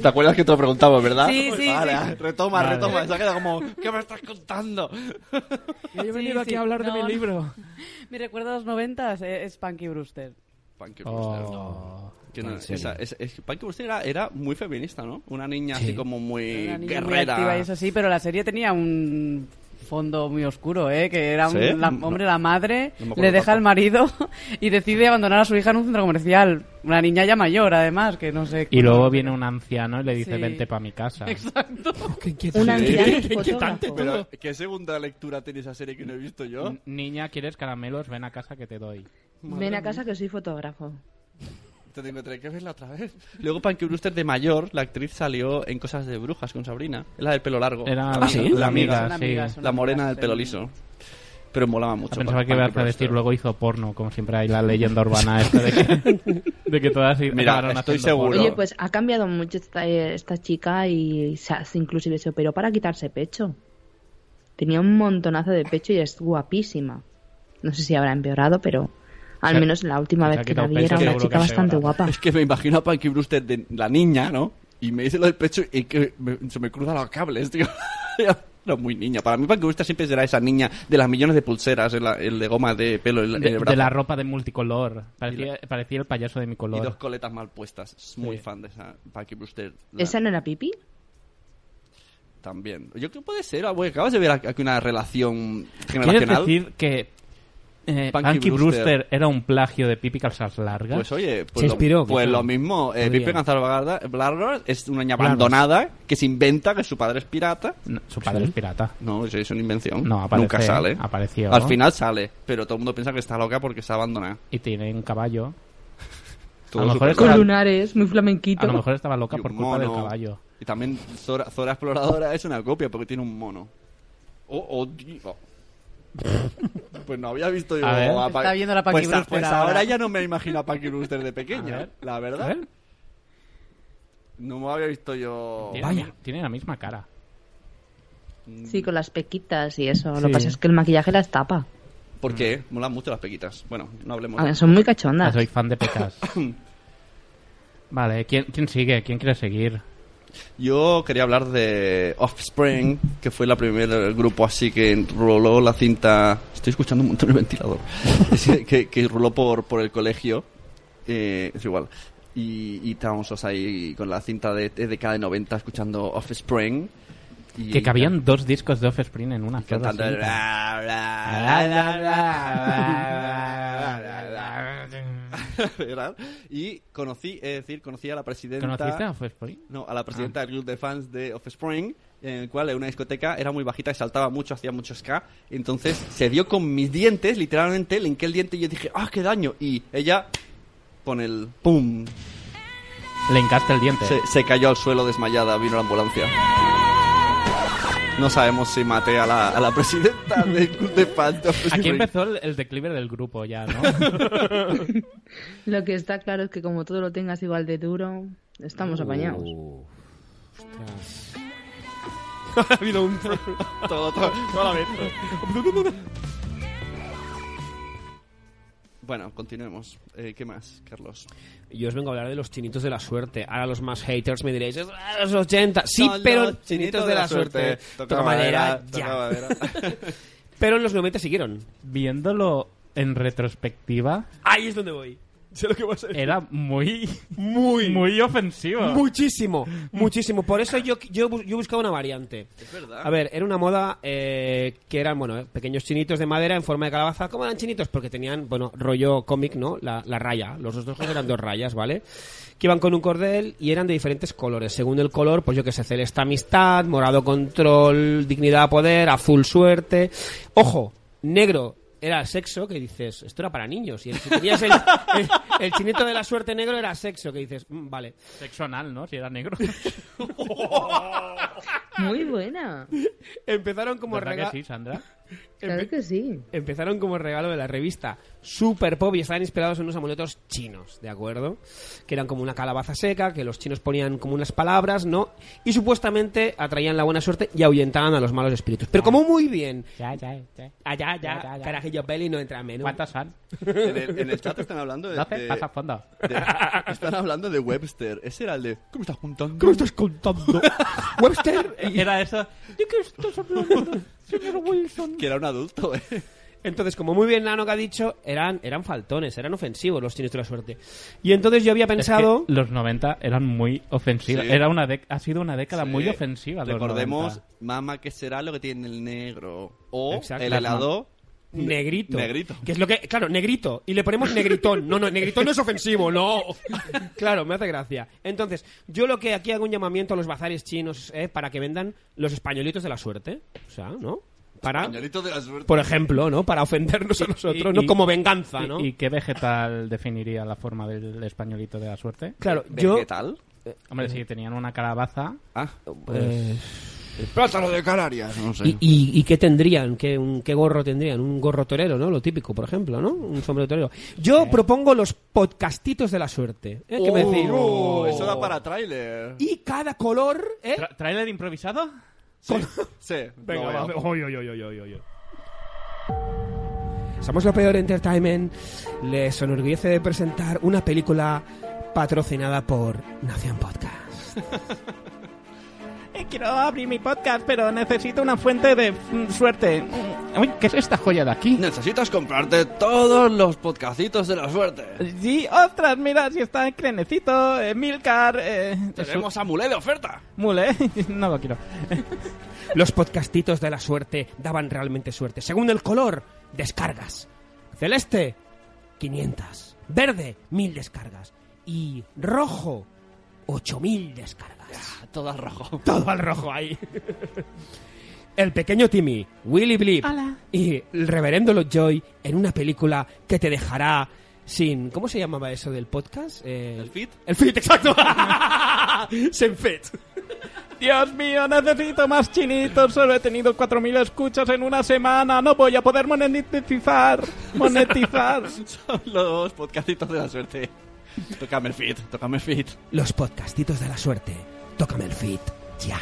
C: ¿Te acuerdas que te lo preguntamos, verdad?
H: Sí, sí,
C: Vale,
H: sí.
C: ah, retoma,
H: Vale.
C: retoma. Se ha quedado como. ¿Qué me estás contando?
H: Yo he
B: venido aquí a hablar de mi libro.
H: [laughs] Mi recuerdo de los noventas eh, es Punky Brewster.
C: Punky
B: Oh.
C: Brewster. No. Que no,
B: En serio.
C: esa- es- es- Punky Brewster era, era muy feminista, ¿no? Una niña así como muy
H: Una niña muy
C: guerrera.
H: activa y eso sí, pero la serie tenía un fondo muy oscuro, ¿eh? Que era un
C: ¿Sí?
H: la-
C: No.
H: hombre, la madre,
C: No me acuerdo
H: le deja
C: tanto.
H: al marido [laughs] y decide abandonar a su hija en un centro comercial. Una niña ya mayor, además, que no sé.
B: Y luego viene un anciano y le dice,
H: Sí.
B: vente para mi casa.
H: Exacto.
B: [laughs]
C: Pero, ¿Qué segunda lectura tiene esa serie que no he visto yo?
B: Niña, ¿quieres caramelos? Ven a casa que te doy.
G: Ven a casa que soy fotógrafo.
C: Te tengo que tener que verla otra vez. Luego Punky Brewster de mayor, la actriz salió en Cosas de Brujas con Sabrina. Es la del pelo largo.
B: Era
C: la,
B: la- ¿sí?
C: la
B: la
C: amiga,
B: amiga, Son amigas, sí. son
C: La morena
B: amigas,
C: del pelo
B: sí.
C: liso. Pero molaba mucho.
B: Pensaba
C: Punky
B: que iba a
C: Brewster.
B: decir, luego hizo porno, como siempre hay la leyenda urbana esta de que, de que todas
C: Mira,
B: acabaron
C: estoy
B: haciendo porno.
G: Oye, pues ha cambiado mucho esta, eh, esta chica y se hace- inclusive se operó para quitarse pecho. Tenía un montonazo de pecho y es guapísima. No sé si habrá empeorado, pero al
C: Se-
G: menos la última
C: se
G: vez
C: ha
G: que la
C: quitado
G: vi era
C: pecho,
G: una
C: seguro que
G: chica
C: ha
G: bastante
C: empeorado.
G: guapa.
C: Es que me imagino a Punky Brewster de la niña, ¿no? Y me dice lo del pecho y que me- se me cruzan los cables, tío. [laughs] Era muy niña. Para mí Punky Brewster siempre será esa niña de las millones de pulseras, el, el de goma de pelo, el,
B: de,
C: el
B: de
C: brazo.
B: la ropa de multicolor. Parecía, parecía el payaso de mi
C: Y dos
B: color.
C: coletas mal puestas. Es Muy fan de esa Punky Brewster. La-
G: ¿Esa no era pipi?
C: También. Yo creo que puede ser. ah, bueno, acabas de ver aquí una relación
B: ¿Quieres
C: generacional.
B: decir que eh,
C: Punky
B: Punky
C: Brewster.
B: Brewster. era un plagio de Pipi Calzas Largas?
C: Pues oye, pues,
B: Se inspiró,
C: lo, pues
B: quizá.
C: lo mismo. Eh,
B: Podría.
C: Pipe Gonzalo es una niña
B: Blaros.
C: abandonada que se inventa que su padre es pirata.
B: No, su padre
C: Sí.
B: es pirata.
C: No, eso es una invención.
B: No, aparece,
C: Nunca sale.
B: apareció.
C: Al final sale, pero todo el mundo piensa que está loca porque está abandonada.
B: Y tiene
C: [laughs]
B: un caballo.
C: Todo
B: a, lo mejor
C: súper
B: estaba,
C: raro.
G: lunares, muy flamenquito.
B: a lo mejor estaba loca
C: Y un
B: por culpa del
C: mono.
B: caballo.
C: Y también Zora, Zora Exploradora es una copia porque tiene un mono. Oh, oh,
B: [laughs]
C: diva. Pues no había visto yo
B: A ver.
C: Punky-
H: Está viendo la Punky
C: pues, a-
H: Brewster
C: pues ahora
H: ahora.
C: ya no me imagino a Punky Brewster de pequeña,
B: A ver.
C: la verdad.
B: A ver.
C: No me había visto yo.
B: Tiene, tiene la misma cara.
G: Sí, con las pequitas y eso. Lo
C: Sí.
G: que pasa es que el maquillaje las tapa.
C: ¿Por qué?
B: Mm.
C: Molan mucho las pequitas. Bueno, no hablemos.
G: A ver, son muy cachondas.
B: Soy fan de
G: [laughs]
B: pecas. [coughs] vale, ¿quién, ¿quién sigue? ¿Quién quiere seguir?
C: Yo quería hablar de Offspring, que fue la primera grupo así que roló la cinta. Estoy escuchando un montón el ventilador. [laughs] Es que- que, que roló por, por el colegio. Eh, es igual. Y, y estábamos todos ahí con la cinta de, de década de 90 escuchando Offspring. Y
B: que cabían dos discos de Offspring en una sola
C: cantando.
B: cinta.
C: "Ra, ra, ra, ra, ra, ra, [laughs] ra". ¿Verdad? Y conocí, es decir, conocí a la presidenta.
B: ¿Conociste a Offspring? Ah.
C: No, a la presidenta del club de fans de Offspring, en el cual en una discoteca era muy bajita y saltaba mucho, hacía mucho ska. Entonces se dio con mis dientes, literalmente, le hinqué el diente y yo dije, ¡ah, qué daño! Y ella, con el pum,
B: Le encaste el diente.
C: se, se cayó al suelo desmayada, vino la ambulancia. No sabemos si maté a la, a la presidenta del club de fans de Offspring.
B: Aquí empezó el, el declive del grupo ya, ¿no?
G: Lo que está claro es que como todo lo tengas igual de duro,
B: [laughs]
G: estamos apañados.
C: Oh. Ha habido un... todo, todo, toda la vez. Bueno, continuemos. Eh, ¿Qué más, Carlos?
D: [laughs] Yo os vengo a hablar de los chinitos de la suerte. Ahora los más haters me diréis, "Es a los 80. Sí, pero
C: los
D: chinitos, de, la, suerte. Toca, madera, ya. pero en los 90 siguieron.
B: Viéndolo
C: [laughs]
B: en retrospectiva,
D: [laughs] Ahí es donde voy. Sé lo que vas a decir.
B: era muy,
D: muy,
B: muy ofensivo. [laughs]
D: Muchísimo, muchísimo. Por eso yo, yo, bu- yo buscaba una variante.
C: Es verdad.
D: A ver, era una moda eh, que eran, bueno, eh, pequeños chinitos de madera en forma de calabaza. ¿Cómo eran chinitos? Porque tenían, bueno, rollo cómic, ¿no? La, la raya. Los dos ojos eran dos rayas, ¿vale? Que iban con un cordel y eran de diferentes colores. Según el color, pues yo que sé, celeste amistad, morado control, dignidad poder, azul suerte. Ojo, negro era sexo, que dices, esto era para niños. Y el- si tenías el, el- el chinito de la suerte negro era sexo, que dices, "Mm, vale.
B: Sexo anal, ¿no? Si era
D: [laughs]
B: negro.
G: Muy buena.
D: Empezaron como
B: ¿Verdad que
D: rega-
B: sí, Sandra?
G: Claro que sí.
D: Empezaron como regalo de la revista Super Pop y estaban inspirados en unos amuletos chinos, ¿de acuerdo? Que eran como una calabaza seca, que los chinos ponían como unas palabras, ¿no? Y supuestamente atraían la buena suerte y ahuyentaban a los malos espíritus. Pero como muy bien.
B: Ya, ya, ya.
D: Allá, Ah, ya,
B: Ya, ya, ya.
D: carajillo peli no entra en menú.
B: ¿Cuántos son?
C: En el, en el chat están hablando de.
B: ¿Lo haces?
C: de-
B: Pasa fondo.
D: [laughs]
C: de- están hablando de Webster. Ese era el de. ¿Cómo estás contando?
D: ¿Cómo estás
C: [laughs]
D: contando? Webster.
B: Era eso. ¿De qué estás hablando, señor Wilson?
C: Que era un adulto, ¿eh?
D: Entonces, como muy bien Nano que ha dicho, eran, eran faltones, eran ofensivos los chinos de la suerte. Y entonces yo había pensado...
B: Es que los 90 eran muy ofensivos.
C: Sí.
B: Era una dec- ha sido una década
C: Sí.
B: muy ofensiva. los
C: Eh, Recordemos,
B: 90.
C: mamá, que será lo que tiene el negro? O
D: Exacto.
C: el helado.
D: Negrito.
C: Negrito.
D: Que es lo que, claro, negrito. Y le ponemos negritón. No, no, negritón no es ofensivo, no. claro, me hace gracia. Entonces, yo lo que aquí hago un llamamiento a los bazares chinos eh, para que vendan los españolitos de la suerte. O sea, ¿no? Para,
C: Españolito de la suerte.
D: por ejemplo, ¿no? Para ofendernos a nosotros, ¿no?
B: y-
D: Como venganza, ¿no?
B: ¿Y, y qué vegetal definiría la forma del españolito de la suerte? Eh,
D: Claro, yo-
C: ¿Vegetal?
B: Hombre, si tenían una calabaza.
C: Ah,
D: Eh,
C: El plátano de Canarias. No sé.
D: ¿Y, y- y qué tendrían? ¿Qué, un- qué gorro tendrían? Un gorro torero, ¿no? Lo típico, por ejemplo, ¿no? Un sombrero torero. Yo propongo los podcastitos de la suerte. ¿eh? ¿Qué me
C: Oh,
D: decís?
C: Eso da para tráiler.
D: Y cada color, ¿eh?
B: ¿Trailer
D: [laughs]
B: improvisado?
C: Sí.
D: Venga,
C: lo
D: va,
C: veo.
B: Oy, oy, oy, oy, oy, oy.
D: Somos lo peor Entertainment. Les enorgullece de presentar una película patrocinada por Nación Podcast.
B: Eh, Quiero abrir mi podcast, pero necesito una fuente de mm, suerte. Uy, ¿qué es esta joya de aquí?
C: Necesitas comprarte todos los podcastitos de la suerte.
B: Sí, ostras, mira, si está en Crenecito, Milcar... eh,
C: Tenemos a Mulé de oferta.
B: Mule, ¿eh? [laughs] no lo quiero.
D: [laughs] Los podcastitos de la suerte daban realmente suerte. Según el color, descargas. Celeste, 500. Verde, 1000 descargas. Y rojo, 8000 descargas.
C: Todo al rojo.
D: [laughs] Todo al rojo ahí. El pequeño Timmy, Willy Blip y el reverendo Lovejoy en una película que te dejará sin... ¿Cómo se llamaba eso del podcast? Eh,
C: ¿El fit?
D: El fit, exacto. [laughs] [laughs] Sin fit.
B: Dios mío, necesito más chinitos. Solo he tenido 4.000 escuchas en una semana. No voy a poder monetizar. Monetizar.
C: [laughs] Son los podcastitos de la suerte. Tócame el fit, tócame el fit.
D: Los podcastitos de la suerte. Tócame el fit. Ya.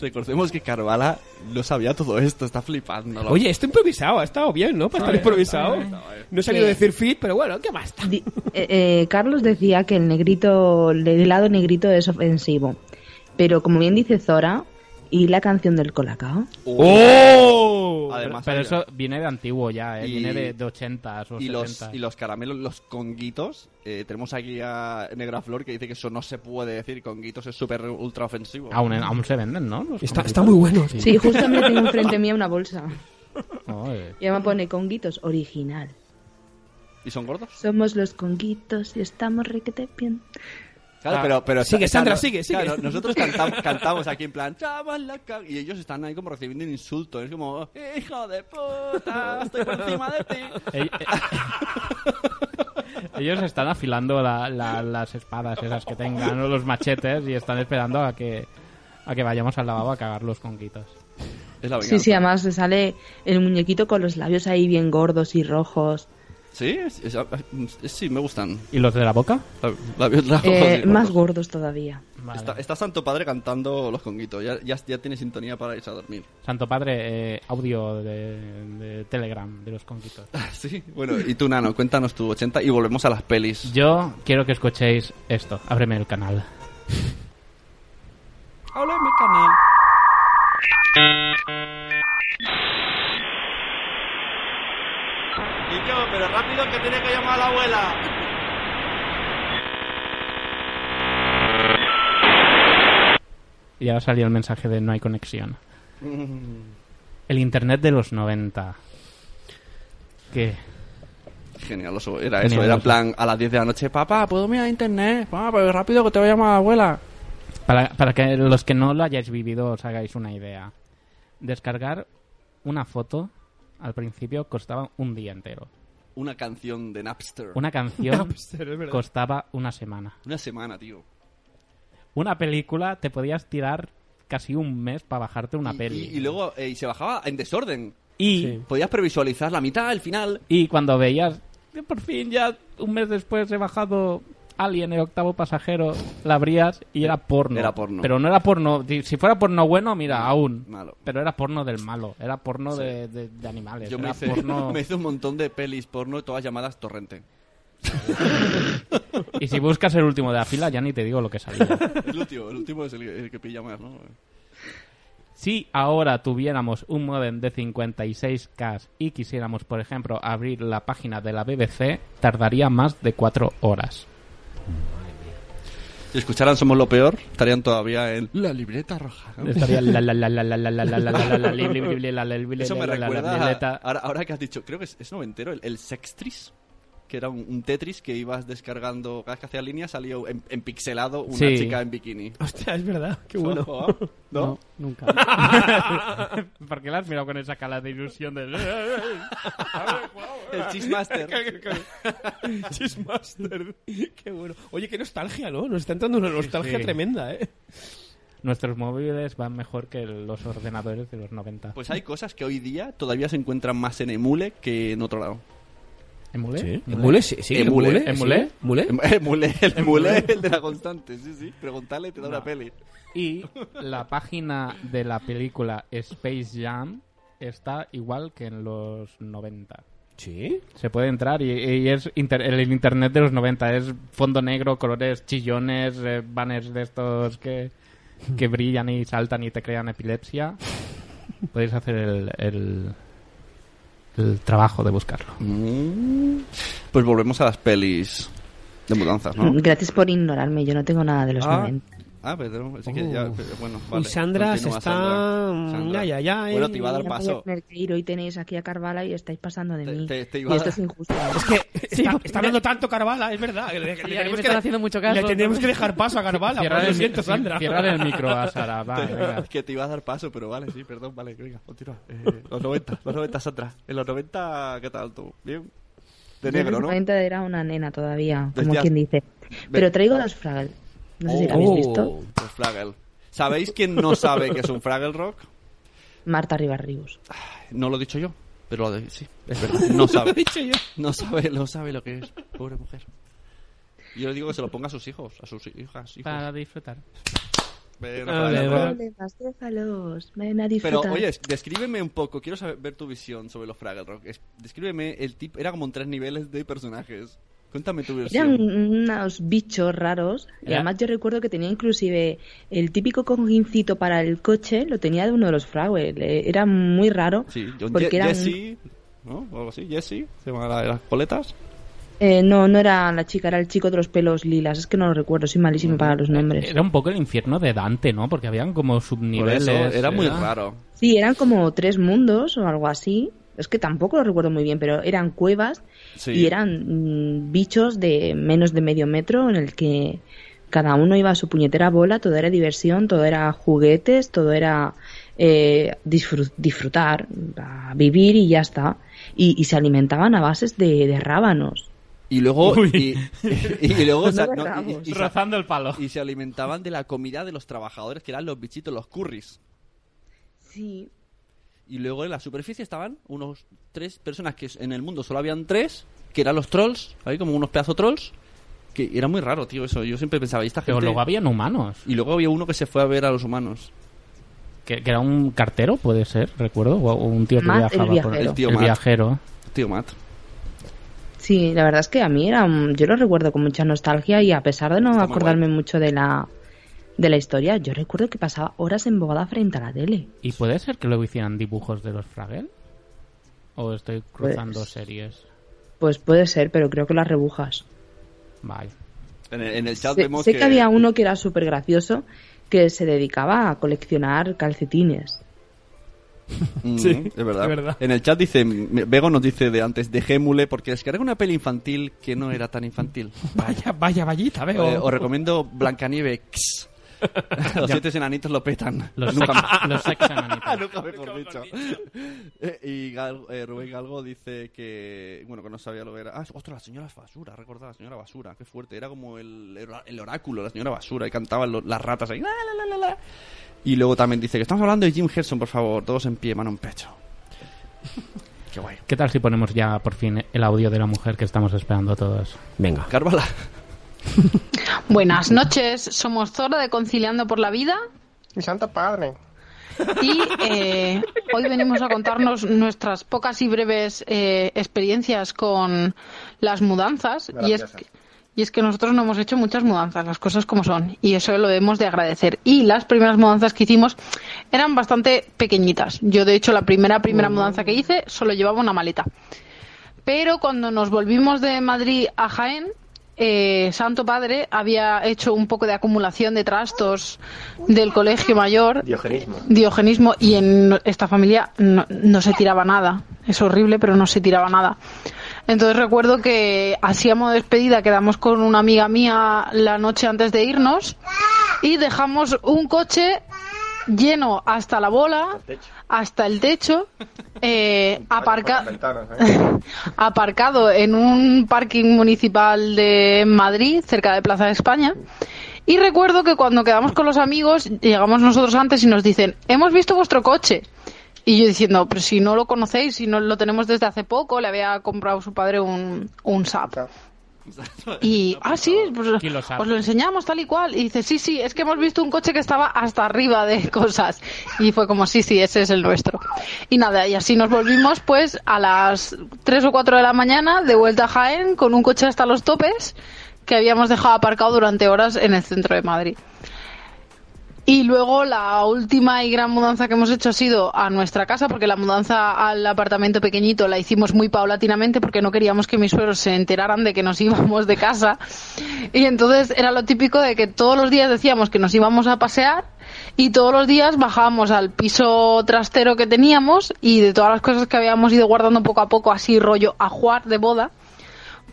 C: Recordemos que Carvala lo sabía todo esto, está flipando. la-
D: Oye, esto improvisado, ha estado bien, ¿no? Para
B: Ah,
D: estar improvisado.
C: eh.
D: No he sabido
G: Sí.
D: decir fit, pero bueno, ¿qué más? da?
G: Di- eh, eh, Carlos decía que el negrito, el helado negrito es ofensivo. Pero como bien dice Zora, y la canción del colacao.
B: ¡Oh!
C: Además,
B: pero
C: mira.
B: eso viene de antiguo ya, ¿eh?
C: Y-
B: Viene de, de 80 o
C: Y
B: 70.
C: los, y los caramelos, los conguitos. eh, tenemos aquí a Negra Flor que dice que eso no se puede decir. Conguitos es súper ultra ofensivo.
B: Aún, aún se venden, ¿no? Los
D: Está,
B: conguitos.
D: está muy bueno.
G: Sí, justamente [laughs] tengo enfrente mía una bolsa.
B: Oye.
G: Y me pone conguitos, original.
C: ¿Y son gordos?
G: Somos los conguitos y estamos requete bien.
C: Claro,
B: Ah.
C: pero, pero
D: Sigue, Sandra, sigue, sigue.
C: claro, nosotros
B: [laughs]
C: cantam- cantamos aquí en plan "Chaval, la ca-", y ellos están ahí como recibiendo un insulto. Es como "Oh, hijo de puta, estoy por encima de
B: [laughs]
C: ti.
B: Ell- Ellos están afilando la- la- las espadas esas que tengan o los machetes y están esperando a que a que vayamos al lavabo a cagar los conguitos.
C: Es la
G: Sí,
C: venganza.
G: sí, además se sale el muñequito con los labios ahí bien gordos y
C: [laughs]
G: rojos.
C: Sí, es- es- es- sí, me gustan.
B: ¿Y los de la boca?
C: Labios rojos
G: Eh,
C: y
G: más
C: gordos.
G: gordos todavía.
B: Vale.
C: Está, está Santo Padre cantando los conguitos. Ya, ya, ya tiene sintonía para irse a dormir. [laughs]
B: Santo Padre, eh, audio de, de Telegram de los conguitos.
C: Sí, bueno, y tú, Nano, cuéntanos tu 80 y volvemos a las pelis.
B: Yo quiero que escuchéis esto. Ábreme el canal.
C: Hola, mi canal. Y yo, pero rápido que tiene que llamar a la abuela.
B: Y ahora salió el mensaje de no hay conexión. El internet de los 90. ¿Qué?
C: Genial, eso era
B: Genial,
C: eso. Era en
B: eso.
C: plan a las 10 de la noche, papá, ¿puedo mirar internet? Papá, pero rápido que te voy a llamar a la abuela.
B: Para, para que los que no lo hayáis vivido os hagáis una idea. Descargar una foto al principio costaba un día entero.
C: Una canción de [laughs] Napster.
D: [laughs]
B: Una canción
D: Napster, pues, es verdad.
B: costaba una semana.
C: Una semana, tío.
B: una película te podías tirar casi un mes para bajarte una peli.
C: Y, y luego eh, y se bajaba en desorden.
B: Y
C: podías previsualizar la mitad, el final.
B: Y cuando veías, "Que por fin ya un mes después he bajado Alien, el octavo pasajero, la abrías y era porno.
C: Era porno.
B: Pero no era porno, di- si fuera porno bueno, mira, aún.
C: Malo.
B: Pero era porno del malo, era porno
C: Sí.
B: de, de- de animales.
C: Yo
B: era
C: me hice, [laughs]
B: porno...
C: me hice un montón de pelis porno, todas llamadas
B: [laughs]
C: torrente.
B: Y si buscas el último de la fila, ya ni te digo lo que salió.
C: El último, el último es el, el que pilla más, ¿no?
B: Si ahora tuviéramos un modem de 56K y quisiéramos, por ejemplo, abrir la página de la BBC, tardaría más de cuatro horas.
C: Si escucharan Somos lo Peor, estarían todavía en la libreta roja. ¿no?
B: Estaría la, la, la, la, la, la, la, la, la, la, la, li, li, li, li, la, la, li, li,
C: Eso me
B: la, la, la,
C: recuerda,
B: la, la,
C: a- ahora, ahora que has dicho, creo que es, es noventero, el, el Sextris, que era un, un Tetris que ibas descargando, cada vez que hacía línea salió en, en pixelado una
B: Sí.
C: chica en bikini.
B: Hostia, es
D: verdad, qué
C: bueno. ¿No?
B: nunca. [laughs] ¿Por qué la has mirado con esa cara de ilusión de...
D: Ah.
C: El
B: [laughs]
D: [laughs]
C: Chismaster.
D: Chismaster. Qué bueno. Oye, qué nostalgia, ¿no? Nos está entrando una nostalgia
B: sí.
D: tremenda, ¿eh?
B: Nuestros móviles van mejor que los ordenadores de los 90.
C: [laughs] Pues hay cosas que hoy día todavía se encuentran más en Emule que en otro lado.
B: ¿Emule?
D: ¿Emule? Sí, sí,
C: Emule.
D: ¿Emule? ¿Emule? ¿Emule?
B: [laughs]
C: Em- Emule, el Emule,
D: ¿Emule?
C: el de la constante, sí, sí. Preguntarle y te da una peli.
B: Y la página de la película Space Jam está igual que en los 90.
D: ¿Sí?
B: Se puede entrar y, y es inter- el internet de los 90. Es fondo negro, colores chillones, eh, banners de estos que, que brillan y saltan y te crean epilepsia. Podéis hacer el, el, el trabajo de buscarlo.
C: Pues volvemos a las pelis de mudanzas, ¿no?
G: Mm,
D: [laughs]
G: Gracias por ignorarme, yo no tengo nada de los
C: Ah.
G: 90.
C: Ah, pero sí que
B: Oh.
C: ya, pero bueno,
D: Y
C: vale.
D: Sandra se
C: Continúa,
D: está-
C: Sandra. Sandra.
D: Ya, ya, ya,
C: Bueno,
D: eh.
C: te iba a dar paso.
G: Voy a tener que ir. Hoy tenéis aquí a Carvala y estáis pasando de mí.
C: te- te iba
G: y
C: a
G: esto
C: dar- [laughs]
G: es injusto.
D: Es que está, está hablando tanto Carvala, es verdad. que le- le
H: Sí, a mí
D: tenemos
H: me
D: que-
H: están haciendo mucho caso,
D: Le tendríamos
H: ¿no?
D: que dejar paso a Carvala.
B: Cierrar el
D: pues, lo
B: mi-
D: siento, Sandra.
B: cierrar el micro a Sara,
C: [laughs]
B: va, venga.
C: que te iba a dar paso, pero vale, sí, perdón, vale, venga, continúa. Eh, los 90, los 90 Sandra. En los 90, ¿qué tal tú? Bien. De
G: Yo
C: negro, ¿no?
G: precisamente era una nena todavía, como
C: Desde
G: quien
C: hace-
G: dice. Pero traigo los Fraggle. No sé si lo habéis visto.
C: Los Oh, pues Fraggle. ¿Sabéis quién no sabe que es un Fraggle Rock?
G: Marta Ribarrius.
C: No lo he dicho yo, pero lo de... sí, es verdad. No sabe.
G: Lo he dicho yo.
C: No sabe, no sabe lo que es. Pobre mujer. Yo le digo que se lo ponga a sus hijos, a sus hijas. hijos.
B: Para disfrutar.
C: Venga, para allá.
G: Problemas, déjalos. Ven a
C: Pero
G: disfrutar.
C: oye, es- descríbeme un poco, quiero saber ver tu visión sobre los Fraggle Rock. Es- descríbeme el tipo, era como en tres niveles de personajes. Cuéntame tu
G: Eran
C: versión.
G: unos bichos raros. Y
C: Era-
G: además yo recuerdo que tenía inclusive el típico cojincito para el coche, lo tenía de uno de los Fraggle. Eh, Era muy raro.
C: Sí, yo-
G: porque
C: Je-
G: era un-
C: Jessie, ¿no? O algo así, Jessie, se llama la de las coletas.
G: Eh, no, no era la chica, era el chico de los pelos lilas. Es que no lo recuerdo, soy malísimo para los nombres.
B: Era un poco el infierno de Dante, ¿no? Porque habían como
C: Por
B: subniveles.
C: eso, era muy raro.
G: Sí, eran como tres mundos o algo así. Es que tampoco lo recuerdo muy bien, pero eran cuevas
C: Sí.
G: y eran mm, bichos de menos de medio metro en el que cada uno iba a su puñetera bola, todo era diversión, todo era juguetes, todo era eh, disfru- disfrutar, a vivir y ya está. Y, y se alimentaban a bases de, de rábanos.
C: Y luego, y, y luego, o sea,
G: No
C: no, y- y- y se-
B: Rozando el palo.
C: Y se alimentaban de la comida de los trabajadores, que eran los bichitos, los curries.
G: Sí.
C: Y luego en la superficie estaban unos tres personas que en el mundo solo habían tres, que eran los trolls, ahí como unos pedazos trolls, que era muy raro, tío, eso. Yo siempre pensaba, ¿y esta
B: Pero
C: gente?
B: luego habían humanos.
C: Y luego había uno que se fue a ver a los humanos.
B: Que, que era un cartero, puede ser, recuerdo. O un tío que
G: Matt, el
B: viajaba por
G: viajero.
C: El tío Matt.
B: viajero.
C: Tío Matt.
G: Sí, la verdad es que a mí era, un- yo lo recuerdo con mucha nostalgia y a pesar de no
C: Está muy
G: acordarme mucho de la de la historia, yo recuerdo que pasaba horas embobada frente a la tele.
B: ¿Y puede ser que luego hicieran dibujos de los Fraggle? ¿O estoy cruzando
G: Pues-
B: series?
G: Pues puede ser, pero creo que las rebujas.
B: Vaya.
C: En el, en el chat
G: Sé,
C: vemos
G: sé
C: que...
G: que había uno que era súper gracioso que se dedicaba a coleccionar calcetines.
C: Mm,
G: Sí,
C: es, verdad.
G: es verdad.
C: En el chat dice, me- Vego nos dice de antes, de Gémule, porque descargué una peli [laughs] infantil que no era tan infantil.
D: Vaya, vaya vallita,
B: [laughs]
D: veo.
C: Eh, os recomiendo Blancanieve X. Los siete enanitos lo petan.
B: Los
C: Nunca
B: sex-
C: me-
B: los
C: [laughs]
B: sex enanitos.
C: Nunca mejor dicho. [laughs] Eh, y Gal- eh, Rubén Galgo dice que, bueno, que no sabía lo que era. Ah, ostras, la señora basura, recordaba la señora basura, qué fuerte. Era como el, el ora- el oráculo, la señora basura, y cantaban lo- las ratas ahí. La, la, la, la, la. Y luego también dice que estamos hablando de Jim Henson, por favor, todos en pie, mano en pecho. [laughs] Qué guay.
B: ¿Qué tal si ponemos ya por fin el audio de la mujer que estamos esperando todos?
D: Venga.
C: Carvala.
R: Buenas noches, somos Zora de Conciliando por la Vida. Mi Santo Padre. Y eh, hoy venimos a contarnos nuestras pocas y breves eh, experiencias con las mudanzas. Y es,
W: Gracias.
R: y es que nosotros no hemos hecho muchas mudanzas, las cosas como son. Y eso lo debemos de agradecer. Y las primeras mudanzas que hicimos eran bastante pequeñitas. Yo, de hecho, la primera, primera mudanza que hice solo llevaba una maleta. Pero cuando nos volvimos de Madrid a Jaén, eh, Santo Padre había hecho un poco de acumulación de trastos del colegio mayor,
W: Diogenismo.
R: diogenismo, y en esta familia no, no se tiraba nada. Es horrible, pero no se tiraba nada. Entonces recuerdo que hacíamos despedida, quedamos con una amiga mía la noche antes de irnos y dejamos un coche lleno hasta la bola, hasta el techo, eh, aparcado [laughs] aparcado en un parking municipal de Madrid, cerca de Plaza de España. Y recuerdo que cuando quedamos con los amigos, llegamos nosotros antes y nos dicen, hemos visto vuestro coche. Y yo diciendo, pero si no lo conocéis, si no lo tenemos desde hace poco, le había comprado su padre un, un SAP. Y, ah, sí, pues,
B: Y lo sabe.
R: os lo enseñamos tal y cual. Y dice, sí, sí, es que hemos visto un coche que estaba hasta arriba de [laughs] cosas. Y fue como, sí, sí, ese es el nuestro. Y nada, y así nos volvimos pues a las 3 o 4 de la mañana de vuelta a Jaén con un coche hasta los topes que habíamos dejado aparcado durante horas en el centro de Madrid. Y luego la última y gran mudanza que hemos hecho ha sido a nuestra casa, porque la mudanza al apartamento pequeñito la hicimos muy paulatinamente porque no queríamos que mis suegros se enteraran de que nos [laughs] íbamos de casa. Y entonces era lo típico de que todos los días decíamos que nos íbamos a pasear y todos los días bajábamos al piso trastero que teníamos y de todas las cosas que habíamos ido guardando poco a poco, así rollo ajuar de boda,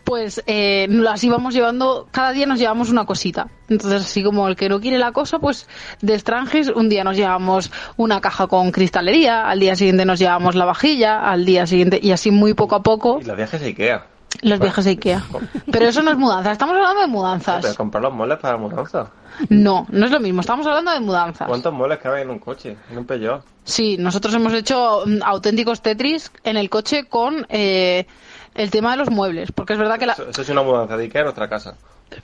R: pues eh, las íbamos llevando, cada día nos llevamos una cosita. Entonces, así como el que no quiere la cosa, pues de extranjis, un día nos llevamos una caja con cristalería, al día siguiente nos llevamos la vajilla, al día siguiente, y así muy poco a poco,
W: Los viajes a Ikea.
R: los viajes de Ikea. Pero eso no es mudanza, estamos hablando de mudanzas.
W: Pero comprar
D: [laughs]
W: los moles para la mudanza.
R: No, no es lo mismo, estamos hablando de mudanzas.
W: ¿Cuántos moles caben en un coche? En un Peugeot.
R: Sí, nosotros hemos hecho mm, auténticos Tetris en el coche con eh, el tema de los muebles, porque es verdad que la...
W: Eso, eso es una mudanza de Ikea a nuestra casa.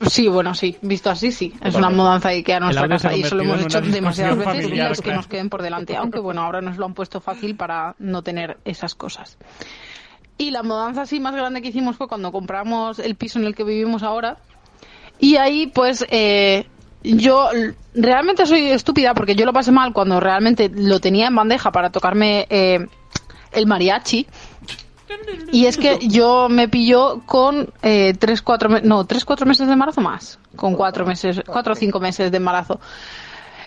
R: Sí, bueno, sí, visto así, sí. Es una mudanza de Ikea a nuestra
W: El audio se
R: casa
W: ha
R: y eso lo hemos
W: convertido
R: hecho
W: en una
R: demasiadas
W: discusión
R: veces y
W: familiar,
R: las que
W: claro.
R: nos queden por delante, aunque bueno, ahora nos lo han puesto fácil para no tener esas cosas. Y la mudanza así más grande que hicimos fue cuando compramos el piso en el que vivimos ahora. Y ahí, pues, eh, yo l- realmente soy estúpida porque yo lo pasé mal cuando realmente lo tenía en bandeja para tocarme eh, el mariachi. Y es que yo me pilló con eh, tres, cuatro, me- no, tres, cuatro meses de embarazo más. Con cuatro meses, cuatro o cinco meses de embarazo.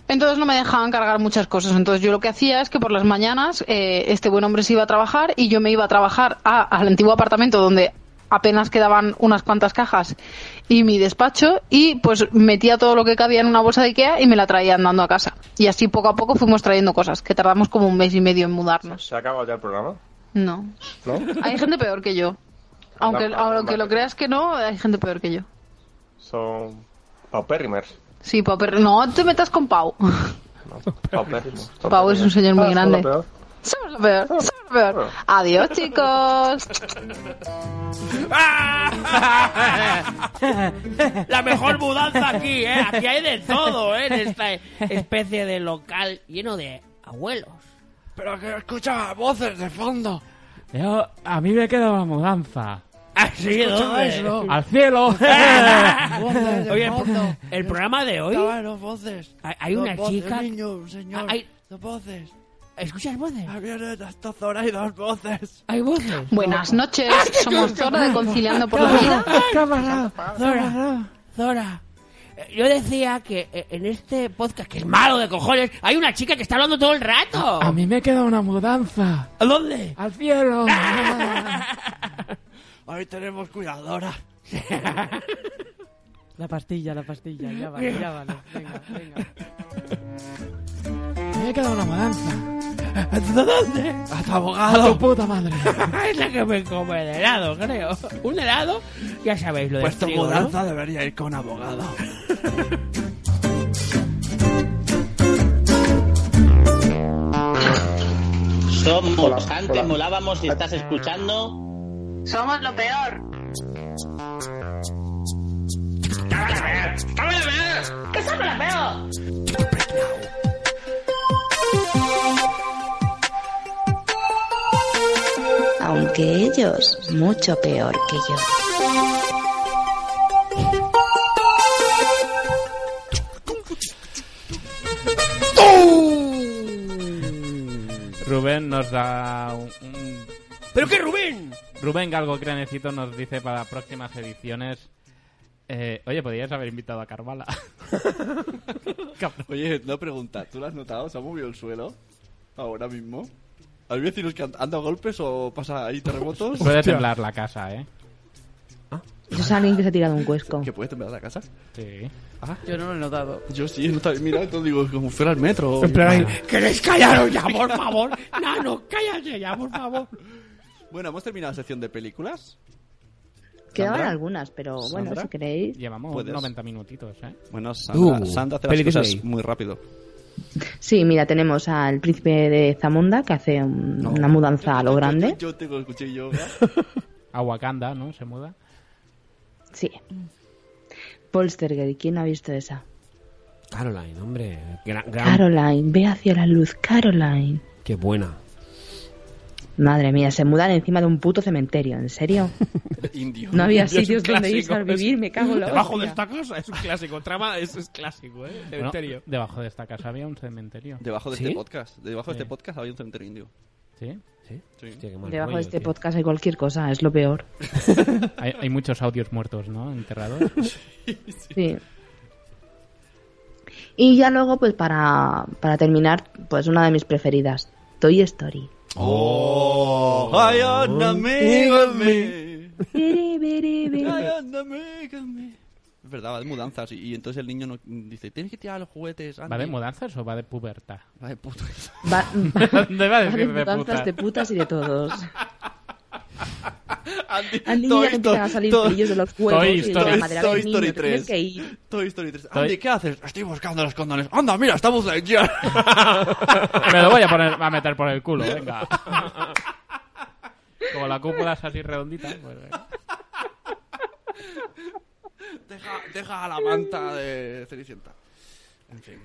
R: Entonces no me dejaban cargar muchas cosas. Entonces yo lo que hacía es que por las mañanas eh, este buen hombre se iba a trabajar y yo me iba a trabajar a- al antiguo apartamento donde apenas quedaban unas cuantas cajas y mi despacho y pues metía todo lo que cabía en una bolsa de Ikea y me la traía andando a casa. Y así poco a poco fuimos trayendo cosas, que tardamos como un mes y medio en mudarnos.
W: Se ha acabado ya el programa,
R: No.
W: ¿no?
R: Hay gente peor que yo. Aunque,
W: Anda,
R: aunque
W: anda.
R: lo creas que no, hay gente peor que yo.
W: Son paupérrimers.
R: Sí, Pau, pero no te metas con Pau.
W: Paupérrimos.
R: Pau es un señor muy
W: Ah, son
R: grande.
W: lo peor.
R: Somos lo peor, somos lo peor. Adiós, chicos.
O: La mejor mudanza aquí, ¿eh? Aquí hay de todo, ¿eh? En esta especie de local lleno de abuelos. Pero que escucha voces de fondo.
B: Yo, a mí me queda una mudanza.
O: sí? ¿Dónde? eso?
B: Ah, ¡Al [laughs] cielo!
O: Oye, el, pro- el programa de hoy.
X: Estaban dos voces.
O: Hay, hay
X: Dos
O: una
X: voces,
O: chica.
X: Un niño, un señor.
O: Hay-
X: Dos voces.
O: ¿Escuchas voces?
X: Había hasta Zora y dos voces.
O: Hay voces.
R: Buenas noches, somos Zora de Conciliando por la Vida.
X: Cámara.
O: Zora, Zora. Eh, Yo decía que eh, en este podcast, que es malo de cojones, hay una chica que está hablando todo el rato.
B: A mí me queda una mudanza.
O: ¿A dónde?
B: Al
O: [laughs]
B: cielo.
X: Hoy tenemos cuidadora.
H: La pastilla, la pastilla, ya vale, ya vale. Venga, venga.
E: Me he quedado una mudanza. ¿Hasta dónde?
X: A tu abogado.
E: A tu puta madre. [laughs] es la que me come el helado, creo. Un helado, ya sabéis lo
X: Pues
E: de
X: tu
E: trigo, ¿no?
X: mudanza debería ir con abogado.
J: Somos
X: Hola,
J: los que antes
X: hola.
J: molábamos si estás escuchando.
R: Somos lo peor.
J: ¿Qué somos lo peor?
G: Aunque ellos mucho peor que yo.
B: Rubén nos da un... un-
O: ¿Pero qué, Rubén?
B: Rubén Galgo Cranecito nos dice para próximas ediciones... eh, oye, podrías haber invitado a Carvala.
C: Oye, una pregunta. ¿Tú lo has notado? ¿Se ha movido el suelo ahora mismo? ¿Hay vecinos que han han dado golpes o pasa ahí terremotos?
B: [laughs] Puede temblar la casa, ¿eh?
G: Eso es alguien que se ha tirado un cuesco.
C: ¿Que puede temblar la casa?
B: Sí.
H: Yo no lo he notado.
C: Ah. Yo sí, he notado. Mira, entonces digo, como fuera el metro.
E: En plan, ¿queréis callaros ya, por
C: favor?
E: Nano, cállate ya, por favor.
C: [laughs] Bueno, hemos terminado la sección de películas.
G: Quedaban
C: Sandra?
G: algunas, pero bueno,
C: ¿Sandra?
G: si queréis.
B: Llevamos
C: Puedes.
B: 90 minutitos, ¿eh?
C: [laughs] Bueno, Sandra,
B: Uh,
C: Sandra hace las
B: peli
C: cosas
B: Disney.
C: muy rápido.
G: Sí, mira, tenemos al príncipe de Zamunda que hace un- una mudanza a lo grande.
C: Yo tengo el cuchillo.
B: [laughs] A Wakanda, ¿no?
C: [laughs]
B: Se muda.
G: Sí. Polstergeist, ¿quién ha visto esa?
D: Caroline, hombre. Gran, gran-
G: Caroline, ve hacia la luz, Caroline.
D: Qué buena.
G: Madre mía, se mudan encima de un puto cementerio, ¿en serio?
C: Indio.
G: No
D: [laughs] Indio
G: había
D: es un
G: sitios donde irse
D: clásico,
G: a vivir,
D: es-
G: me cago en la
D: Debajo de
G: hostia.
D: esta cosa, es un clásico. Trama, eso es clásico, ¿eh?
B: Bueno,
D: Cementerio.
B: debajo de esta casa había un cementerio.
C: Debajo de
B: ¿Sí?
C: este podcast. Debajo de
B: Sí.
C: este podcast había un cementerio indio.
B: ¿Sí?
D: ¿Sí?
G: Debajo de este podcast hay cualquier cosa, es
D: [laughs]
G: lo peor.
B: Hay, hay muchos audios muertos,
C: [laughs]
B: ¿no? Enterrados.
G: Sí. Y ya luego, pues para, para terminar, pues una de mis preferidas, Toy Story.
C: ¡Oh! ¡Ay, ándame, ándame!
G: Biri, biri, biri.
C: ¡Ay, ándame, ándame! Es verdad, va de mudanzas. Y, y entonces el niño no, dice, tienes que tirar los juguetes,
B: ¿Va de mudanzas o va de pubertad?
C: Va de putas. [laughs]
G: Va, va-
B: [laughs] ¿Dónde va a
G: va
B: decir de
G: mudanzas,
B: putas?
G: de putas y de todos.
C: Andy,
G: Al niño
C: Toy
G: ya le empiezan a
C: Story-
G: salir
C: Toy-
G: pelillos de los huevos
C: Toy
G: y de la
C: Story-
G: madre. A ver,
C: Toy
G: niño,
C: Story
G: te tienes
C: 3.
G: que ir.
C: Toy Story 3.
B: Toy-
C: Andy, ¿qué haces? Estoy buscando los condones. ¡Anda, mira, está Buzz Lightyear!
B: [laughs] Me lo voy a, poner, a meter por el culo,
C: [laughs]
B: venga. Como la cúpula es así redondita. pues, venga.
C: deja, deja a la manta de Cenicienta. En fin.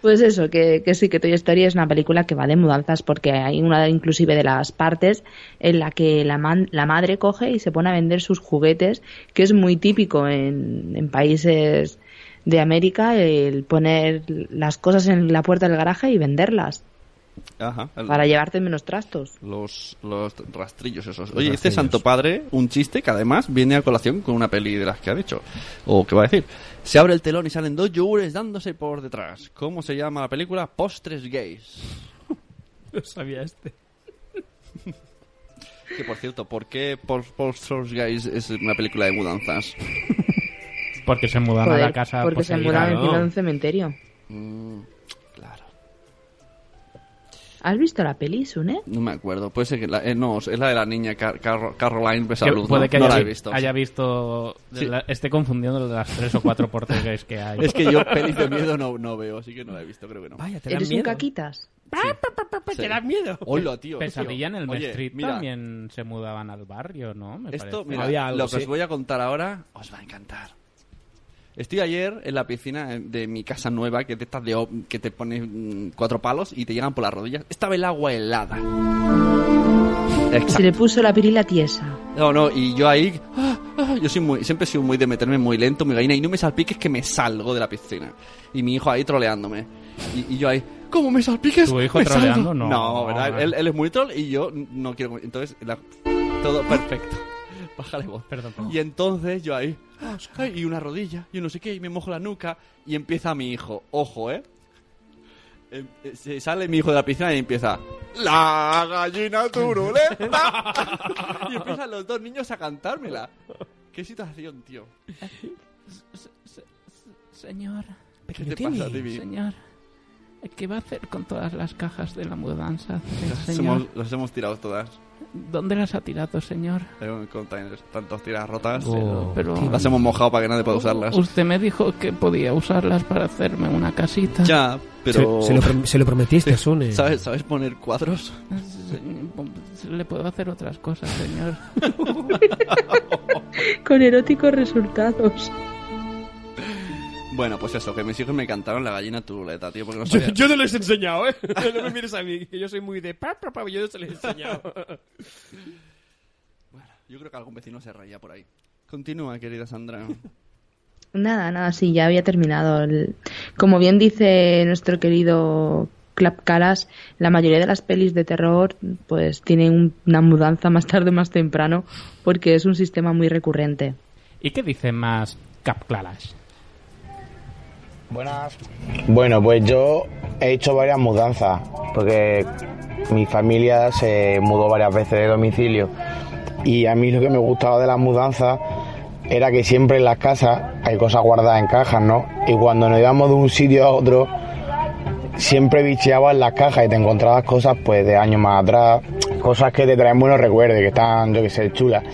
G: Pues eso, que, que sí, que Toy Story es una película que va de mudanzas porque hay una inclusive de las partes en la que la, man- la madre coge y se pone a vender sus juguetes, que es muy típico en, en países de América el poner las cosas en la puerta del garaje y venderlas
C: Ajá. el-
G: para llevarte menos trastos.
C: Los, los rastrillos esos.
D: Los
C: Oye, dice
D: rastrillos.
C: Santo Padre un chiste que además viene a colación con una peli de las que ha dicho. O que va a decir. Se abre el telón y salen dos yogures dándose por detrás. ¿Cómo se llama la película? Postres gays.
D: No sabía este.
C: Que por cierto, ¿por qué Pos- Postres gays es una película de
B: [laughs]
C: mudanzas?
B: Porque se mudan a
G: Joder,
B: la casa. pues
G: porque se
B: poseída,
G: mudan
B: ¿no?
G: encima de un cementerio.
C: Mm,
G: ¿Has visto la peli, Sune?
C: no me acuerdo. Puede ser que la, eh, no, es la de la niña Car- Car- Caroline
B: Que
C: Besalú.
B: puede
C: ¿no?
B: que
C: No
B: haya,
C: la he
B: vi-
C: visto.
B: haya visto de
C: Sí.
B: la- esté confundiendo las tres o cuatro portugués que hay.
C: Es que yo pelis de miedo no, no veo, así que no la he visto, creo que no. Vaya,
G: ¿Eres un caquitas?
H: Pues
C: ¿Te da miedo? Hola, tío.
B: Pesadilla en el
C: Oye,
B: Street
C: mira.
B: también se mudaban al barrio, ¿no? Me
C: Esto,
B: parece.
C: mira, lo que os voy a contar ahora os va a encantar. Estoy ayer en la piscina eh, de mi casa nueva, que te, estás de, o- que te pones mm, cuatro palos y te llegan por las rodillas. Estaba el agua helada.
G: Se le puso la pirila tiesa.
C: No, no, y yo ahí. ah, ah, Yo soy muy, siempre he sido muy de meterme muy lento, mi gallina, y no me salpiques que me salgo de la piscina. Y mi hijo ahí troleándome. Y, y yo ahí. ¿Cómo me salpiques?
B: ¿Tu hijo
C: Me salgo.
B: troleando? No.
C: No, ¿verdad?
B: No.
C: Él, él es muy troll y yo no quiero. Entonces, la- todo perfecto. [laughs] Bájale voz.
B: Perdón,
C: Y entonces yo ahí. ah, ay, y una rodilla, y no sé qué, y me mojo la nuca. Y empieza mi hijo. Ojo, ¿eh? Em- eh, Se sale mi hijo de la piscina y empieza. [laughs] La gallina
B: [laughs]
C: turulenta. y empiezan los dos niños a cantármela. Qué situación, tío.
E: Señor.
C: ¿Qué te pasa, Timmy?
E: Señor. ¿Qué va a hacer con todas las cajas de la mudanza? El
C: Las
E: señor.
C: hemos, las hemos tirado todas.
E: ¿Dónde las ha tirado, señor?
C: En containers, tantos tiras rotas.
E: Oh, pero-
C: Las hemos mojado para que nadie
D: Oh.
C: pueda usarlas.
E: Usted me dijo que podía usarlas para hacerme una casita.
C: Ya, pero.
D: Se- se lo prom- se lo prometiste,
C: Sí.
D: Sune.
C: ¿Sabes, ¿Sabes poner cuadros?
E: Le puedo hacer otras
C: [laughs]
E: cosas, señor.
G: Con eróticos resultados.
C: Bueno, pues eso, que mis hijos me cantaron la gallina turuleta, tío, porque no
D: Yo,
C: sabía.
D: yo no les he enseñado,
C: [laughs]
D: ¿eh? No me mires a mí, que yo soy muy de... Pa, pa, pa, yo no se les he
B: [laughs]
D: enseñado.
C: Yo creo que algún vecino se reía por ahí. Continúa, querida Sandra.
G: Nada, nada, sí, ya había terminado. el- Como bien dice nuestro querido Clapcaras, la mayoría de las pelis de terror pues tienen un- una mudanza más tarde o más temprano porque es un sistema muy recurrente.
B: ¿Y qué dicen más Capclalas?
K: Buenas. Bueno, pues yo he hecho varias mudanzas, porque mi familia se mudó varias veces de domicilio. Y a mí lo que me gustaba de las mudanzas era que siempre en las casas hay cosas guardadas en cajas, ¿no? Y cuando nos íbamos de un sitio a otro, siempre bicheabas las cajas y te encontrabas cosas pues de años más atrás, cosas que te traen buenos recuerdos, que están, yo que sé, chulas.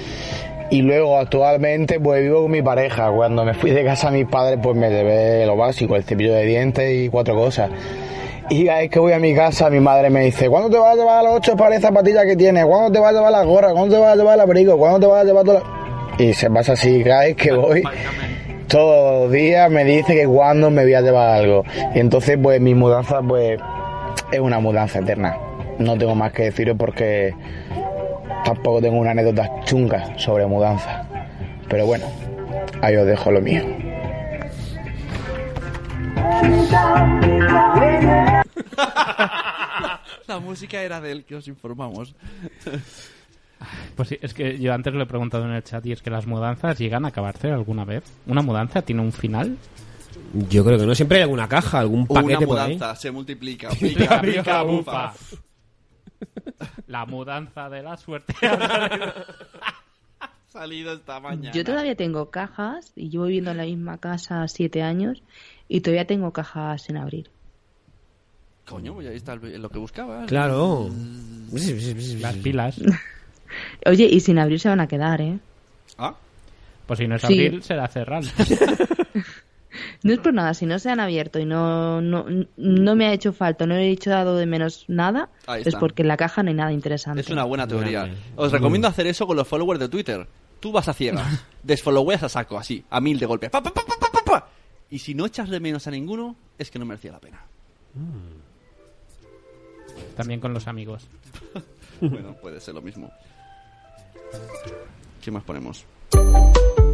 K: Y luego actualmente pues vivo con mi pareja. Cuando me fui de casa a mis padres pues me llevé lo básico, el cepillo de dientes y cuatro cosas. Y cada vez que voy a mi casa, mi madre me dice, ¿cuándo te vas a llevar las ocho pares de zapatillas que tienes? ¿Cuándo te vas a llevar las gorras? ¿Cuándo te vas a llevar el abrigo? ¿Cuándo te vas a llevar todo? lo-?" Y se pasa así cada vez que voy. Todos los días me dice que cuándo me voy a llevar algo. Y entonces pues mi mudanza pues es una mudanza eterna. No tengo más que deciros porque tampoco tengo una anécdota chunga sobre mudanza. Pero bueno, ahí os dejo lo mío.
C: [laughs] la música era de él, que os informamos.
B: Pues sí, es que yo antes lo he preguntado en el chat y es que las mudanzas llegan a acabarse alguna vez. ¿Una mudanza tiene un final?
D: Yo creo que no, siempre hay alguna caja, algún paquete
C: Una
D: por ahí.
C: mudanza se multiplica, pica, pica, bufa.
B: La mudanza de la suerte.
C: [laughs] Salido esta mañana.
G: Yo todavía tengo cajas y llevo viviendo en la misma casa siete años y todavía tengo cajas sin abrir.
C: Coño, pues ahí está el- lo que buscaba.
D: Claro.
B: Las pilas.
G: Oye, y sin abrir se van a quedar, ¿eh?
D: Ah.
B: Pues si no es
G: Sí.
B: abrir, será
D: [laughs]
B: cerrar.
G: No es por nada, si no se han abierto y no, no, no me ha hecho falta, no he hecho dado de menos nada,
C: Ahí
G: es
C: está.
G: porque en la caja no hay nada interesante.
C: Es una buena teoría. Os recomiendo hacer eso con los followers de Twitter. Tú vas a ciegas, desfolloweas a saco, así, a mil de golpe. Pa, pa, pa, pa, pa, pa, pa. Y si no echas de menos a ninguno, es que no merecía la pena.
B: También con los amigos.
C: bueno, puede ser lo mismo. ¿Qué más ponemos?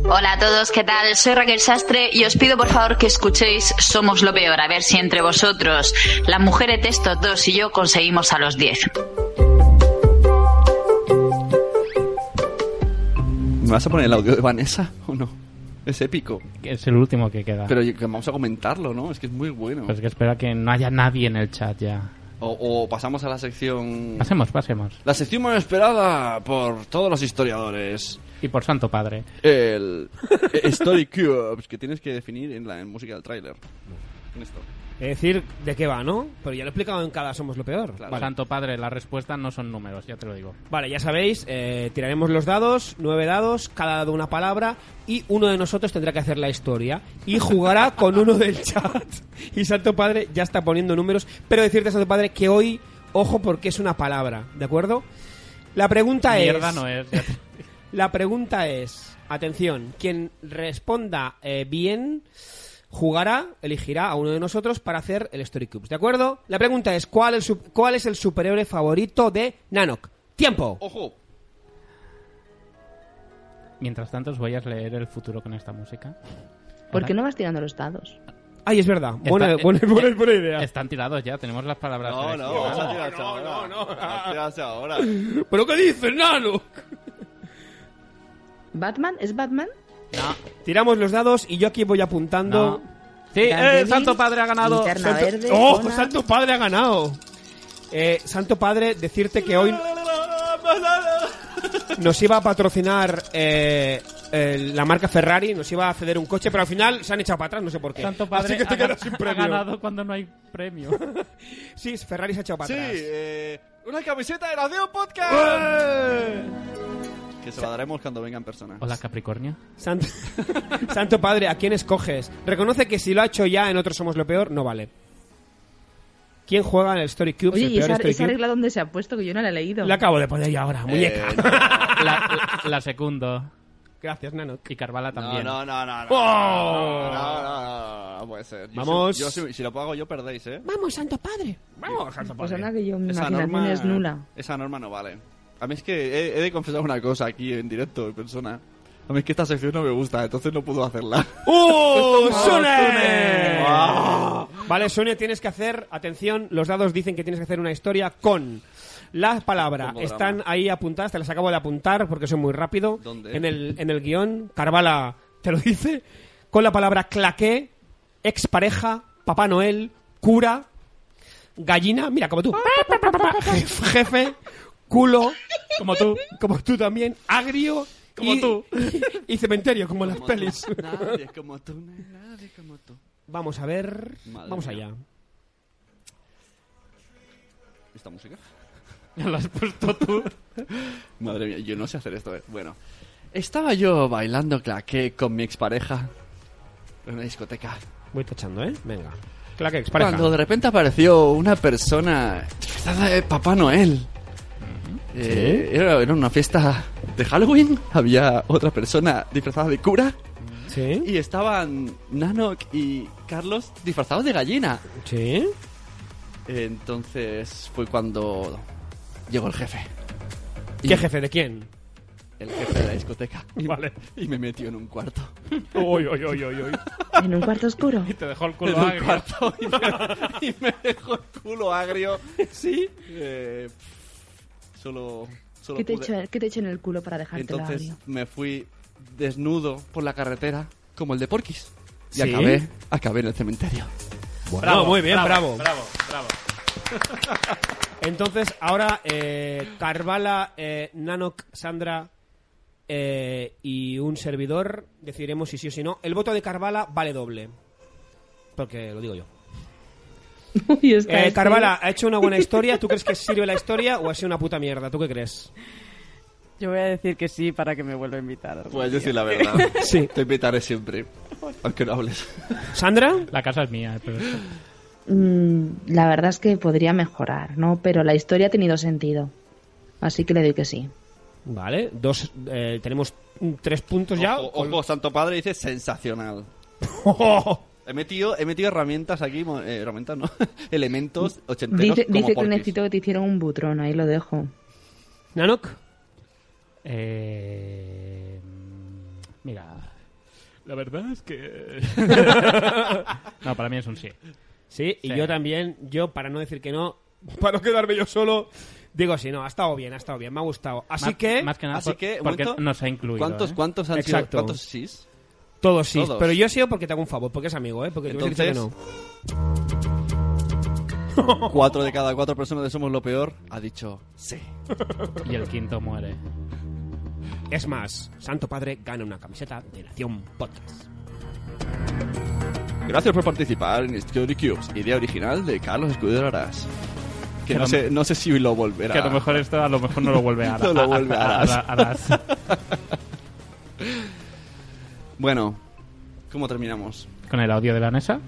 Q: Hola a todos, ¿qué tal? Soy Raquel Sastre y os pido por favor que escuchéis Somos lo Peor, a ver si entre vosotros, las mujeres de estos dos y yo conseguimos a los 10.
C: ¿Me vas a poner el audio de Vanessa o no? Es épico.
B: Es el último que queda.
C: Pero yo- que vamos a comentarlo, ¿no? Es que es muy bueno.
B: Pues que espera que no haya nadie en el chat ya.
C: O, o pasamos a la sección...
B: Pasemos, pasemos.
C: La sección más esperada por todos los historiadores.
B: Y por Santo Padre.
C: El eh, Story Cubes, que tienes que definir en la en música del tráiler. En esto.
D: Es decir, ¿de qué va, no? Pero ya lo he explicado en cada Somos lo Peor. Vale.
B: Santo Padre, la respuesta no son números, ya te lo digo.
D: Vale, ya sabéis, eh, tiraremos los dados, nueve dados, cada dado una palabra, y uno de nosotros tendrá que hacer la historia. Y jugará
B: [laughs]
D: con uno del chat. Y Santo Padre ya está poniendo números, pero decirte, Santo Padre, que hoy, ojo, porque es una palabra, ¿de acuerdo? La pregunta
B: Mierda
D: es...
B: no es. ya te-
D: La pregunta es, atención, quien responda eh, bien jugará, elegirá a uno de nosotros para hacer el Story Cubes, ¿de acuerdo? La pregunta es, ¿cuál, el sup- cuál es el superhéroe favorito de Nanok? ¡Tiempo!
C: ¡Ojo!
B: Mientras tanto, os voy a leer el futuro con esta música.
G: ¿Por qué no vas tirando los dados?
D: Ay, es verdad.
B: Está-
D: Buena,
B: eh,
D: buena,
B: eh,
D: buena- buena idea.
B: Están tirados ya, tenemos las palabras.
C: No, no,
B: seleccionadas.
C: vamos a tirarse ahora. Vamos a tirarse ahora.
D: ¿Pero qué dices, Nano?
G: ¿Batman? ¿Es Batman?
D: Tiramos los dados y yo aquí voy apuntando...
B: Sí,
G: eh, el Santo Padre ha ganado. Linterna
D: Santo-
G: verde,
D: ¡Oh,
G: Conan.
D: Santo Padre ha ganado! Eh, Santo Padre, decirte que hoy... nos iba a patrocinar eh, eh, la marca Ferrari, nos iba a ceder un coche, pero al final se han echado para atrás, no sé por qué.
B: Santo padre
D: Así que te
B: ha,
D: quedas sin
B: ha
D: premio.
B: ganado cuando no hay premio.
D: [laughs] Sí, Ferrari se ha echado para
C: Sí,
D: atrás.
C: eh, una camiseta de Radio Podcast.
D: ¡Eh!
C: Que [laughs] se la daremos cuando vengan personas.
B: Hola, Capricornio.
D: Santo, [laughs] Santo Padre, ¿a quién escoges? Reconoce que si lo ha hecho ya en otros somos lo peor, no vale. ¿Quién juega en el Story Cube?
G: Oye,
D: el
G: ¿y
D: peor
G: esa,
D: Story
G: esa
D: Cube?
G: regla dónde se ha puesto? Que yo no la he leído.
D: La acabo de poner yo ahora,
C: Eh,
D: muñeca.
B: [laughs] La, la secundo.
D: Gracias, Nano.
B: Y Carvala también.
C: No, no, no, no. no.
B: ¡Oh!
C: No, no, no, no, no puede ser. Yo
B: Vamos.
C: si- yo si- si lo pago yo perdéis, ¿eh?
D: Vamos, Santo Padre. Vamos, Santo
G: Pues anda que yo mi
C: Esa
G: imaginación
C: norma- [laughs]
G: es nula.
C: Esa norma no vale. A mí es que he, he de confesar una cosa aquí en directo, en persona. A mí es que esta sección no me gusta, entonces no puedo
B: [laughs]
C: hacerla.
D: [laughs] ¡Uh!
C: Sune!
D: ¡Sune! Vale, Sune, tienes que hacer, atención, los dados dicen que tienes que hacer una historia con las palabras.
C: Pongo
D: Están ahí apuntadas, te las acabo de apuntar porque soy muy rápido.
C: ¿Dónde?
D: En el, en el guión, Carvala te lo dice. Con la palabra claqué, expareja, Papá Noel, cura, gallina, mira, [laughs] como tú. Jefe, culo. Como tú. Como tú también. Agrio. Como tú. [laughs] Y cementerio, como en las pelis.
C: Nadie como tú, nadie como tú.
D: Vamos a ver.
C: Madre
D: Vamos
C: mía.
D: allá.
C: ¿Esta
B: [laughs]
C: música?
B: ¿La has puesto tú?
C: [laughs] Madre mía, yo no sé hacer esto. eh. Bueno, estaba yo bailando claqué con mi expareja en una discoteca.
D: Voy tachando, ¿eh? Venga. Claque, expareja.
C: Cuando de repente apareció una persona disfrazada de Papá Noel. Eh, era, era una fiesta de Halloween. Había otra persona disfrazada de cura.
D: Sí.
C: Y estaban Nanok y Carlos disfrazados de gallina.
D: Sí.
C: Entonces fue cuando llegó el jefe.
D: ¿Qué jefe? ¿De quién?
C: El jefe de la discoteca.
D: [laughs] Vale.
C: Y me metió en un cuarto.
D: Uy, uy, uy, uy, uy.
G: ¿En un cuarto oscuro?
B: Y te dejó el
C: En
B: culo
C: un
B: agrio.
C: cuarto [laughs] y me, y
G: [laughs]
C: me dejó el culo agrio. Sí. Eh, pff, solo, solo
G: ¿Qué te,
C: pude-
G: echo, qué te echo en el culo para dejarte
C: Entonces
G: la
C: me fui desnudo por la carretera como el de Porquis. Y
G: Sí.
C: acabé, acabé en el cementerio.
D: Bueno, Bravo, muy bien, bravo.
B: Bravo, bravo.
D: [laughs] Entonces, ahora eh, Carvala, eh, Nanok, Sandra eh, y un servidor decidiremos si sí o si no. El voto de Carvala vale doble. Porque lo digo yo. Eh,
G: este.
D: Carvala, ¿ha hecho una buena historia? ¿Tú crees que sirve la historia o ha sido una puta mierda? ¿Tú qué crees?
H: Yo voy a decir que sí para que me vuelva a invitar. algún
C: Pues
H: día.
C: decir la verdad.
H: [laughs]
C: sí. Te invitaré siempre. Aunque no hables.
D: ¿Sandra?
B: La casa es mía, pero esto-
G: Mm, la verdad es que podría mejorar, ¿no? Pero la historia ha tenido sentido. Así que le doy que sí.
D: Vale, dos, eh, tenemos mm, tres puntos ya.
C: Ojo, ojo, Santo Padre dice
G: [laughs]
C: sensacional. He metido, he metido herramientas aquí, mo- eh, herramientas no, [laughs] elementos ochenteros
G: Dice,
C: como
G: dice que
C: Porky's.
G: necesito que te hicieran un butrón, ahí lo dejo.
D: ¿Nanok?
B: Eh, mm, mira. La verdad es
D: [laughs]
B: que. no, para mí es un sí.
D: Sí, y
B: Sí.
D: yo también, yo para no decir que no, [laughs] para no quedarme yo solo, digo sí, no, ha estado bien, ha estado bien, me ha gustado. Así
B: Más-
D: que...
B: más que nada
C: Así
B: por-
C: que, un
B: porque
C: momento,
B: nos ha incluido.
C: ¿Cuántos,
B: ¿eh?
C: cuántos han sido?
D: Exacto.
C: ¿Cuántos sís?
D: Todos sí,
C: Todos.
D: pero yo he sido porque te hago un favor, porque es amigo, ¿eh? Porque te hubiese dicho que no.
C: Entonces- [laughs] Cuatro de cada cuatro personas de Somos lo Peor ha dicho sí.
B: [laughs] Y el quinto muere.
D: Es más, Santo Padre gana una camiseta de Nación Podcast.
C: Gracias por participar en Story Cubes, idea original de Carlos Escudero Aras. Que
B: Que
C: no
B: no-
C: sé, no sé si lo volverá.
B: Que a lo mejor esto a lo mejor no lo vuelve
C: [laughs]
B: a
C: No lo vuelve a Aras.
B: a- a- Aras.
C: [laughs] Bueno, ¿cómo terminamos?
B: Con el audio de la NESA.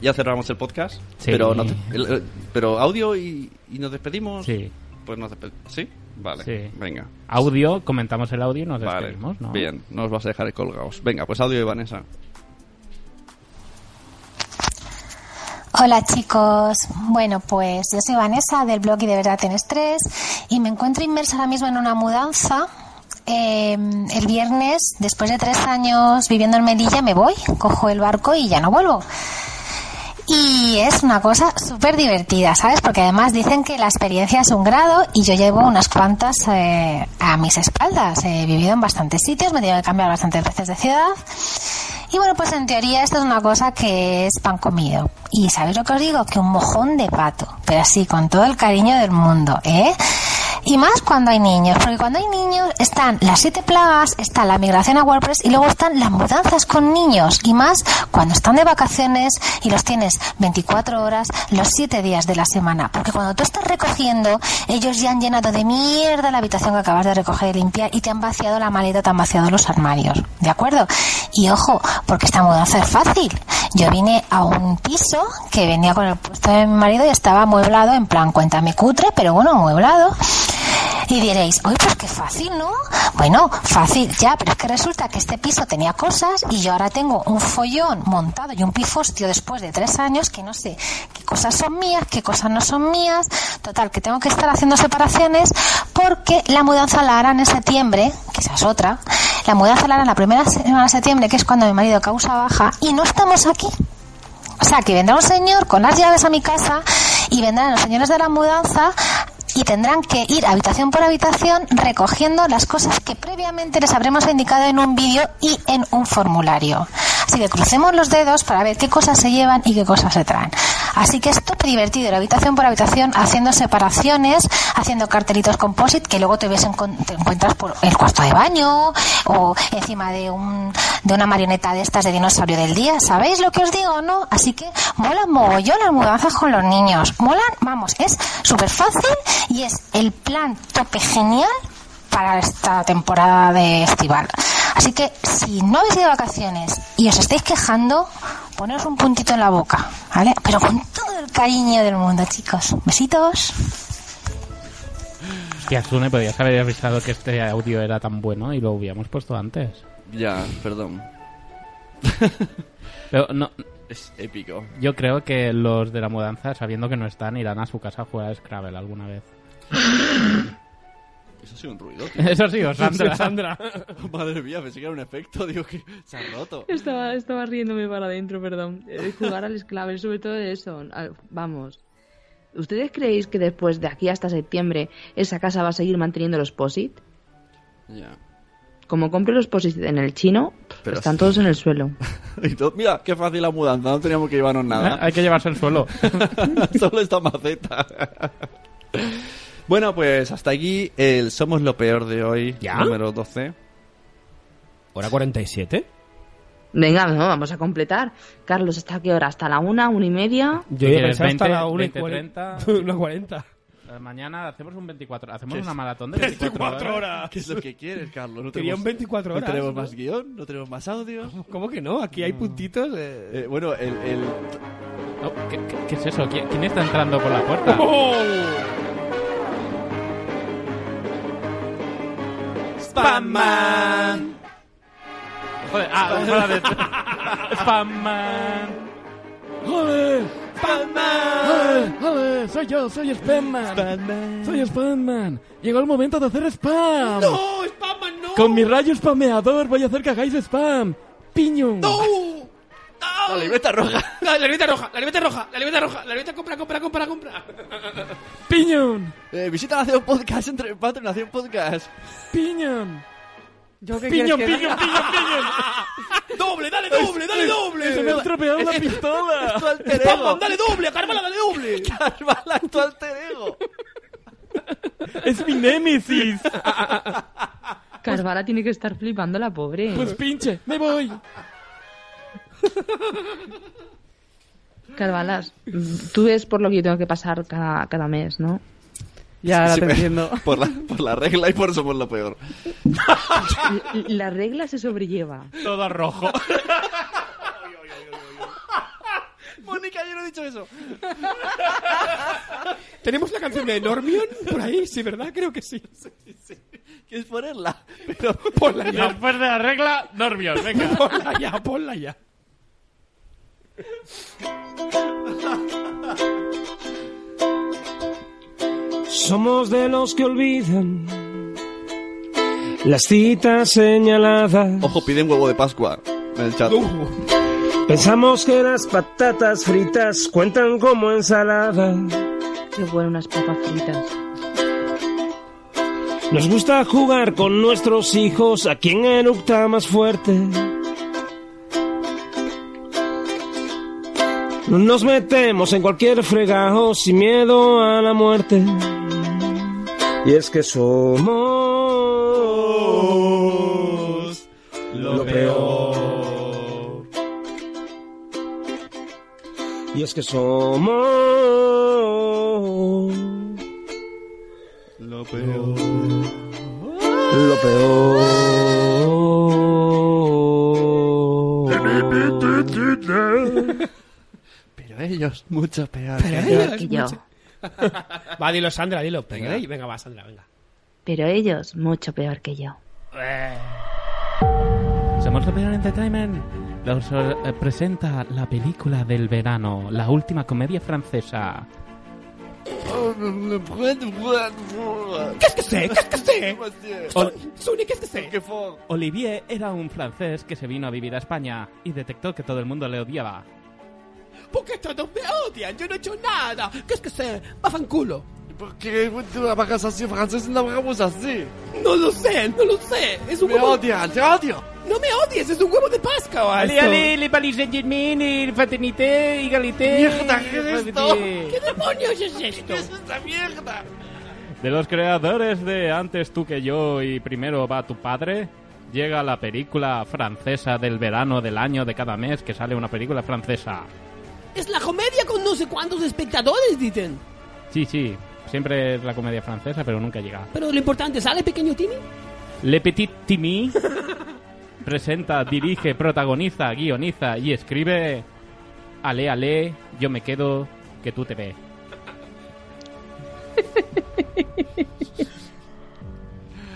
C: Ya cerramos el podcast.
B: Sí.
C: Pero, no te- el- el- pero audio y, y nos despedimos.
B: Sí.
C: Pues nos despedimos. ¿Sí? Vale.
B: Sí.
C: Venga.
B: Audio, comentamos el audio y nos
C: Vale.
B: despedimos, ¿no?
C: Bien, no os vas a dejar colgados. Venga, pues audio de Vanessa.
A: Hola chicos, bueno pues yo soy Vanessa del blog y de verdad tienes tres y me encuentro inmersa ahora mismo en una mudanza. Eh, el viernes, después de tres años viviendo en Melilla, me voy, cojo el barco y ya no vuelvo. Y es una cosa súper divertida, ¿sabes? Porque además dicen que la experiencia es un grado y yo llevo unas cuantas eh, a mis espaldas. He vivido en bastantes sitios, me he tenido que cambiar bastantes veces de ciudad. Y bueno, pues en teoría esto es una cosa que es pan comido. Y ¿sabéis lo que os digo? Que un mojón de pato. Pero así, con todo el cariño del mundo, ¿eh? Y más cuando hay niños, porque cuando hay niños están las siete plagas, está la migración a WordPress y luego están las mudanzas con niños. Y más cuando están de vacaciones y los tienes 24 horas los siete días de la semana. Porque cuando tú estás recogiendo, ellos ya han llenado de mierda la habitación que acabas de recoger y limpiar y te han vaciado la maleta, te han vaciado los armarios. ¿De acuerdo? Y ojo, porque esta mudanza es fácil. Yo vine a un piso que venía con el puesto de mi marido y estaba amueblado, en plan, cuéntame cutre, pero bueno, amueblado. Y diréis, oye, pues qué fácil, ¿no? Bueno, fácil ya, pero es que resulta que este piso tenía cosas y yo ahora tengo un follón montado y un pifostio después de tres años que no sé qué cosas son mías, qué cosas no son mías. Total, que tengo que estar haciendo separaciones porque la mudanza la harán en septiembre, que esa es otra. La mudanza la harán la primera semana de septiembre, que es cuando mi marido causa baja y no estamos aquí. O sea, que vendrá un señor con las llaves a mi casa y vendrán los señores de la mudanza y tendrán que ir habitación por habitación recogiendo las cosas que previamente les habremos indicado en un vídeo y en un formulario. Así que crucemos los dedos para ver qué cosas se llevan y qué cosas se traen. Así que es top divertido ir habitación por habitación haciendo separaciones, haciendo cartelitos composite que luego te, ves encon- te encuentras por el cuarto de baño o encima de, un, de una marioneta de estas de dinosaurio del día. ¿Sabéis lo que os digo o no? Así que molan mogollón las mudanzas con los niños. Molan, vamos, es súper fácil y es el plan tope genial para esta temporada de estival. Así que si no habéis ido de vacaciones y os estáis quejando, poneros un puntito en la boca, ¿vale? Pero con todo el cariño del mundo, chicos. Besitos.
B: Hostia, Sune, podrías haber avisado que este audio era tan bueno y lo hubiéramos puesto antes.
C: Ya, perdón.
B: Pero no,
C: Es épico.
B: yo creo que los de la mudanza, sabiendo que no están, irán a su casa a jugar a Scrabble alguna vez.
C: Eso ha sido un ruido. tío.
B: [laughs] Eso ha sido Sandra.
C: [laughs] Madre mía, pensé que era un efecto. Digo que se ha roto.
G: Estaba, estaba riéndome para adentro, perdón. Eh, Jugar al esclave, sobre todo de eso. Al- Vamos. ¿Ustedes creéis que después de aquí hasta septiembre esa casa va a seguir manteniendo los POSIT?
C: Ya.
G: Como compre los POSIT en el chino, pues
C: Pero-
G: están todos en el suelo.
C: [laughs] Y todo- mira, qué fácil la mudanza. No teníamos que llevarnos nada.
B: Hay que llevarse el suelo.
C: [laughs] Solo esta maceta. bueno, pues hasta aquí el Somos lo Peor de hoy, número 12.
D: ¿Hora 47?
G: Venga, no, vamos a completar. Carlos, ¿hasta qué hora? ¿Hasta la una, una y media?
D: Yo
B: ¿Qué
D: ya
B: quieres,
D: pensaba
B: 20,
D: hasta la 1 y
B: 20,
D: 40.
B: 30?
D: Una 40.
B: Eh, Mañana hacemos un 24. Hacemos
C: ¿Qué es?
B: una maratón de
C: [laughs]
B: 24,
C: ¿Qué es lo que quieres, Carlos? No
D: Quería un 24 horas,
C: No tenemos
D: ¿no?
C: más guión, no tenemos más audio. Mm.
D: ¿Cómo que no? Aquí hay puntitos. eh.
C: Eh, bueno, el. el...
B: Oh, ¿qué, qué- qué es eso? ¿Qui- ¿Quién, está entrando por la
C: [laughs]
B: puerta?
L: [laughs]
C: ¡Spamman!
B: Joder, ah, vamos a la de... ¡Spamman!
L: ¡Joder! ¡Spamman! ¡Joder! joder, Soy yo, soy Spamman. Soy Spamman. Llegó el momento de hacer spam.
O: ¡No, Spamman, no!
L: Con mi rayo spameador voy a hacer que hagáis spam. Piño. [laughs]
O: ¡No!
C: La libreta roja.
O: La libreta roja, la libreta roja, la libreta roja, la libreta compra, compra, compra, compra.
L: Piñón.
C: Eh, visita Nación Podcast, entre en Patreon, Nación Podcast.
L: Piñón.
H: Yo
O: qué
L: piñón,
O: quieres que
L: piñón,
O: haga?
L: piñón,
O: ¡Doble, dale doble, dale doble!
L: Se me ha estropeado la
O: Es- es-
L: pistola.
O: es tu alter ego. Spamman, dale doble, Carvala, dale [laughs] doble.
C: Carvala, tu alter ego.
L: Es mi
G: [laughs]
L: némesis.
G: Carvala tiene que estar flipando la pobre.
L: Pues pinche, me
G: [laughs]
L: voy.
G: Carvalas, tú ves por lo que yo tengo que pasar cada, cada mes, ¿no?
H: Ya, ahora
C: Sí,
H: te
C: me-
H: entiendo.
C: Por la, por la regla y por Somos lo Peor.
G: L- La regla se sobrelleva.
B: Todo rojo.
O: [laughs]
C: Mónica, yo no he dicho eso.
D: ¿Tenemos la canción de Normion por ahí? Sí, ¿verdad? Creo que sí.
C: ¿Quieres ponerla? Pero
D: ponla ya.
B: Después de la regla, Normios, venga.
D: Ponla ya, ponla ya.
L: Somos de los que olvidan las citas señaladas.
C: Ojo, piden huevo de Pascua en el chat.
L: Pensamos que las patatas fritas cuentan como ensalada.
G: Qué bueno unas papas fritas.
L: Nos gusta jugar con nuestros hijos a quien eructa más fuerte. Nos metemos en cualquier fregajo sin miedo a la muerte.
M: Y es que somos
O: lo
M: peor. Y es que somos
O: Lo peor.
M: lo peor.
C: Pero ellos, mucho peor.
D: Pero
G: ellos, que yo.
D: [laughs] Va, dilo, Sandra, dilo. Venga, venga, va, Sandra, venga.
G: Pero ellos mucho peor que yo.
D: Eh.
B: Somos Opinion Entertainment. Los eh, presenta la película del verano, la última comedia francesa.
O: Qu'est-ce que c'est Qu'est-ce que c'est
B: Ol-
O: Sony, qu'est-ce que c'est
B: Olivier era un francés que se vino a vivir a España y detectó que todo el mundo le odiaba.
O: ¿Por qué todos me odian? Yo no he hecho nada. ¿Qu'est-ce que c'est Bafan culo. ¿Por qué trabajas así, francés? No trabajamos así. No lo sé, no lo sé. Es un
W: Me
O: huevo...
W: odian, te odio.
O: No me odies, es un huevo de
D: Oh,
O: Pascua.
E: Allez,
O: esto.
E: allez, les Paris Saint-Germain, et Fraternité, Égalité.
O: Mierda, ¿qué es esto?
E: Fraternité.
O: ¿Qué demonios es esto? ¿Qué es esta mierda?
B: De los creadores de Antes tú que yo y Primero va tu padre, llega la película francesa del verano del año de cada mes que sale una película francesa.
O: Es la comedia con no sé cuántos espectadores, dicen.
B: Sí, sí, siempre es la comedia francesa, pero nunca llega.
O: Pero lo importante, ¿sale pequeño Timmy?
B: Le Petit Timmy presenta, dirige, protagoniza, guioniza y escribe Ale, ale, yo me quedo, que tú te ve.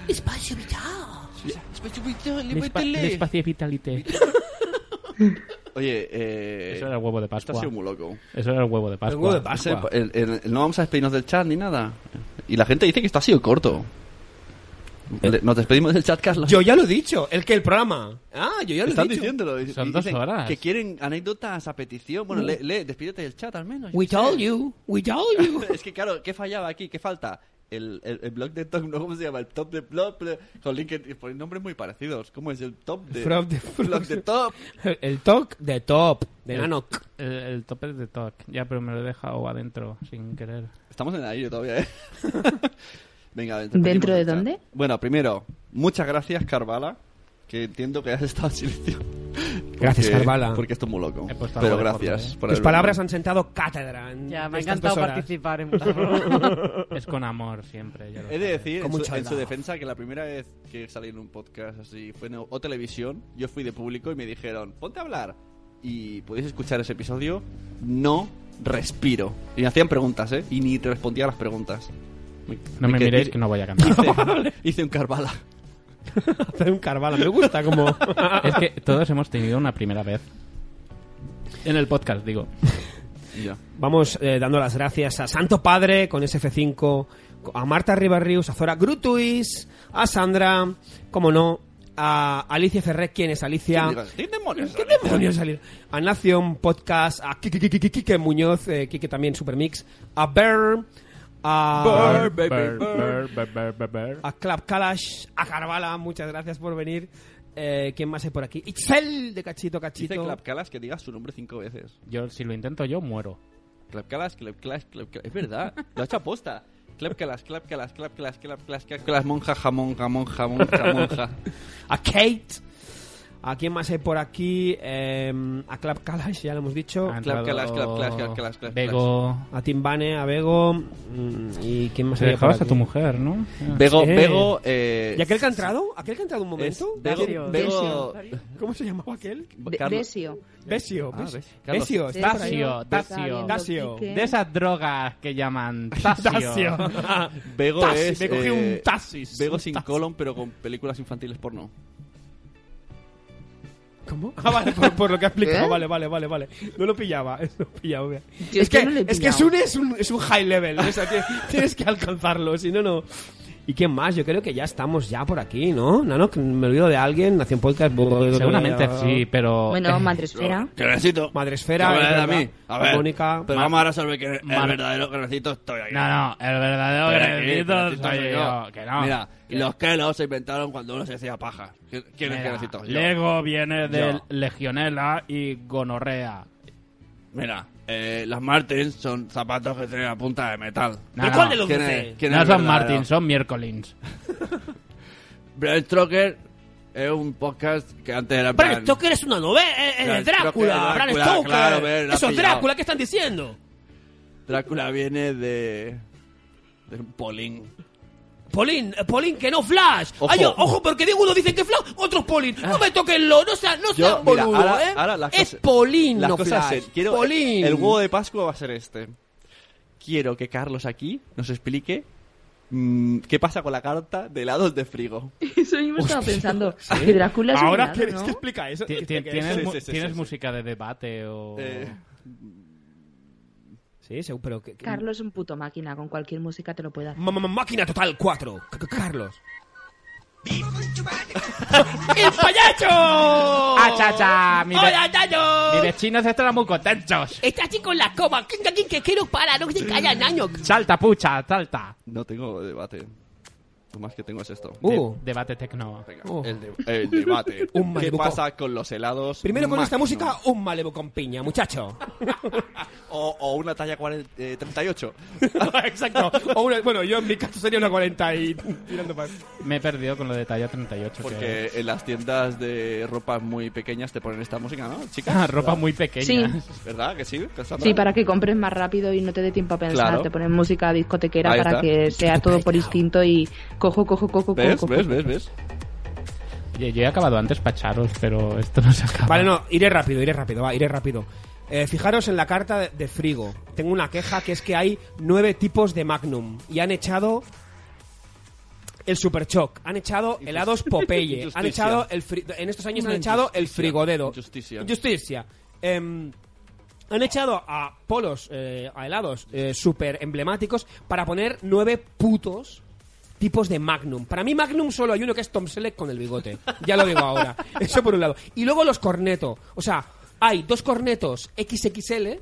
O: Espacio vital. Espacio vital,
C: [laughs]
B: vitalité.
C: Oye, eh...
B: Eso era el huevo de
C: Esto
B: Pascua.
C: ha sido muy loco.
B: Eso era el huevo de Pascua.
C: Ese- el- el- el- no vamos a despedirnos del chat ni nada. Y la gente dice que esto ha sido corto. Le- Nos despedimos del chat, Carlos.
D: Eh. Yo ya lo he dicho, el que el programa. Ah, yo ya lo
C: Están
D: he dicho.
C: diciéndolo. y- y dicen Que quieren anécdotas a petición. Bueno,
D: Mm.
C: lee, lee, despídete del chat al menos.
D: We
C: yo qué
D: told
C: sé.
D: you, we told you.
C: [laughs] es que claro, ¿qué fallaba aquí? ¿Qué falta? El, el, el blog de Top, ¿no? ¿Cómo se llama? El top de blog. blog- Jolín, que ponen nombres muy parecidos. ¿Cómo es el top de.
D: Frog
C: [laughs]
D: de-
C: blog de top.
D: [laughs] El toc de top, de
B: El-
D: nano.
B: El, el tope de Toc. Ya, pero me lo he dejado adentro sin
D: [laughs]
B: querer.
C: Estamos en el aire todavía, ¿eh? Venga,
G: ¿Dentro
C: despedimos
G: de
C: del chat.
G: dónde?
C: Bueno, primero, muchas gracias, Carvala. Que entiendo que has estado en silencio.
D: Gracias,
C: Porque-
D: Carvala.
C: Porque esto es muy loco.
D: puesto
C: Pero
D: algo de
C: gracias
D: fondo, ¿eh?
C: por
D: [laughs] Tus
C: haberlo-
D: palabras han sentado cátedra. en
H: Ya, me ha
D: estas
H: encantado
D: dos horas.
H: participar
D: [laughs]
H: en vuestro-
C: [laughs]
B: Es con amor siempre. ya lo
C: He de
B: sabes.
C: decir, en su, en su defensa, que la primera vez que salí en un podcast así fue en, o televisión, yo fui de público y me dijeron, ponte a hablar. Y podéis escuchar ese episodio, no respiro. Y me hacían preguntas, ¿eh? Y ni te respondía a las preguntas.
B: No me
C: quedé-
B: miréis que no voy a cambiar.
C: Hice, [laughs] hice un Carvala.
B: [laughs]
D: Hacer un Carvala, me gusta como...
C: [laughs]
B: Es que todos hemos tenido una primera vez. En el podcast, digo.
D: Vamos eh, dando las gracias a Santo Padre con SF5, a Marta Ribarrius, a Zora Grutuis, a Sandra, como no, a Alicia Ferrer, ¿quién es Alicia?
C: ¿Qué demonios?
D: ¿Qué demonios salir? A Nación Podcast, a Kike, Kike, Kike, Kike Muñoz, eh, Kike también Supermix, a Bear, a...
B: Burr, burr, burr, burr, burr, burr, burr.
D: A Clap Kalash, a Carvala, muchas gracias por venir. Eh, ¿Quién más hay por aquí? Itzel de Cachito Cachito.
C: Dice Clapcalas que digas su nombre cinco veces.
B: Yo, si lo intento yo, muero.
C: Clapcalas, Clapcalas, Clapcalas. Es verdad, lo ha hecho aposta. Clapcalas, Clapcalas, Clapcalas, Clapcalas, Clapcalas, monja, jamón, jamón, jamón, jamonja.
D: [laughs] a Kate. ¿A quién más hay por aquí? Eh, a Clap Kalash, ya lo hemos dicho.
B: Ha entrado Clap Kalash, Clap Kalash, Clap Kalash, Clap Bego. Kalash.
D: A Timbane, a Bego. mm, ¿Y quién más
B: Te
D: hay por
B: dejabas a
D: aquí?
B: tu mujer, ¿no?
C: Bego- Bego, eh,
D: ¿Y aquel que ha entrado? ¿Aquel que ha entrado un momento?
C: Es Bego- Besio. Bego-
D: ¿Cómo se llamaba aquel?
C: Be- Carlos- Besio.
D: Besio. [laughs]
C: Ah,
D: Besio.
C: Besio. Carlos.
D: Besio, está por ahí.
B: Tasio, Tasio.
D: Tasio.
B: De esas drogas que
D: [laughs]
B: llaman Tasio.
C: [laughs]
D: Tasio.
C: Bego
D: Taxi,
C: es.
D: me cogí un taxis,
C: Bego
D: un
C: sin colon, pero con películas infantiles porno.
D: ¿Cómo? Ah, vale, por, por lo que ha explicado.
C: ¿Eh?
D: Vale, vale, vale, vale. No lo pillaba, no lo pillaba. vea.
C: Yo-
D: es,
C: yo
D: que,
C: no lo he
D: es que
C: pillado.
D: Sune es un, es un high level. o sea, tie- tienes [laughs] que alcanzarlo, si no, no. ¿Y quién más? Yo creo que ya estamos ya por aquí, ¿no? Nano, que me olvido de alguien, Nación Podcast. Eh,
B: Seguramente sí, pero-
G: Bueno, Madresfera.
C: Necesito.
D: Madresfera.
C: A ver,
D: es
C: a
D: verdad.
C: mí. A ver.
D: Mónica.
C: Pero
D: Ma-
C: vamos a resolver que el
D: Mar-
C: verdadero que necesito estoy aquí.
B: No, no, el verdadero
C: Estoy
B: que
C: aquí,
B: necesito
C: soy
B: soy yo, que no.
C: Mira,
B: Que-
C: los Kellogg's se inventaron cuando uno se hacía paja. ¿Quién es que
B: Mira,
C: necesito? Yo.
B: Lego viene de
C: Yo.
B: legionela y gonorrea.
C: Mira, eh, las Martins son zapatos que tienen la punta de metal.
B: No, no.
C: ¿Quién es- quién
B: No
C: es verdadero?
B: son Martins, son miércoles.
C: Bram Stoker es un podcast que antes era... en
O: Bram
C: plan-
O: Stoker es una novela, es,
C: Bram
O: de
C: Stoker,
O: Eh, Drácula, Bram
C: Drácula,
O: Stoker.
C: claro, ver, la
O: Eso es
C: pillado.
O: Drácula, ¿qué están diciendo?
C: Drácula viene de... de un Polín.
O: Polín, eh, Polín, que no Flash.
C: Ojo.
O: Ay, o- ojo, porque de unos dicen que Flash, otros Polín. No me toquen lo, no sean, no
C: Yo,
O: sean
C: mira,
O: boludo,
C: ahora-
O: ¿eh?
C: ahora las
O: es
C: cosas-
O: Polín,
C: Las
O: no
C: cosas
O: Flash.
C: ser- quiero-
O: Polín.
C: El huevo de Pascua va a ser este. Quiero que Carlos aquí nos explique mm, qué pasa con la carta de helados de frigo.
G: Eso mismo estaba pensando. Que Drácula es un
C: Ahora
G: helado,
C: quieres
G: ¿no?
C: que explica eso?
B: Ti- ti-
C: Explica
B: ¿Tienes,
C: eso.
B: mu-
C: Sí, sí, sí,
B: ¿tienes
C: sí, sí.
B: música de debate o...?
C: Eh.
D: Sí, seguro, pero... que- que-
G: Carlos es un puto máquina, con cualquier música te lo puede hacer.
D: Ma- ma- ma- Máquina total 4. C- c- Carlos.
O: ¡El
D: [laughs]
O: payacho!
D: Ah,
B: ¡Achacha! Mi, ve-
O: ¡Hola, Naño!
B: mi vecinos están muy contentos.
O: Está así con la coma. ¿Quién, quién, que quiero para? No se calla, Naño.
B: Salta, pucha, salta.
C: No tengo debate. Lo más que tengo es esto.
O: Uh.
B: De- debate tecno.
C: El, de- el
O: [laughs]
C: debate.
D: Un
C: ¿Qué
D: maleducado.
C: pasa con los helados?
D: Primero con esta
C: Magnum?
D: música, un malevo con piña, muchacho.
C: [laughs] O, o una talla 40, eh, 38.
D: Exacto. O una- bueno, yo en mi caso sería una 40 y tirando para...
B: Me he perdido con lo de talla 38.
C: Porque en las tiendas de ropa muy pequeñas te ponen esta música, ¿no, chicas?
B: Ah, [laughs] ropa muy pequeña. Sí.
C: ¿Verdad que sí? Cassandra?
G: Sí, para que compres más rápido y no te dé tiempo a pensar.
C: Claro.
G: Te ponen música discotequera
C: Ahí
G: para
C: está.
G: que sea todo por instinto y cojo, cojo, cojo,
C: ¿Ves?
G: cojo.
C: ¿Ves?
G: cojo.
C: ¿Ves? ¿Ves?
B: Oye, yo he acabado antes para echaros, pero esto no se acaba.
D: Vale, no, iré rápido, iré rápido, va, iré rápido. Eh, fijaros en la carta de, de Frigo. Tengo una queja que es que hay nueve tipos de Magnum y han echado el Super Choc, han echado
C: [laughs]
O: [laughs]
D: helados Popeye, han
C: Injusticia.
D: echado el fri- en estos años
C: Una
D: han echado el
C: injusticia.
D: frigodero.
C: Injusticia.
D: Injusticia. Em, han echado a polos, eh, a helados eh, súper emblemáticos para poner nueve putos tipos de Magnum. Para mí Magnum solo hay uno que es Tom Selleck con el bigote. Ya lo
C: [laughs]
D: digo ahora. Eso por un lado. Y luego los corneto. O sea, hay dos cornetos XXL.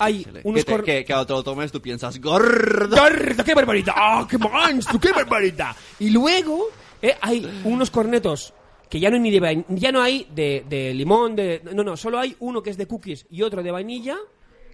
D: Hay unos
C: Que, te-
D: cornetos...
C: que, que cuando te lo tomes tú piensas, gordo.
D: ¡Gordo! ¡Qué barbaridad! ¡Ah, qué monstruo! ¡Qué barbaridad! Y luego eh, hay unos cornetos que ya no hay ni de vain- ya no hay de, de limón, de. No, no, solo hay uno que es de cookies y otro de vainilla,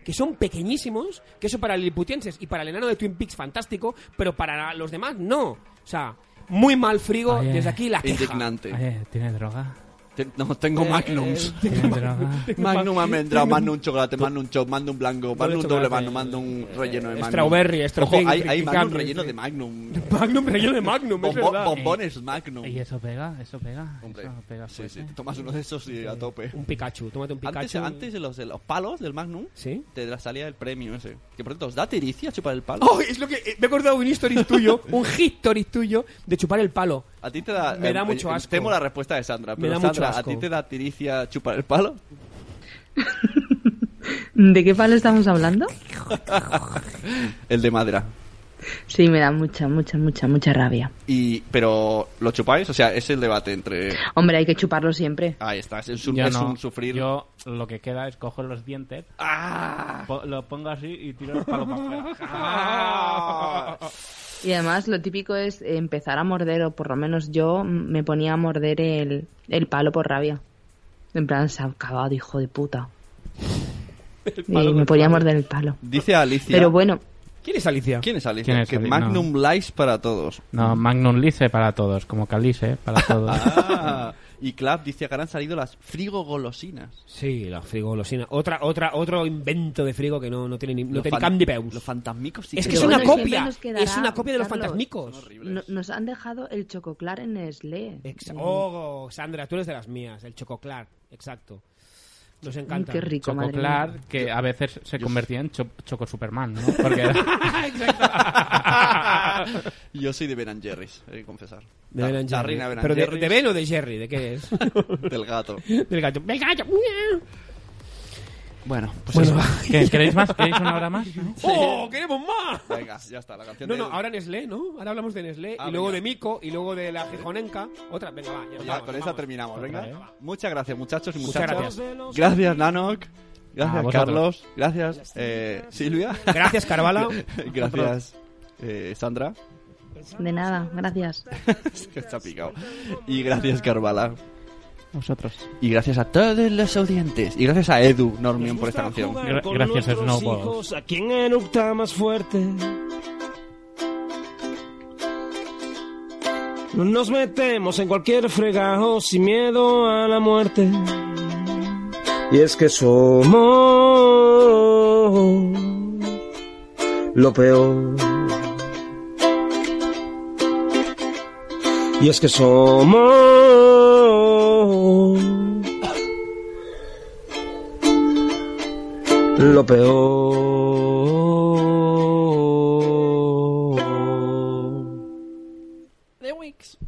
D: que son pequeñísimos, que eso para liliputienses y para el enano de Twin Peaks fantástico, pero para los demás no. O sea, muy mal frigo,
B: Oye.
D: desde aquí la queja.
C: Indignante.
B: Oye, ¿tiene droga?
C: Te- No, tengo
D: Eh,
C: magnums.
D: eh, tengo
B: Tiene droga.
C: Magnum almendra,
D: tengo-
C: magnum chocolate, magnum chop, magnum blanco, magnum doble
D: chocolate, eh,
C: magnum, magnum relleno de magnum.
D: strawberry, strawberry,
C: Ojo, hay, hay
D: friki
C: magnum
D: cambio,
C: relleno
D: sí.
C: de magnum.
D: [laughs] Magnum relleno de Magnum, es
C: Bombo-
D: verdad.
C: Bombones magnum.
B: ¿Y eso pega? ¿Eso pega?
C: Hombre,
B: Eso pega
C: sí, sí,
B: fuerte.
C: te tomas uno de esos y a tope.
D: Un Pikachu, tómate un Pikachu.
C: Antes, antes de, los, de los palos del Magnum, te la salía el premio ese. Que por cierto, ¿os da tericia chupar el palo?
D: [laughs] ¡Ay! es lo que eh, me he acordado de un history tuyo, un history tuyo de chupar el palo.
C: A ti te da.
D: Me da
C: eh,
D: mucho
C: eh,
D: asco.
C: Temo la respuesta de Sandra,
D: Me
C: pero
D: da mucho
C: Sandra, ¿a
D: asco.
C: ti te da tiricia chupar el
D: [laughs]
C: palo?
G: ¿De qué palo estamos hablando?
C: el de madera.
G: Sí, me da mucha, mucha, mucha, mucha rabia.
C: Y, pero, ¿lo chupáis? O sea, es el debate entre.
G: Hombre, hay que chuparlo siempre.
C: Ahí está, es, un su-
B: Yo
C: es
B: no.
C: un sufrir.
B: Yo lo que queda es coger los dientes,
C: ¡Ah!
B: po- lo pongo así y tiro el palo para afuera.
C: [laughs]
G: Y además lo típico es empezar a morder, o por lo menos yo mm, me ponía a morder el, el palo por rabia. En plan, se ha acabado, hijo de
D: [laughs]
G: puta. Y me ponía a morder el palo.
C: Dice Alicia.
G: Pero bueno,
D: ¿Quién es Alicia?
C: ¿Quién es Alicia?
B: ¿Quién es
C: que
B: Alicia?
C: Magnum Lice para todos. [laughs]
B: No, Magnum Lice para todos, como Calice para [laughs] todos.
C: Ah, y Clap dice que ahora han salido las
D: [laughs]
C: frigo golosinas.
D: Sí, la frigolosina. Otra, otra, otro invento de frigo que no, no tiene ni no
C: Los
D: tiene
C: fan-
D: cam ni peus.
C: Los fantasmicos sí
D: Es que
C: que
D: es
C: lo
D: una
C: hay.
G: Siempre
D: copia.
G: nos quedará,
D: Es una copia de los
G: Carlos,
D: fantasmicos.
G: no- nos han dejado el chococlar en Nestlé.
D: Oh, Sandra, tú eres de las mías, el chococlar. Exacto. Nos encanta.
G: qué rico,
D: Choco-
G: madre.
B: Chococlar, que a veces se convertía en Cho- Choco Superman, ¿no? Porque [laughs] era-
C: Yo soy de Ben and Jerry's, he de confesar.
D: De
C: La-
D: Ben and
C: la
D: Jerry.
C: reina Ben and
D: Pero de,
C: Jerry's
D: de Ben o de Jerry, ¿de qué
C: [laughs]
D: es?
C: del gato.
D: Del gato. Del gato.
C: Bueno, pues
D: Bueno, [laughs]
C: eso.
D: va.
B: ¿Qué- ¿Queréis más? ¿Queréis una hora más?
D: [laughs] ¡Oh, queremos más!
C: Venga, ya está, la canción
D: No,
C: de-
D: no, ahora Nestlé, ¿no? Ahora hablamos de Nestlé,
C: Ah,
D: y luego
C: venga.
D: de Mico, y luego de la Gijonenca. Otra, venga, va. Ya, nos
C: Ya,
D: vamos,
C: con
D: nos
C: esta
D: vamos.
C: terminamos,
D: Vale.
C: venga. Muchas gracias, muchachos y
D: ¿eh? Muchas
C: muchachas.
D: gracias.
C: Gracias, Nanok.
D: A
C: Gracias,
D: vosotros.
C: Carlos. Gracias, eh, Silvia.
D: Gracias, Carvala.
C: [laughs] gracias, eh, Sandra. [laughs]
G: De nada, gracias.
D: [laughs]
C: Es que Está picado. Y gracias, Carvala.
H: Vosotros.
C: Y gracias a todos los audientes. Y gracias a Edu Normion
M: Nos
C: por esta
M: gusta
C: canción.
M: jugar con nuestros hijos A quien eructa más fuerte. Nos metemos en cualquier fregajo sin miedo a la muerte. Y es que somos lo peor. Y es que somos lo peor.
H: The Wix.